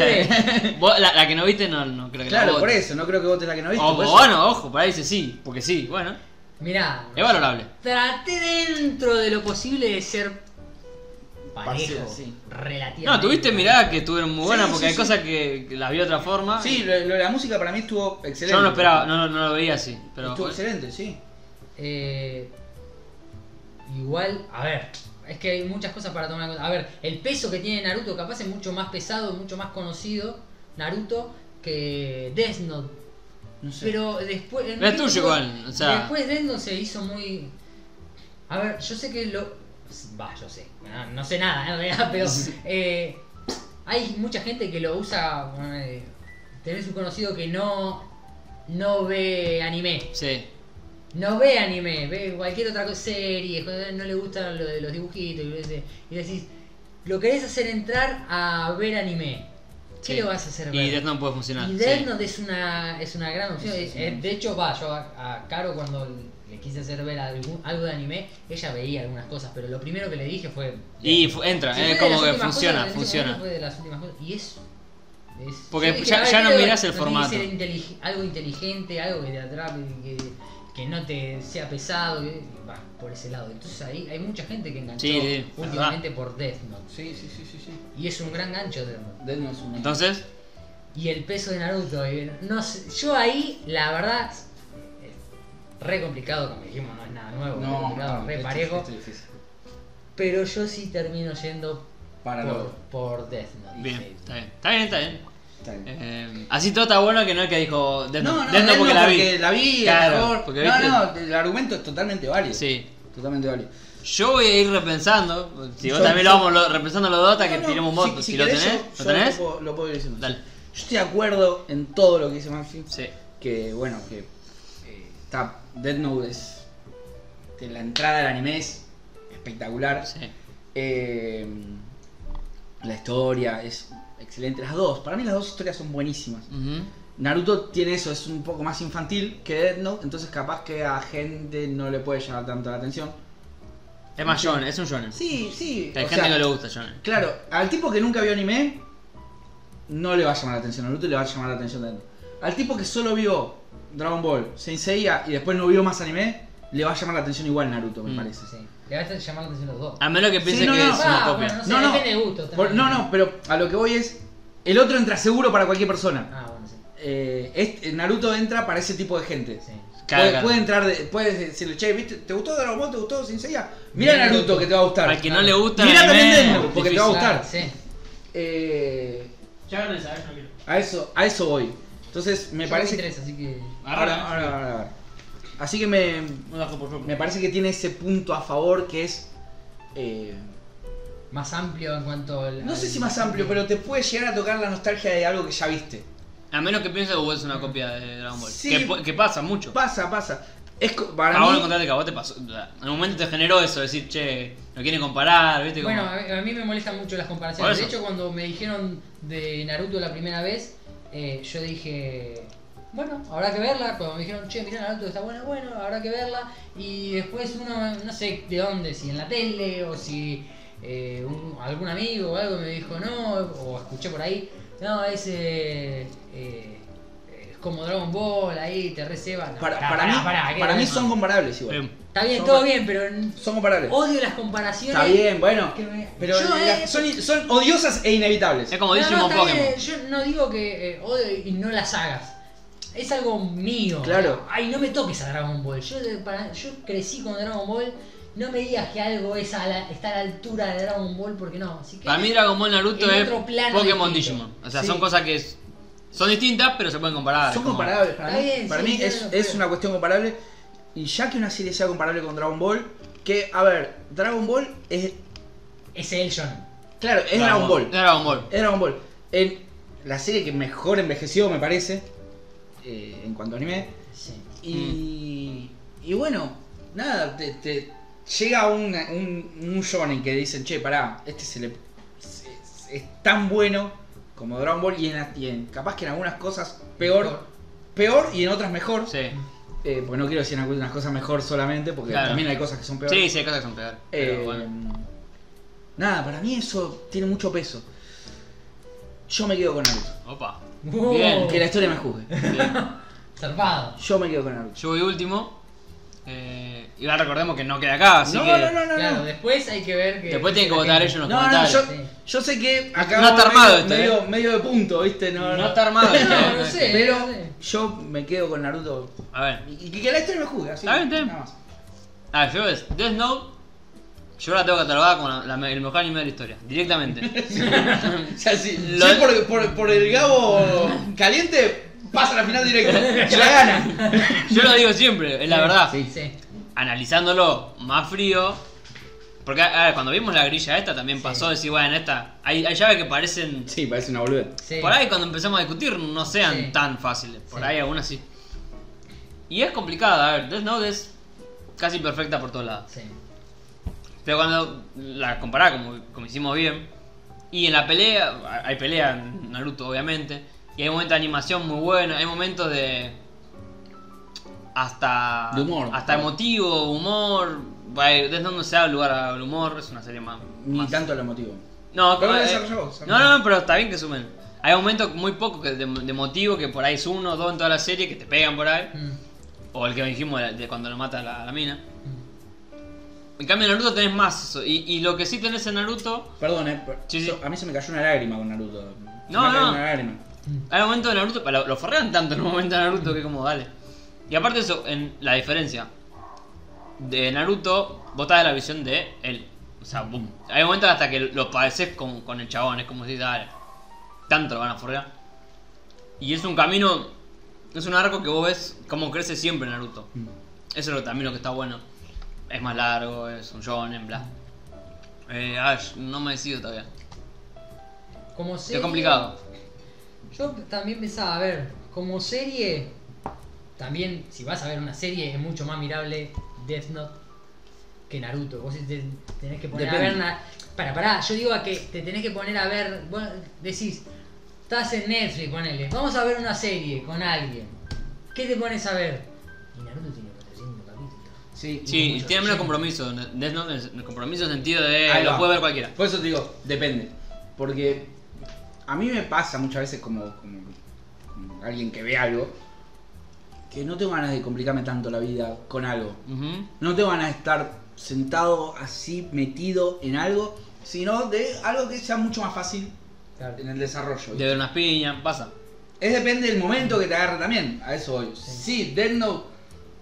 C: B
B: [LAUGHS] Vos, la, la que no viste no, no creo que la
A: Claro,
B: votes.
A: por eso, no creo que votes la que no viste.
B: O, o
A: por eso-
B: pues bueno, ojo, para ahí dice sí, porque sí, bueno,
C: mirá
B: es valorable.
C: traté dentro de lo posible de ser parejo
A: Parcial, sí.
C: relativamente
B: No, tuviste miradas que estuvieron muy
A: Sí,
B: buenas
A: sí,
B: porque hay
A: sí.
B: cosas que, que las vi de otra forma.
A: Sí, lo, lo de la música para mí estuvo excelente.
B: Yo no lo esperaba, no, no, no lo veía así, pero...
A: estuvo excelente, sí.
C: Eh, igual, a ver, es que hay muchas cosas para tomar en cuenta. A ver, el peso que tiene Naruto capaz es mucho más pesado, mucho más conocido Naruto que Death Note.
A: No sé.
C: Pero después... en
B: No es
C: un
B: tuyo
C: tiempo-
B: igual, o sea-
C: Después Death Note se hizo muy... A ver, yo sé que lo... Va, yo sé. No, no sé nada, en realidad, [LAUGHS]
A: [LAUGHS]
C: pero... eh, hay mucha gente que lo usa... bueno, eh, tenés un conocido que no... No ve anime.
B: Sí.
C: No ve anime, ve cualquier otra co- serie, joder, no le gustan lo de los dibujitos y, ese- y decís, lo querés hacer entrar a ver anime.
B: sí.
C: ¿Qué le vas a hacer ver?
B: Y Death Note puede funcionar.
C: Y
B: sí.
C: Death Note es una, es una gran opción.
A: Sí,
C: Es-
A: sí.
C: es- de hecho, va, yo a, a Caro cuando le quise hacer ver algún- algo de anime, ella veía algunas cosas, pero lo primero que le dije fue...
B: Y fu- entra,
C: Sí,
B: eh,
C: fue de
B: como
C: las
B: que
C: últimas
B: funciona,
C: cosas, en ese
B: funciona.
C: momento fue de las últimas cosas, Y eso. es-
B: Porque
C: yo dije,
B: ya-
C: a ver,
B: ya no
C: creo que
B: mirás el
C: no tiene que ser
B: formato.
C: intelig- algo inteligente, algo que te atrape, que, que no te sea pesado. que- va, por ese lado. Entonces ahí hay mucha gente que enganchó
B: Sí, sí,
C: últimamente por Death Note.
A: Sí, sí, sí, sí. sí.
C: Y es un gran gancho Death Note.
A: Denos un-
B: Entonces,
C: Y el peso de Naruto. y no sé, yo ahí, la verdad, es re complicado, como dijimos, no es nada nuevo. re
A: No,
C: complicado,
A: no,
C: re
A: esto-
C: parejo.
A: esto es difícil.
C: Pero yo sí termino yendo
A: Para
C: por,
A: lo.
C: por Death Note.
B: bien,
C: Sí.
B: está bien, está bien, está bien.
A: Está bien.
B: Eh, así todo está bueno que no es que dijo Death Note,
A: No, no,
B: Death Note porque la vi.
A: la vi.
B: Claro,
A: es mejor.
B: porque
A: no,
B: viste-
A: no, el argumento es totalmente válido.
B: Sí.
A: Totalmente válido.
B: Yo voy a ir repensando, si vos
A: Yo-
B: también
A: yo-
B: lo vamos lo- repensando los dos hasta que
A: No, no,
B: tiremos un voto. Si, lo
A: querés,
B: tenés, ¿lo
A: yo- yo
B: tenés?
A: puedo- lo puedo ir diciendo.
B: Dale.
A: Yo estoy de acuerdo en todo lo que dice Maxi.
B: Sí.
A: Que bueno, que eh, está Death Note es. que la entrada del anime es espectacular.
B: sí.
A: Eh, la historia es excelente. Las dos, para mí las dos historias son buenísimas.
B: Ujú.
A: Naruto tiene eso, es un poco más infantil que Death Note, entonces capaz que a gente no le puede llamar tanto la atención.
B: Es más shonen, es un shonen.
A: Sí, sí.
B: Hay
A: o
B: gente
A: sea,
B: que le gusta shonen.
A: Claro, al tipo que nunca vio anime, no le va a llamar la atención. Naruto le va a llamar la atención también. Al tipo que solo vio Dragon Ball, Saint Seiya y después no vio más anime, le va a llamar la atención igual Naruto, me
B: Mm.
A: parece.
C: Sí. Le va a estar llamando la atención los dos.
B: A menos que piense
A: no,
B: que
A: no.
B: es
C: Ah,
B: una
C: bueno,
B: copia.
C: no sé, depende de gusto
A: por-
C: también.
A: no, no, pero a lo que voy es. El otro entra seguro para cualquier persona.
C: Ah, bueno, sí.
A: Eh, este- Naruto entra para ese tipo de gente.
C: sí.
B: Claro,
A: puede,
B: claro.
A: puede entrar, de- puedes decirle, che, ¿viste? ¿te gustó Dragon Ball? ¿Te gustó Saint Seiya? Mira
C: Mira
A: Naruto
C: Mm. Naruto.
A: que te va a gustar.
B: Al que no le gusta el
A: Mira también
B: anime,
A: Death Note, porque te va a
B: difícil.
A: gustar.
C: Sí.
A: Eh,
B: Ya van a saber, no quiero.
A: A eso, a eso voy. Entonces, me
C: Yo
A: parece.
C: vi tres, así que.
A: Ahora, ahora, ahora, ahora. Así que me,
B: Un ajo por favor.
A: me parece que tiene ese punto a favor que es. eh,
C: Más amplio en cuanto al.
A: no sé
C: al-
A: si más amplio, pero te puede llegar a tocar la nostalgia de algo que ya viste.
B: A menos que piense que vos es una copia de Dragon Ball.
A: Sí.
B: Que, po- que pasa mucho.
A: Pasa, pasa. Es co- para
B: Ahora vos
A: mí-
B: no contaste que a vos te pasó. o sea, En un momento te generó eso, decir, che, no quieren comparar, viste como.
C: Bueno, a a mí me molestan mucho las
B: Por
C: comparaciones.
B: eso.
C: De hecho, cuando me dijeron de Naruto la primera vez, eh, yo dije. Bueno, habrá que verla. Cuando me dijeron, che, mirá Naruto está buena, bueno, habrá que verla. Y después uno, no sé de dónde, si en la tele o si eh, un- algún amigo o algo me dijo, no, o escuché por ahí, no, es. eh, eh, es como Dragon Ball, ahí te receba. No,
A: para,
C: pará,
A: para mí,
C: pará, pará, ¿qué
A: para mí
C: es?
A: son comparables igual.
B: Bien.
C: Está bien,
A: son-
C: todo bien, pero
A: Son comparables.
C: odio las comparaciones.
A: Está bien, bueno.
C: que me-
A: Pero
C: Yo,
A: las-
C: eh,
A: son, son odiosas e inevitables.
B: Es como
C: No,
B: Digimon
C: no, está
B: Pokémon.
C: bien, yo no digo que eh, odio y no las hagas. Es algo mío.
A: Claro.
C: Ay, no me toques a Dragon Ball. Yo, de- para- yo crecí con Dragon Ball no me digas que algo es a la- está a la altura de Dragon Ball porque no. Así que
B: Para mí Dragon Ball Naruto
C: En
B: es
C: otro plano
B: Pokémon
C: distinto.
B: Digimon. O sea,
A: Sí.
B: son cosas que es- son distintas, pero se pueden comparar.
A: Son
B: es como-
A: comparables para
C: Está
A: mí.
C: bien,
A: para
C: sí,
A: mí
C: yo
A: es,
C: no lo
A: es
C: creo.
A: una cuestión comparable. Y ya que una serie sea comparable con Dragon Ball, que, a ver, Dragon Ball es.
C: es el shonen.
A: Claro, es Dragon Ball.
B: Es Dragon Ball.
A: Es Dragon Ball. En la serie que mejor envejeció, me parece, eh, en cuanto a anime.
C: Sí.
A: Y,
B: Mm.
A: y bueno, nada, te, te llega un, un, un shonen que dicen, che, pará, este se le, se- se- es tan bueno como Dragon Ball y, en, la- y en- capaz que en algunas cosas peor, peor y en otras mejor.
B: Sí.
A: Eh, porque no quiero decir en algunas cosas mejor solamente, porque
B: Claro.
A: también hay cosas que son peores.
B: Sí, sí, hay cosas que son peores.
A: Eh,
B: Pero bueno.
A: Nada, para mí eso tiene mucho peso. Yo me quedo con Naruto. [LAUGHS]
B: Opa.
C: Wow.
B: Bien,
A: Que la historia me juzgue.
B: Bien.
C: Zarpado.
A: Yo me quedo con Naruto.
B: Yo voy último. Eh, y ahora recordemos que no queda acá, así
A: no,
B: que.
A: no, no, no, no.
C: Claro, después hay que ver que.
B: Después tienen que
C: la
B: votar
C: gente-
B: ellos en los
A: No, no,
B: comentarios.
A: yo,
C: Sí.
A: yo sé que acá
B: No está
A: vamos
B: armado
A: medio,
B: esto,
A: medio, medio de punto, ¿viste? eh. No,
B: No
A: [LAUGHS] no.
B: está armado. esto,
C: No,
B: eh,
C: no
B: es
C: sé.
B: que-
A: Pero
C: Sí.
A: yo me quedo con Naruto.
B: A ver.
A: Y que, que la historia me juzgue, así.
B: Está bien, está bien.
A: nada más.
B: A ver, yo es Death Note. Yo la tengo catalogada como la- la- el mejor anime de la historia, directamente.
A: [LAUGHS] O sea, si,
B: Lo-
A: si es por, por- por el Gabo caliente, pasa a la final [LAUGHS] directa. Se la gana.
B: Yo lo digo siempre, es la verdad.
C: Sí. sí.
B: analizándolo más frío. Porque a ver, cuando vimos la grilla esta también pasó decir, bueno, esta. Hay, hay llaves que parecen.
A: Sí, parece una boludez.
C: sí.
B: Por ahí cuando empezamos a discutir no sean
C: Sí.
B: tan fáciles. Por
C: Sí.
B: ahí algunas sí. Y es complicada, a ver, Death Note es casi perfecta por todos lados.
C: Sí.
B: Pero cuando la comparás, como, como hicimos bien, y en la pelea, hay pelea en Naruto obviamente, y hay momentos de animación muy buenos, hay momentos de... hasta...
A: De humor.
B: Hasta emotivo, humor, bueno, desde donde se da lugar al humor, es una serie más...
A: Ni
B: más-
A: tanto lo motivo.
B: No,
A: Pero
B: eh,
A: lo desarrolló vos,
B: no, no, no, pero está bien que sumen. Hay momentos muy pocos que de, de motivo, que por ahí es uno o dos en toda la serie, que te pegan por ahí,
C: Mm.
B: o el que dijimos de, de cuando lo mata la, la mina.
C: mm,
B: En cambio en Naruto tenés más eso, y, y lo que sí tenés en Naruto...
A: Perdón, eh, pero
B: Sí, sí.
A: yo- a mí se me cayó una lágrima con Naruto. Se
B: No,
A: me cayó
B: no.
A: Una lágrima.
C: mm.
B: Hay momentos de Naruto, lo, lo forrean tanto en un momento de Naruto que como dale. Y aparte eso, en la diferencia de Naruto, vos estás de la visión de él. O sea, vos- hay momentos hasta que lo padeces con, con el chabón, es como si dale. Tanto lo van a forrear. Y es un camino, es un arco que vos ves cómo crece siempre Naruto. Eso es lo, también lo que está bueno. Es más largo, es un shonen, bla. Eh, Ash, no me decido todavía.
C: Como
B: Qué
C: serie,
B: complicado.
C: Yo también pensaba, a ver, como serie, también si vas a ver una serie es mucho más mirable Death Note que Naruto. Vos te- tenés que poner
A: Depende.
C: a ver... na- Para, pará, yo digo a que te tenés que poner a ver... Vos decís, estás en Netflix, ponele. Vamos a ver una serie con alguien. ¿Qué te pones a ver? Y Naruto tiene 400 capítulos.
A: Sí,
B: Sí, y
C: mucho
B: tiene menos
C: relleno.
B: compromiso. Death Note es- el compromiso en el sentido de
A: Ahí
B: lo
A: va.
B: puede ver cualquiera.
A: Por eso te digo, depende. Porque a mí me pasa muchas veces como, como, como alguien que ve algo, que no tengo ganas de complicarme tanto la vida con algo.
B: Ujú.
A: No tengo ganas de estar sentado así, metido en algo, sino de algo que sea mucho más fácil
C: Claro.
A: en el desarrollo.
B: De ver unas piñas, pasa.
A: Es depende del momento que te agarre también. A eso voy. Sí, Death Note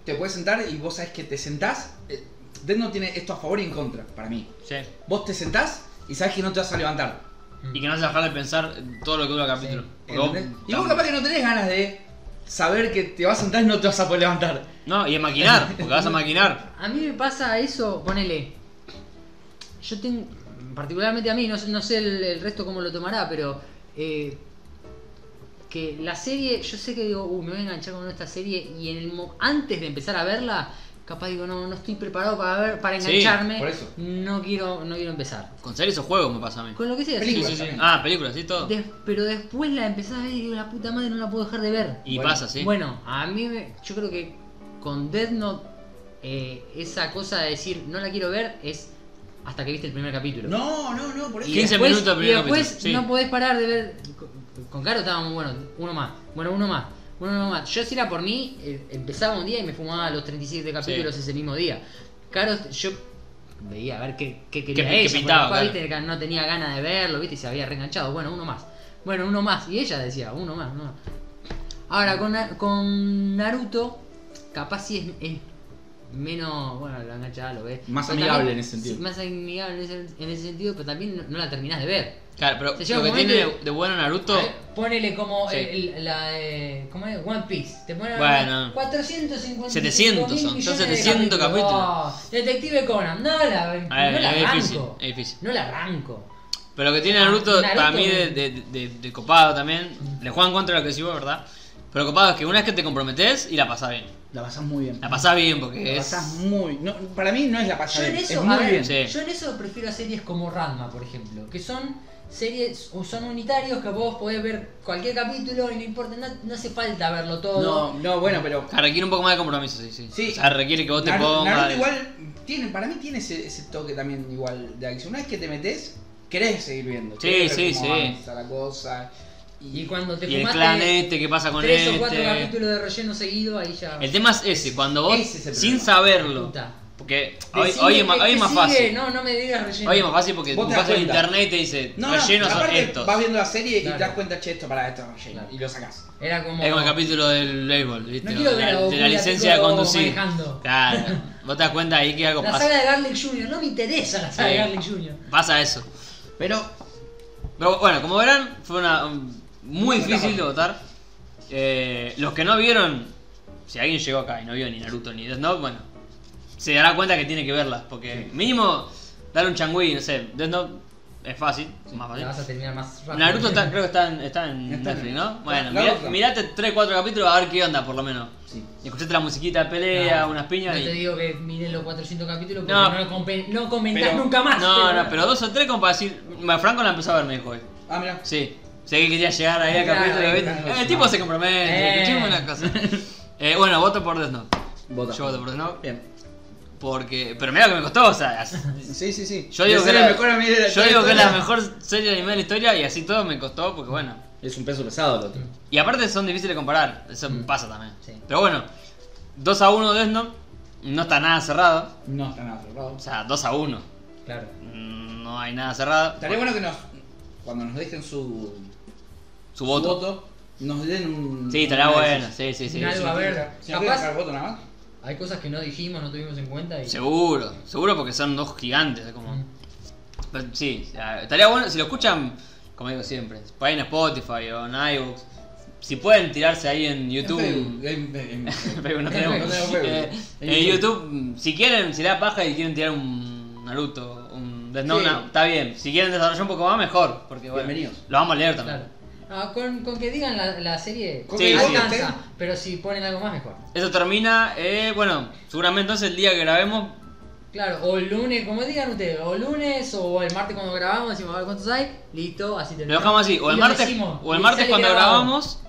A: te puedes sentar y vos sabés que te sentás. eh, Death Note tiene esto a favor y en contra, para mí.
B: Sí.
A: Vos te sentás y sabés que no te vas a levantar.
C: Mm.
B: Y que no se dejar de pensar todo lo que dura el capítulo. Porque vos-
A: ¿Entendés? Y vos capaz que no tenés ganas de saber que te vas a sentar y no te vas a poder levantar.
B: No, y es maquinar, porque vas a maquinar.
C: A mí me pasa eso, ponele. Yo tengo. Particularmente a mí, no, sé- no sé el, el resto cómo lo tomará, pero. eh, que la serie, yo sé que digo, "Uh, me voy a enganchar con esta serie. Y en el mo- antes de empezar a verla, capaz digo, no, no estoy preparado para ver, para
B: Sí,
C: engancharme.
A: por eso.
C: No quiero, no quiero empezar.
B: Con series o juegos me pasa a mí.
C: Con lo que sea. sí.
B: Sí,
A: Películas
B: sí, sí.
A: también.
B: Ah, películas, sí, todo.
C: Des- pero después la empezás a ver y digo, la puta madre no la puedo dejar de ver.
B: Y
A: Bueno,
B: pasa, sí.
C: Bueno, a mí me- yo creo que con Death Note eh, esa cosa de decir no la quiero ver es hasta que viste el primer capítulo.
A: No, no, no, por eso.
C: Y
B: 15
C: después,
B: minutos del primer
C: y después
B: capítulo, sí.
C: no podés parar de ver. Con- Con Caro estaba muy bueno, uno más, bueno, uno más, bueno, uno más. Yo si era por mí, eh, empezaba un día y me fumaba los 37 capítulos
B: Sí.
C: ese mismo día. Caro, yo veía a ver qué, qué quería
B: qué
C: ella, porque
B: pintaba,
C: capaz,
B: claro.
C: viste, que no tenía ganas de verlo, viste, y se había reenganchado. Bueno, uno más, bueno, uno más. Y ella decía, uno más, uno más. Ahora, con, Na- con Naruto, capaz sí es, es menos, bueno, lo enganchada lo ves.
A: Más
C: Pero
A: amigable en ese sentido.
C: sí, Más amigable en ese, en ese sentido, pero también no, no la terminás de ver.
B: Claro, pero
C: Se llega
B: lo que
C: un momento
B: tiene
C: y-
B: de, de bueno Naruto.
C: A ver, Ponele como
B: Sí.
C: el- el- la de. ¿Cómo es? One Piece. Te ponen
B: Bueno.
C: 450.
B: 700 son, son 700
C: Oh, Detective Conan. No la,
B: A ver,
C: no la
B: es
C: arranco.
B: difícil, es difícil.
C: No la arranco.
B: Pero lo que tiene Naruto,
C: Naruto,
B: para mí, de,
C: eh.
B: de- de- de copado también. Le juegan contra lo que decís vos, ¿verdad? Pero copado es que una vez que te comprometes y la pasás bien.
A: La pasás muy bien.
B: La pasás bien
A: La
B: porque es.
A: pasás muy. No, para mí no es la
C: Yo
A: pasada.
C: en
A: es
C: eso,
A: muy
C: a ver,
A: bien.
B: Sí.
C: yo en eso prefiero a series como Ranma, por ejemplo, que son series o son unitarios que vos podés ver cualquier capítulo y no importa, no, no hace falta verlo todo.
A: No, no, bueno, pero.
B: Ah, Requiere un poco más de compromiso, sí, sí.
A: Sí.
B: O sea, requiere que vos te
A: Nar-
B: pongas.
A: Naruto igual tiene, para mí tiene ese, ese toque también igual de acción. Una vez que te metes, querés seguir viendo.
B: Sí,
A: querés ver
B: sí,
A: cómo
B: sí.
A: avanza la cosa. Y,
C: Y cuando te
B: Y el
C: fumaste
B: clan este, ¿qué pasa con
C: tres
B: este?
C: o cuatro capítulos de relleno seguido, ahí ya.
B: El tema es ese, cuando vos,
A: Ese es el
B: sin
A: problema.
B: saberlo,
C: Puta.
B: porque hoy,
C: Decime
B: hoy es, más,
C: qué-
B: hoy es
C: qué
B: más
C: sigue,
B: fácil.
C: No, no me digas relleno.
B: Hoy es más fácil porque
A: Vos
B: tú
A: te das
B: vas en
A: cuenta.
B: internet y te dice,
A: no, no,
B: rellenos son
A: aparte
B: estos.
A: vas viendo la serie y
C: Claro.
A: te das cuenta, che, esto para esto es relleno",
C: Claro.
A: Y lo sacás.
C: Era como.
B: Es como el capítulo del béisbol, ¿viste?
C: No quiero
B: de,
C: ver a
B: la,
C: Goku
B: de
C: y
B: la
C: a
B: licencia de
C: Piccolo
B: conducir.
C: manejando.
B: Claro, vos te das cuenta ahí que algo
C: La
B: pasa.
C: saga de Garlic Jr. No me interesa la saga
B: Sí.
C: de Garlic Jr.
B: Pasa eso.
A: Pero
B: Pero bueno, como verán, fue una um, muy
A: Una
B: difícil
A: etapa.
B: de votar. Eh, los que no vieron, si alguien llegó acá y no vio ni Naruto ni Death Note, bueno, se dará cuenta que tiene que verlas. Porque mínimo, dar un changüí, no sé, Death Note es fácil, más
C: La vas a
B: fácil.
C: terminar más rápido.
B: Naruto está- creo que está en, está en
A: Está en-
B: Netflix, ¿no?
A: está-
B: Bueno,
A: la
B: mirá-
A: otra.
B: mirate 3, 4 capítulos a ver qué onda, por lo menos.
A: sí.
B: Escuchaste la musiquita de pelea,
C: No,
B: unas piñas
C: No
B: y...
C: te digo que miren los 400 capítulos porque
B: No.
C: no, lo compen- no comentás
A: Pero-
C: nunca más.
B: No, no, pero dos o tres como para decir... Franco la empezó a ver, me dijo hoy.
A: Ah, mira.
B: Sí. Sé que quería llegar ahí al
C: Claro,
B: capítulo, ¿viste?
A: claro,
B: Eh,
A: sí,
B: el tipo
A: no.
B: se compromete,
C: Eh.
B: escuchemos una cosa. Eh, bueno, voto por Death Note.
A: Vota.
B: Yo voto por Death Note.
A: Bien.
B: Porque... Pero mira lo que me costó, o sea... as-
A: Sí, sí, sí.
B: Yo digo
A: De
B: que
A: ser
B: la-
A: el mejor amigo de la-
B: Yo digo que es
A: toda
B: la
A: la-
B: mejor serie de anime de la historia y así todo me costó porque bueno...
A: Es un peso pesado el otro.
B: Y aparte son difíciles de comparar, eso
C: Mm.
B: pasa también.
C: Sí.
B: Pero bueno, 2 a 1 Death Note, no está nada cerrado.
A: No está nada cerrado.
B: O sea, 2 a 1.
C: Claro.
B: Mm, No hay nada cerrado.
A: Estaría bueno que nos. Cuando nos dejen su.
B: Su voto.
A: nos den un.
B: Sí, estaría
A: un
B: bueno.
A: análisis.
B: Sí, sí, sí.
C: Algo a ver.
A: Si nos dejan
C: Capaz
A: el voto nada más.
C: hay cosas que no dijimos, no tuvimos en cuenta y.
B: Seguro, seguro porque son dos gigantes. es
C: Mm.
B: Como... Pero sí, o sea, estaría bueno. Si lo escuchan, como digo siempre, por ahí en Spotify o en iVoox, si pueden tirarse ahí en YouTube. [LAUGHS]
A: En Facebook, en- en- en-
B: Facebook no
C: En
B: tenemos.
C: Facebook,
A: no tenemos
B: Eh, [LAUGHS]
A: Facebook.
B: En
A: En
B: YouTube, mm, si quieren, si da paja y quieren tirar un Naruto, un Death Note,
A: Sí.
B: no, está bien. Si quieren desarrollar un poco más, mejor. Porque bueno,
A: Bienvenidos.
B: lo vamos a leer también.
C: Claro. Ah, con, con que digan la, la serie
A: Con
B: que digan
C: alcanza,
A: usted.
C: pero si ponen algo más mejor.
B: Eso termina, eh, bueno, seguramente entonces el día que grabemos
C: Claro, o el lunes, como digan ustedes, o el lunes o el martes cuando grabamos, decimos a ver cuántos hay, listo, así
B: Lo
C: terminamos.
B: dejamos así, o
C: Y
B: el
C: lo
B: martes,
C: decimos,
B: o el
C: y
B: martes
C: sale
B: cuando
C: grabado.
B: grabamos,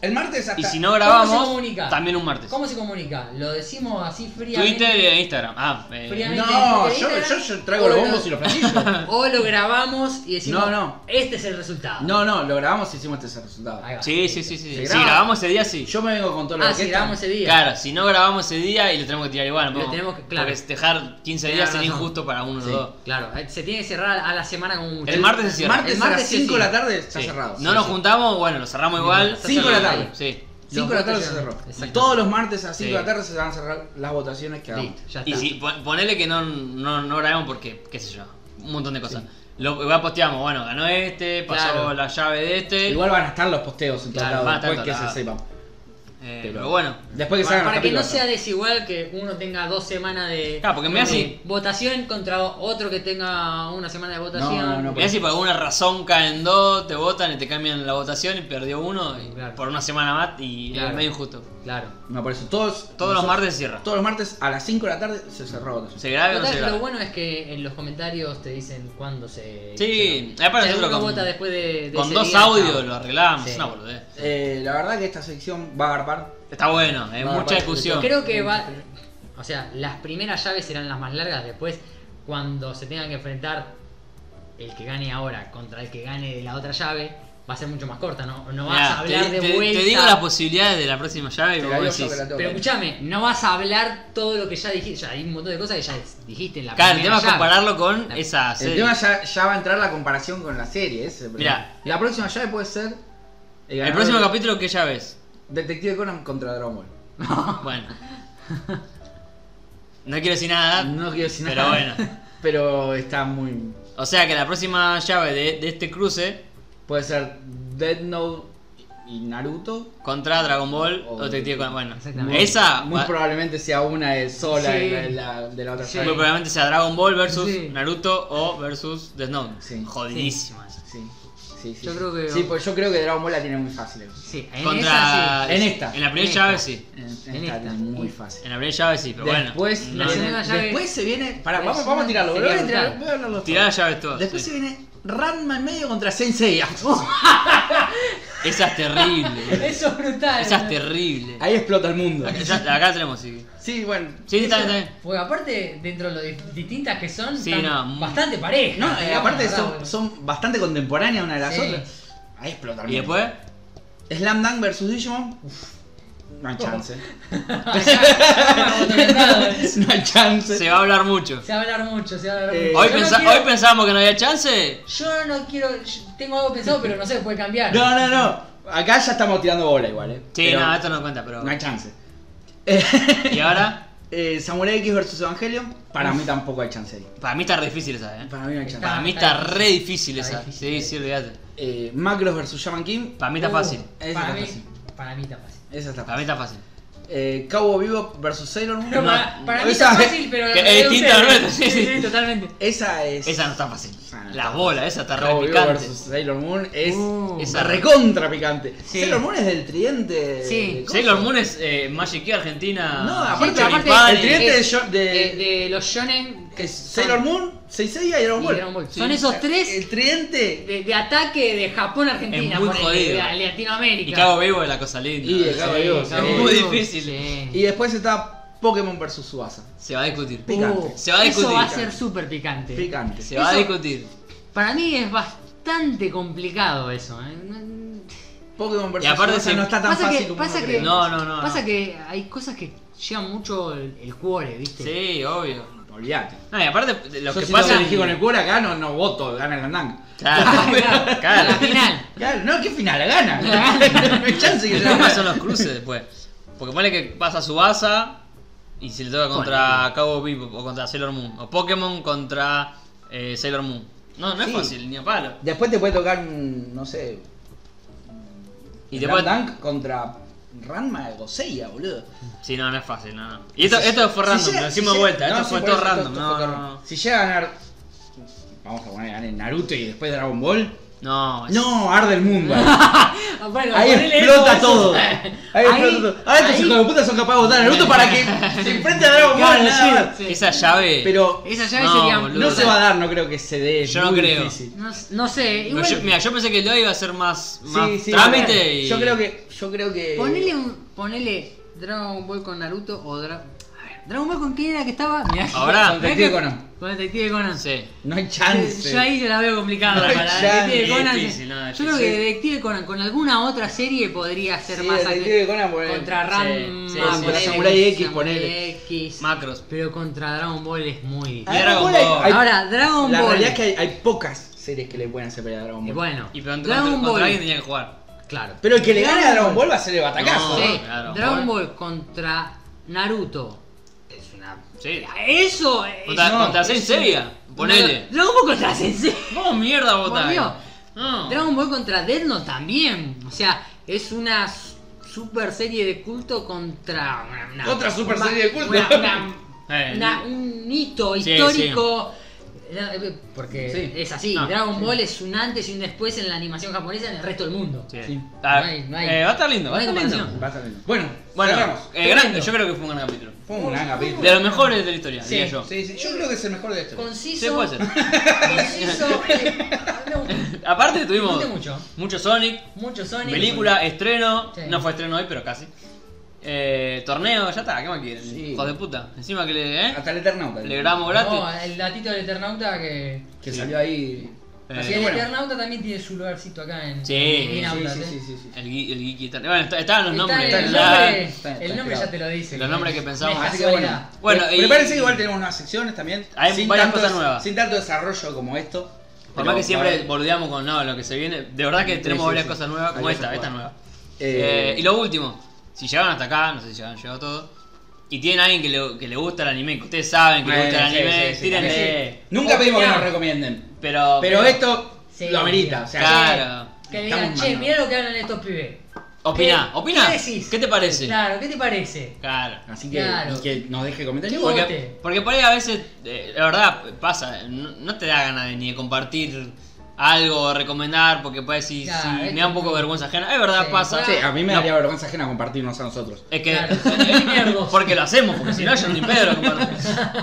A: El martes hasta.
B: y si no grabamos,
C: comunica?
B: también un martes.
C: ¿Cómo se comunica? ¿Lo decimos así fríamente?
B: Twitter e Instagram. Ah, eh,
C: Fríamente
A: No,
C: en
A: yo,
C: Instagram,
A: yo, yo traigo
C: o
A: los
C: lo-
A: bombos y los platillos.
C: O lo grabamos y decimos,
A: No, no.
C: este es el resultado.
A: No, no, lo grabamos y hicimos este resultado.
C: Ahí va.
B: sí, sí, sí, sí.
A: Se
B: Si
A: graba.
B: grabamos ese día, sí.
A: Yo me vengo con todo lo
C: Ah,
A: que
C: si grabamos ese día.
B: Claro, si no grabamos ese día y lo tenemos que tirar igual, no
C: Lo
B: podemos-
C: tenemos que- claro.
B: Porque dejar 15
C: Tenés
B: días sería
C: razón.
B: injusto para uno o
A: Sí.
B: dos.
C: Claro, eh, se tiene que cerrar a la semana como mucho.
B: El martes se cierra.
A: Martes
C: este El
A: a
C: martes
A: las 5
C: sí.
A: de la tarde está
B: Sí.
A: cerrado.
B: No nos juntamos, bueno, lo cerramos
C: Sí,
B: igual.
C: está
A: Cinco de la
C: cerrado.
A: tarde.
B: Sí.
A: 5
C: Los
A: de la tarde
C: votos
A: se
C: se
A: cerró.
C: van- exacto.
A: Todos los martes a las 5 de
B: Sí.
A: la tarde se van a cerrar las votaciones que hagamos.
C: Listo, ya
B: Y
C: está.
B: si pon- ponele que no, no, no grabemos porque, qué sé yo, un montón de cosas. Lo igual posteamos, bueno, ganó este, pasó
C: Claro.
B: la llave de este.
A: Igual van a estar los posteos en todos
B: Claro, van a
A: lados
B: estar en
A: después que se
B: todos
A: sepan.
B: eh, pero bueno.
A: Después que se
C: para
A: hagan
C: para
A: los
C: que no
A: capítulos.
C: sea desigual que uno tenga dos semanas de,
B: Claro, porque mirá
C: de
B: si-
C: votación contra otro que tenga una semana de votación.
A: No, no, no,
B: Mirá si por alguna razón caen dos, te votan y te cambian la votación y perdió uno y
C: Claro.
B: por una semana más y
C: Claro.
B: es medio injusto.
C: Claro.
A: No, por eso todos,
B: Todos los
A: nosotros-
B: martes se cierra.
A: Todos los martes a las 5 de la tarde se cerró la votación.
B: ¿Se grabe o no
C: Total,
B: se
C: lo
B: grabe?
C: bueno es que en los comentarios te dicen cuándo se.
B: Sí,
C: se-
B: es para
C: si
B: nosotros
C: alguno
B: con-
C: vota después de, de
B: Con
C: ese
B: dos
C: día,
B: audios
C: chao.
B: lo arreglamos,
C: Sí.
B: es una boludez.
A: Eh, la verdad que esta sección va a agarpar.
B: Está bueno, es
A: No,
B: mucha
A: aparte,
B: discusión.
C: Creo que va. O sea, las primeras llaves serán las más largas. Después, cuando se tengan que enfrentar el que gane ahora contra el que gane de la otra llave, va a ser mucho más corta. No, no vas
B: Mirá,
C: a hablar
B: te,
C: de
B: te- te
C: vuelta.
B: digo las posibilidades de la próxima llave y
A: Te
B: vos
A: la digo yo
B: decís.
A: que la tengo.
C: pero escúchame, no vas a hablar todo lo que ya dijiste. Ya hay un montón de cosas que ya dijiste en la
B: Claro, el tema
C: primera
B: es
C: llave.
B: compararlo con
C: La-
B: esa
A: El
B: serie.
A: tema ya, ya va a entrar la comparación con la serie. ese es el problema.
B: Mirá.
A: La próxima llave puede ser. eh,
B: El
A: ganador
B: próximo
A: de-
C: [LAUGHS]
B: capítulo, ¿qué llave es?
A: Detective Conan contra Dragon Ball.
B: Bueno, No quiero decir nada.
A: No quiero decir
B: Ah, Pero
A: nada.
B: bueno.
A: [LAUGHS] Pero está muy.
B: O sea que la próxima llave de, de este cruce
A: Puede ser Dead Note y Naruto.
B: contra Dragon Ball
A: O-
B: o Detective Conan. Bueno,
C: Exactamente.
B: esa
A: Muy
B: va-
A: probablemente sea una de sola
C: Sí.
A: y la, de la- de la otra
C: Sí.
B: muy
A: sola.
B: probablemente sea Dragon Ball versus
C: Sí.
B: Naruto o versus The Snow.
A: Sí.
B: Jodidísima esa.
A: Sí. Sí, sí,
C: Yo
A: sí.
C: creo que-
A: Sí, pues yo creo que Dragon Ball la tiene muy fácil. En,
C: Sí, en
B: Contra.
C: esa
A: sí.
C: sí. [LAUGHS]
A: En esta.
B: En la primera
C: En
B: llave
C: esta.
B: sí.
A: en esta
C: En
A: la
C: esta.
A: tiene muy fácil.
B: En la primera llave sí, pero
A: después,
B: bueno.
C: la
A: viene-
C: segunda llave-
A: después se viene. Pará,
C: la
A: vamos,
C: segunda
A: vamos a tirarlo,
C: sería
A: boludo. Voy a tirar-
C: brutal.
A: voy a hablarlo
B: Tirá
A: todo.
B: las llaves todas.
A: Después
B: sí.
A: se viene Ranma en medio contra Sensei. [LAUGHS] Oh.
B: Esa es terrible. boludo.
C: Eso es brutal.
B: Esa es
C: ¿no?
B: terrible.
A: Ahí explota el mundo.
B: Esa- acá tenemos, sí.
A: Sí, bueno.
B: Sí, sí, está bien, está bien.
C: Porque aparte, dentro de lo di- distintas que son,
B: Sí,
C: están
B: no,
C: bastante parejas.
A: No, y
C: digamos,
A: aparte
C: ¿verdad?
A: son,
C: [LAUGHS]
A: son bastante contemporáneas una de las
C: Sí.
A: otras. Ahí explota el
B: ¿Y
A: mundo.
B: después?
A: Slam Dunk versus Digimon. Uf, no hay chance. [LAUGHS]
C: ¿eh?
A: no hay chance.
B: Se va a hablar mucho.
C: Se va a hablar mucho, se va a hablar
A: Eh,
C: mucho.
B: Hoy,
C: Yo no
B: pensa-
C: quiero-
B: hoy pensábamos que no había chance.
C: Yo no quiero. yo tengo algo pensado, pero no sé, puede cambiar.
A: No, no, no. Acá ya estamos tirando bola igual, eh.
B: Sí,
A: Pero
B: nada, esto no cuenta, pero.
A: No hay chance.
B: [LAUGHS] Y ahora,
A: Eh, Samurai X versus Evangelion. Para mí tampoco hay chance ahí.
B: para mí está re difícil esa, eh.
A: Para mí no hay chance.
B: Para mí
C: está
B: está re difícil
C: Está
B: esa. Sí,
C: difícil.
B: sí, olvídate.
A: Eh, Macros versus Shaman King.
B: Para mí está
C: Uh,
B: fácil.
A: Esa
C: Para
A: está
C: mí,
A: fácil.
C: para mí está fácil.
A: Esa es la
B: Para mí
A: fácil.
B: está fácil.
A: Eh, Cowboy Vivo versus Sailor Moon.
C: Pero
B: No,
C: para, para mí
A: esa-
C: está fácil, pero.
B: que es
C: la verdad
B: distinta
C: ustedes-
B: a la nuestra, sí,
C: Sí,
B: sí.
C: sí, totalmente.
A: Esa es.
B: Esa no está fácil.
A: Esa no está
B: La
A: fácil.
B: bola, esa está re
A: Cowboy Vivo
B: picante.
A: versus Sailor Moon es.
C: Uh.
A: esa
B: Esa-
A: recontra picante.
C: Sí.
A: Sailor Moon es del tridente.
C: Sí.
A: de cosas.
B: Sailor Moon es eh, Magic Key Argentina.
A: No, aparte,
B: Choripán,
A: aparte,
B: eh,
A: el tridente de,
C: es-
A: Yo- de-
C: De, de los shonen.
A: que es
C: son-
A: Sailor Moon, 66 y Dragon
C: y
A: Ball.
C: Dragon Ball.
B: Sí.
C: Son esos tres
A: El tridente.
C: de, de ataque de Japón a Argentina.
B: Es muy
C: ponele,
B: jodido.
C: De, de Latinoamérica.
B: Y Cabo Vivo es la cosa linda.
A: Y de Cabo Vivo,
B: Es
A: Cabo
B: muy
A: Vivo.
B: difícil.
A: Y después está Pokémon vs Subasa.
B: Se va a discutir.
A: Picante.
B: Se va a
C: Uh, Eso
B: discutir.
C: va a ser súper picante.
A: Picante.
B: Se va a
C: Eso-
B: discutir.
C: Para mí es bastante complicado eso. ¿eh? No-
A: Pokémon vs
B: Y aparte
A: Subasa
B: se-
A: no está tan
C: pasa
A: fácil
C: que,
A: como
C: pasa
A: uno
C: que,
A: cree.
B: No, no, no,
C: Pasa
B: no.
C: que hay cosas que llevan mucho el, el cuore, ¿viste?
B: Sí, obvio.
A: Olvídate.
B: No, y aparte, de los
A: Yo
B: que
A: si no
B: pasan.
A: elegí con el cuero acá no, no voto, gana el Andang.
B: Claro,
C: [LAUGHS] Al
B: claro.
C: final.
A: Claro, no, qué final, gana.
B: [LAUGHS]
A: no hay chance que
B: El
A: yo
B: tema son los cruces después. Porque pone que pasa su asa y si le toca contra Cabo Vivo o contra Sailor Moon. O Pokémon contra eh, Sailor Moon. No, no es
A: Sí.
B: fácil, ni a palo.
A: Después te puede tocar, un, no sé.
B: Y
A: Y
B: después-
A: Dank contra Ranma de Goseia, boludo.
B: Sí, no, no es fácil, no, no. Y esto, esto fue random,
A: llega-
B: lo hicimos
A: si
B: vuelta,
A: llega-
B: esto
A: no,
B: fue
A: sí, por
B: todo
A: eso,
B: random.
A: esto fue
B: No,
A: todo
B: no,
A: random. Si llega a ganar. Vamos a poner ganar Naruto y después Dragon Ball.
B: no. No, es-
A: No, arde
B: [LAUGHS]
A: el mundo.
C: Ah, Bueno,
A: Ahí
C: ponele
A: explota
C: eso,
A: todo.
C: eso.
A: Ahí
B: [LAUGHS]
A: explota todo. Ah, Ahora estos
C: ahí-
A: hijos de puta son capaces de votar a Naruto para que se enfrente a Dragon
C: Claro,
A: Ball. nada más.
C: sí.
B: Esa llave.
A: Pero
C: Esa llave
B: No,
C: sería.
B: boludo.
A: no se va a dar, no creo que se dé. es
B: Yo no
A: muy
B: creo.
A: difícil.
C: No, no sé,
B: Pero
C: igual.
B: yo- mira, yo pensé que el de hoy iba a ser más, más
A: Sí, sí,
B: trámite
A: bueno,
B: y.
A: Yo creo que. Yo creo que.
C: Ponele, un, ponele Dragon Ball con Naruto o Dra A ver, ¿Dragon Ball con quién era que estaba? Mirá,
B: Ahora.
A: Con Detective Conan.
C: Con Detective Conan.
B: Sí.
A: No hay
C: Eh,
A: chance.
C: Yo ahí se la veo complicada.
A: No [LAUGHS] hay
C: para
A: chance.
C: Detective Conan.
B: Es difícil, no, es
C: yo creo que
A: difícil.
C: Detective Conan con alguna otra serie podría ser
A: Sí,
C: más
A: Detective
C: acre-
A: Conan, ponele.
C: Contra
A: Pues, Sí,
C: Ram.
B: sí,
C: ah,
B: sí.
C: ponele,
A: Samurai X,
C: Samurai
A: ponele.
C: X.
B: Macros.
C: Pero contra Dragon Ball es muy
A: A
C: difícil.
B: Dragon
A: hay-
B: Ball.
A: hay-
C: Ahora, Dragon
A: La
C: Ball.
A: realidad es que hay, hay pocas series que le pueden hacer pelear a Dragon
C: Y
A: Ball.
C: bueno,
B: Y pero contra,
C: Dragon
B: contra
C: Ball.
B: alguien tenía que jugar.
C: Claro.
A: Pero el que le gane a Dragon Ball va a ser el batacazo.
B: No.
A: ¿eh?
C: Sí,
B: Dragon
C: Dragon
B: Ball.
C: Ball contra Naruto. Es una.
B: Sí.
C: Eso es.
B: Contra,
A: no,
B: contra Saint Seiya, Ponele.
C: Dragon Ball contra Sensei.
B: Vos mierda votás.
C: Volvió.
B: No.
C: Dragon Ball contra Death Note también. O sea, es una s- super serie de culto contra. una- una-
A: Otra super
C: una-
A: serie de culto.
C: una- una-
B: [LAUGHS] Eh,
C: una- un hito
B: Sí,
C: histórico. La- eh, Porque
A: Sí.
C: es así,
B: No,
C: Dragon
A: sí.
C: Ball es un antes y un después en la animación japonesa en el resto del mundo.
B: Sí.
A: Sí.
B: Ah,
C: No hay- no hay-
B: eh, va a estar lindo,
C: no
B: va a
C: hay
B: estar lindo.
C: comparación.
A: Va a estar lindo. Bueno,
B: Bueno,
A: cerramos.
B: eh, gran- yo creo que fue un gran capítulo.
A: Fue un gran capítulo.
B: De los mejores de la historia,
A: Sí,
B: diría yo.
A: sí, sí. Yo creo que es el mejor de estos.
C: Conciso.
B: Sí, puede ser. [LAUGHS]
C: Conciso. eh, no,
B: Aparte tuvimos
C: disfruté mucho.
B: mucho Sonic,
C: Mucho Sonic.
B: película, estreno.
C: Sí.
B: No fue estreno hoy, pero casi. Eh, torneo, ya está, ¿qué más quieren?
A: Sí.
B: Hijos de puta. Encima que le, ¿eh?
A: Hasta el Eternauta.
B: le grabamos gratis.
C: No, Oh, eh. el datito del Eternauta que.
A: Que
B: Sí.
A: salió ahí.
B: Eh,
C: Así
A: que
C: el
A: bueno.
C: Eternauta también tiene su lugarcito acá en.
B: Sí.
C: en
B: Sí,
A: Sí,
C: Autas,
A: sí,
C: ¿eh?
A: sí, sí, sí.
B: El, gui- el geeky tal- Bueno, está- estaban los
C: Está
B: nombres.
C: el
B: la-
C: nombre,
A: está- está
C: el nombre
A: pegado.
C: ya te lo dice.
B: Los nombres que pensamos.
C: No es
A: Así que bueno,
C: casualidad.
B: Bueno,
A: pre-
B: y-
A: prepárense que igual tenemos unas secciones también.
B: Hay varias cosas
A: des-
B: nuevas.
A: Sin tanto desarrollo como esto.
B: Por
A: Pero
B: más que siempre
A: va-
B: bordeamos con no, lo que se viene, de verdad que
A: Sí,
B: tenemos
A: sí,
B: varias
A: sí.
B: cosas nuevas, como
A: Hay
B: esta,
A: cosas
B: esta
A: nuevas.
B: nueva.
A: Eh,
B: Eh, y lo último, si llegaron hasta acá, no sé si llegaron, llegado todo, y tienen a alguien que le, que le gusta el anime, que ustedes saben que le
A: Bueno,
B: gusta el
A: sí,
B: anime,
A: sí, sí,
B: tírenle.
A: Nunca pedimos que
C: Opinión.
A: nos recomienden.
B: Pero,
A: Pero esto
C: Sí.
A: lo amerita. O sea,
B: Claro.
C: Que digan,
A: Estamos
C: che,
A: mandando.
C: mirá lo que hablan estos pibes.
B: Opina,
C: ¿Qué-
B: opina.
C: qué decís?
B: te parece?
C: Claro, ¿qué te parece?
B: Claro.
A: Así que,
C: Claro.
A: y que nos deje comentarios.
C: Porque-
B: Porque, porque por ahí a veces, eh, la verdad, pasa, no, no te da ganas de ni de compartir algo, o recomendar, porque puede decir,
C: Claro,
B: sí,
C: es
B: me da un poco de
C: como-
B: vergüenza ajena. Es verdad,
C: Sí,
B: pasa.
A: Sí, a mí me
B: No,
A: daría vergüenza ajena compartirnos a nosotros.
B: Es que.
C: Claro,
B: [LAUGHS]
C: son mierdos.
B: porque lo hacemos, porque si no, yo ni Pedro
C: [LAUGHS]
B: comparto.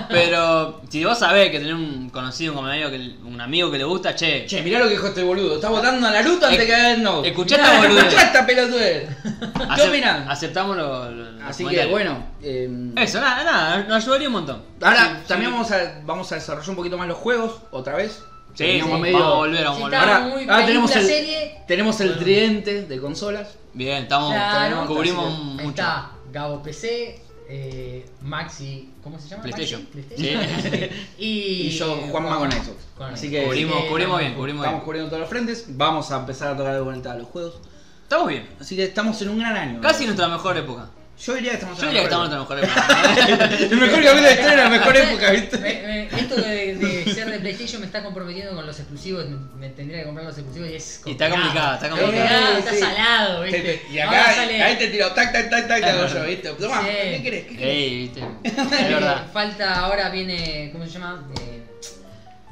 B: Pero si vos sabés que tenés un conocido, un compañero, que, un amigo que le gusta, che.
A: Che, mirá lo que dijo este boludo. Está votando a Naruto antes
B: Ec-
A: que a Death Note.
B: Eh, escuchá esta boludez.
A: Escuchá esta pelotudez. ¿Qué
B: acep-
A: opinas?
B: Aceptamos lo, lo- los
A: Así que,
B: comentarios.
A: bueno. eh,
B: Eso, nada, nada, nos ayudaría un montón.
A: Ahora
B: Sí,
A: también
B: sí.
A: vamos a, vamos a desarrollar un poquito más los juegos, otra vez.
B: Sí,
A: Teníamos
B: sí,
A: medio-
B: vamos a volver, vamos a
C: Si
B: volver.
C: está
A: Ahora-
C: muy
A: ahora tenemos
C: película,
A: el-
C: serie.
A: Tenemos el tridente de consolas.
B: Bien, estamos,
C: Claro.
B: cubrimos
A: Así
B: mucho.
C: Está Gabo PC, eh, Maxi, ¿cómo se llama?
B: PlayStation.
C: Maxi,
B: [LAUGHS]
C: PlayStation.
A: Y,
C: y,
A: yo, Juanma con eso.
C: con
A: Así
C: eso.
A: que
B: Cubrimos,
C: Sí,
B: cubrimos
C: no,
B: bien, cubrimos
A: estamos
B: bien.
A: cubriendo todos los frentes. Vamos a empezar a tocar de vuelta los juegos.
B: Estamos bien.
A: Así que estamos en un gran año.
B: Casi nuestra mejor época.
A: Yo diría que estamos
B: Yo
A: en
B: diría que estamos en
A: la
B: nuestra mejor época.
A: mejor época. [LAUGHS] El mejor camino de la historia,
B: [LAUGHS]
A: la mejor época, ¿viste?
C: Me- me- esto de, de ser de PlayStation me está comprometiendo con los exclusivos. Me, me tendría que comprar los exclusivos y es
B: Y está complicado, está
C: complicado.
A: complicado.
C: Está
A: Sí.
C: salado, ¿viste?
A: Y
C: Ahora
A: acá,
C: sale-
A: ahí te tiro tac, tac, tac, tac, te hago yo, ¿viste? Toma,
C: Sí.
A: ¿qué querés? ¿Qué querés?
B: Ey, viste. Es
C: [LAUGHS]
B: verdad.
C: Falta ahora viene, ¿cómo se llama? Eh,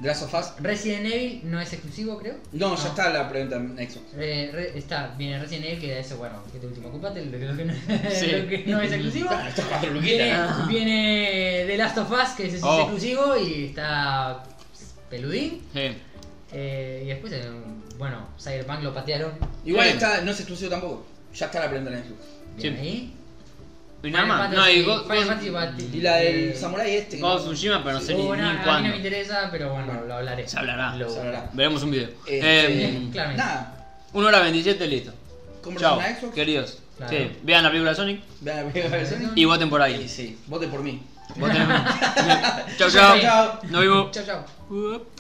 A: ¿The Last of Us?
C: Resident Evil no es exclusivo, creo.
A: No, ya está la preventa en Xbox.
C: Re- re- está, viene Resident Evil, que eso, bueno, este último combate, lo, lo que no, [LAUGHS]
B: Sí. Ah.
C: lo que no es exclusivo.
A: Ah, Estas cuatro
C: Viene,
A: luquitas.
C: viene The Last of Us, que ese sí es
B: Oh.
C: exclusivo, y está Peludín.
B: Sí.
C: Eh, y después, eh, bueno, Cyberpunk lo patearon.
A: Igual
B: Sí.
A: está, no es exclusivo tampoco. Ya está la preventa en Xbox.
C: Bien
B: Sí.
C: ahí.
B: Y nada más.
C: Final
B: No, y
C: Fantasy-
B: Go-
C: Final
B: Go-
C: Fantasy Bat-
A: Y la del
C: eh,
A: samurái este. que
B: Go
A: no-
B: Tsushima, pero no sé ni,
C: oh,
B: ni
C: nada, a mí no me
B: cuándo.
C: interesa, pero bueno, lo hablaré.
B: Se hablará.
C: Lo-
A: Se hablará.
B: Veremos un video.
A: Este,
B: Eh,
C: claramente.
A: Nada.
B: 1 hora 27, listo.
A: Compras
B: Chao,
A: una Xbox.
B: queridos.
C: Claro.
B: Sí, vean la película de Sonic
A: Vean la primera versión.
B: y voten por
A: Y
B: ahí.
A: sí, vote por mí.
B: Voten. chao, chao.
A: Chao.
B: Nos vemos.
C: Chao, chao.
B: Uop.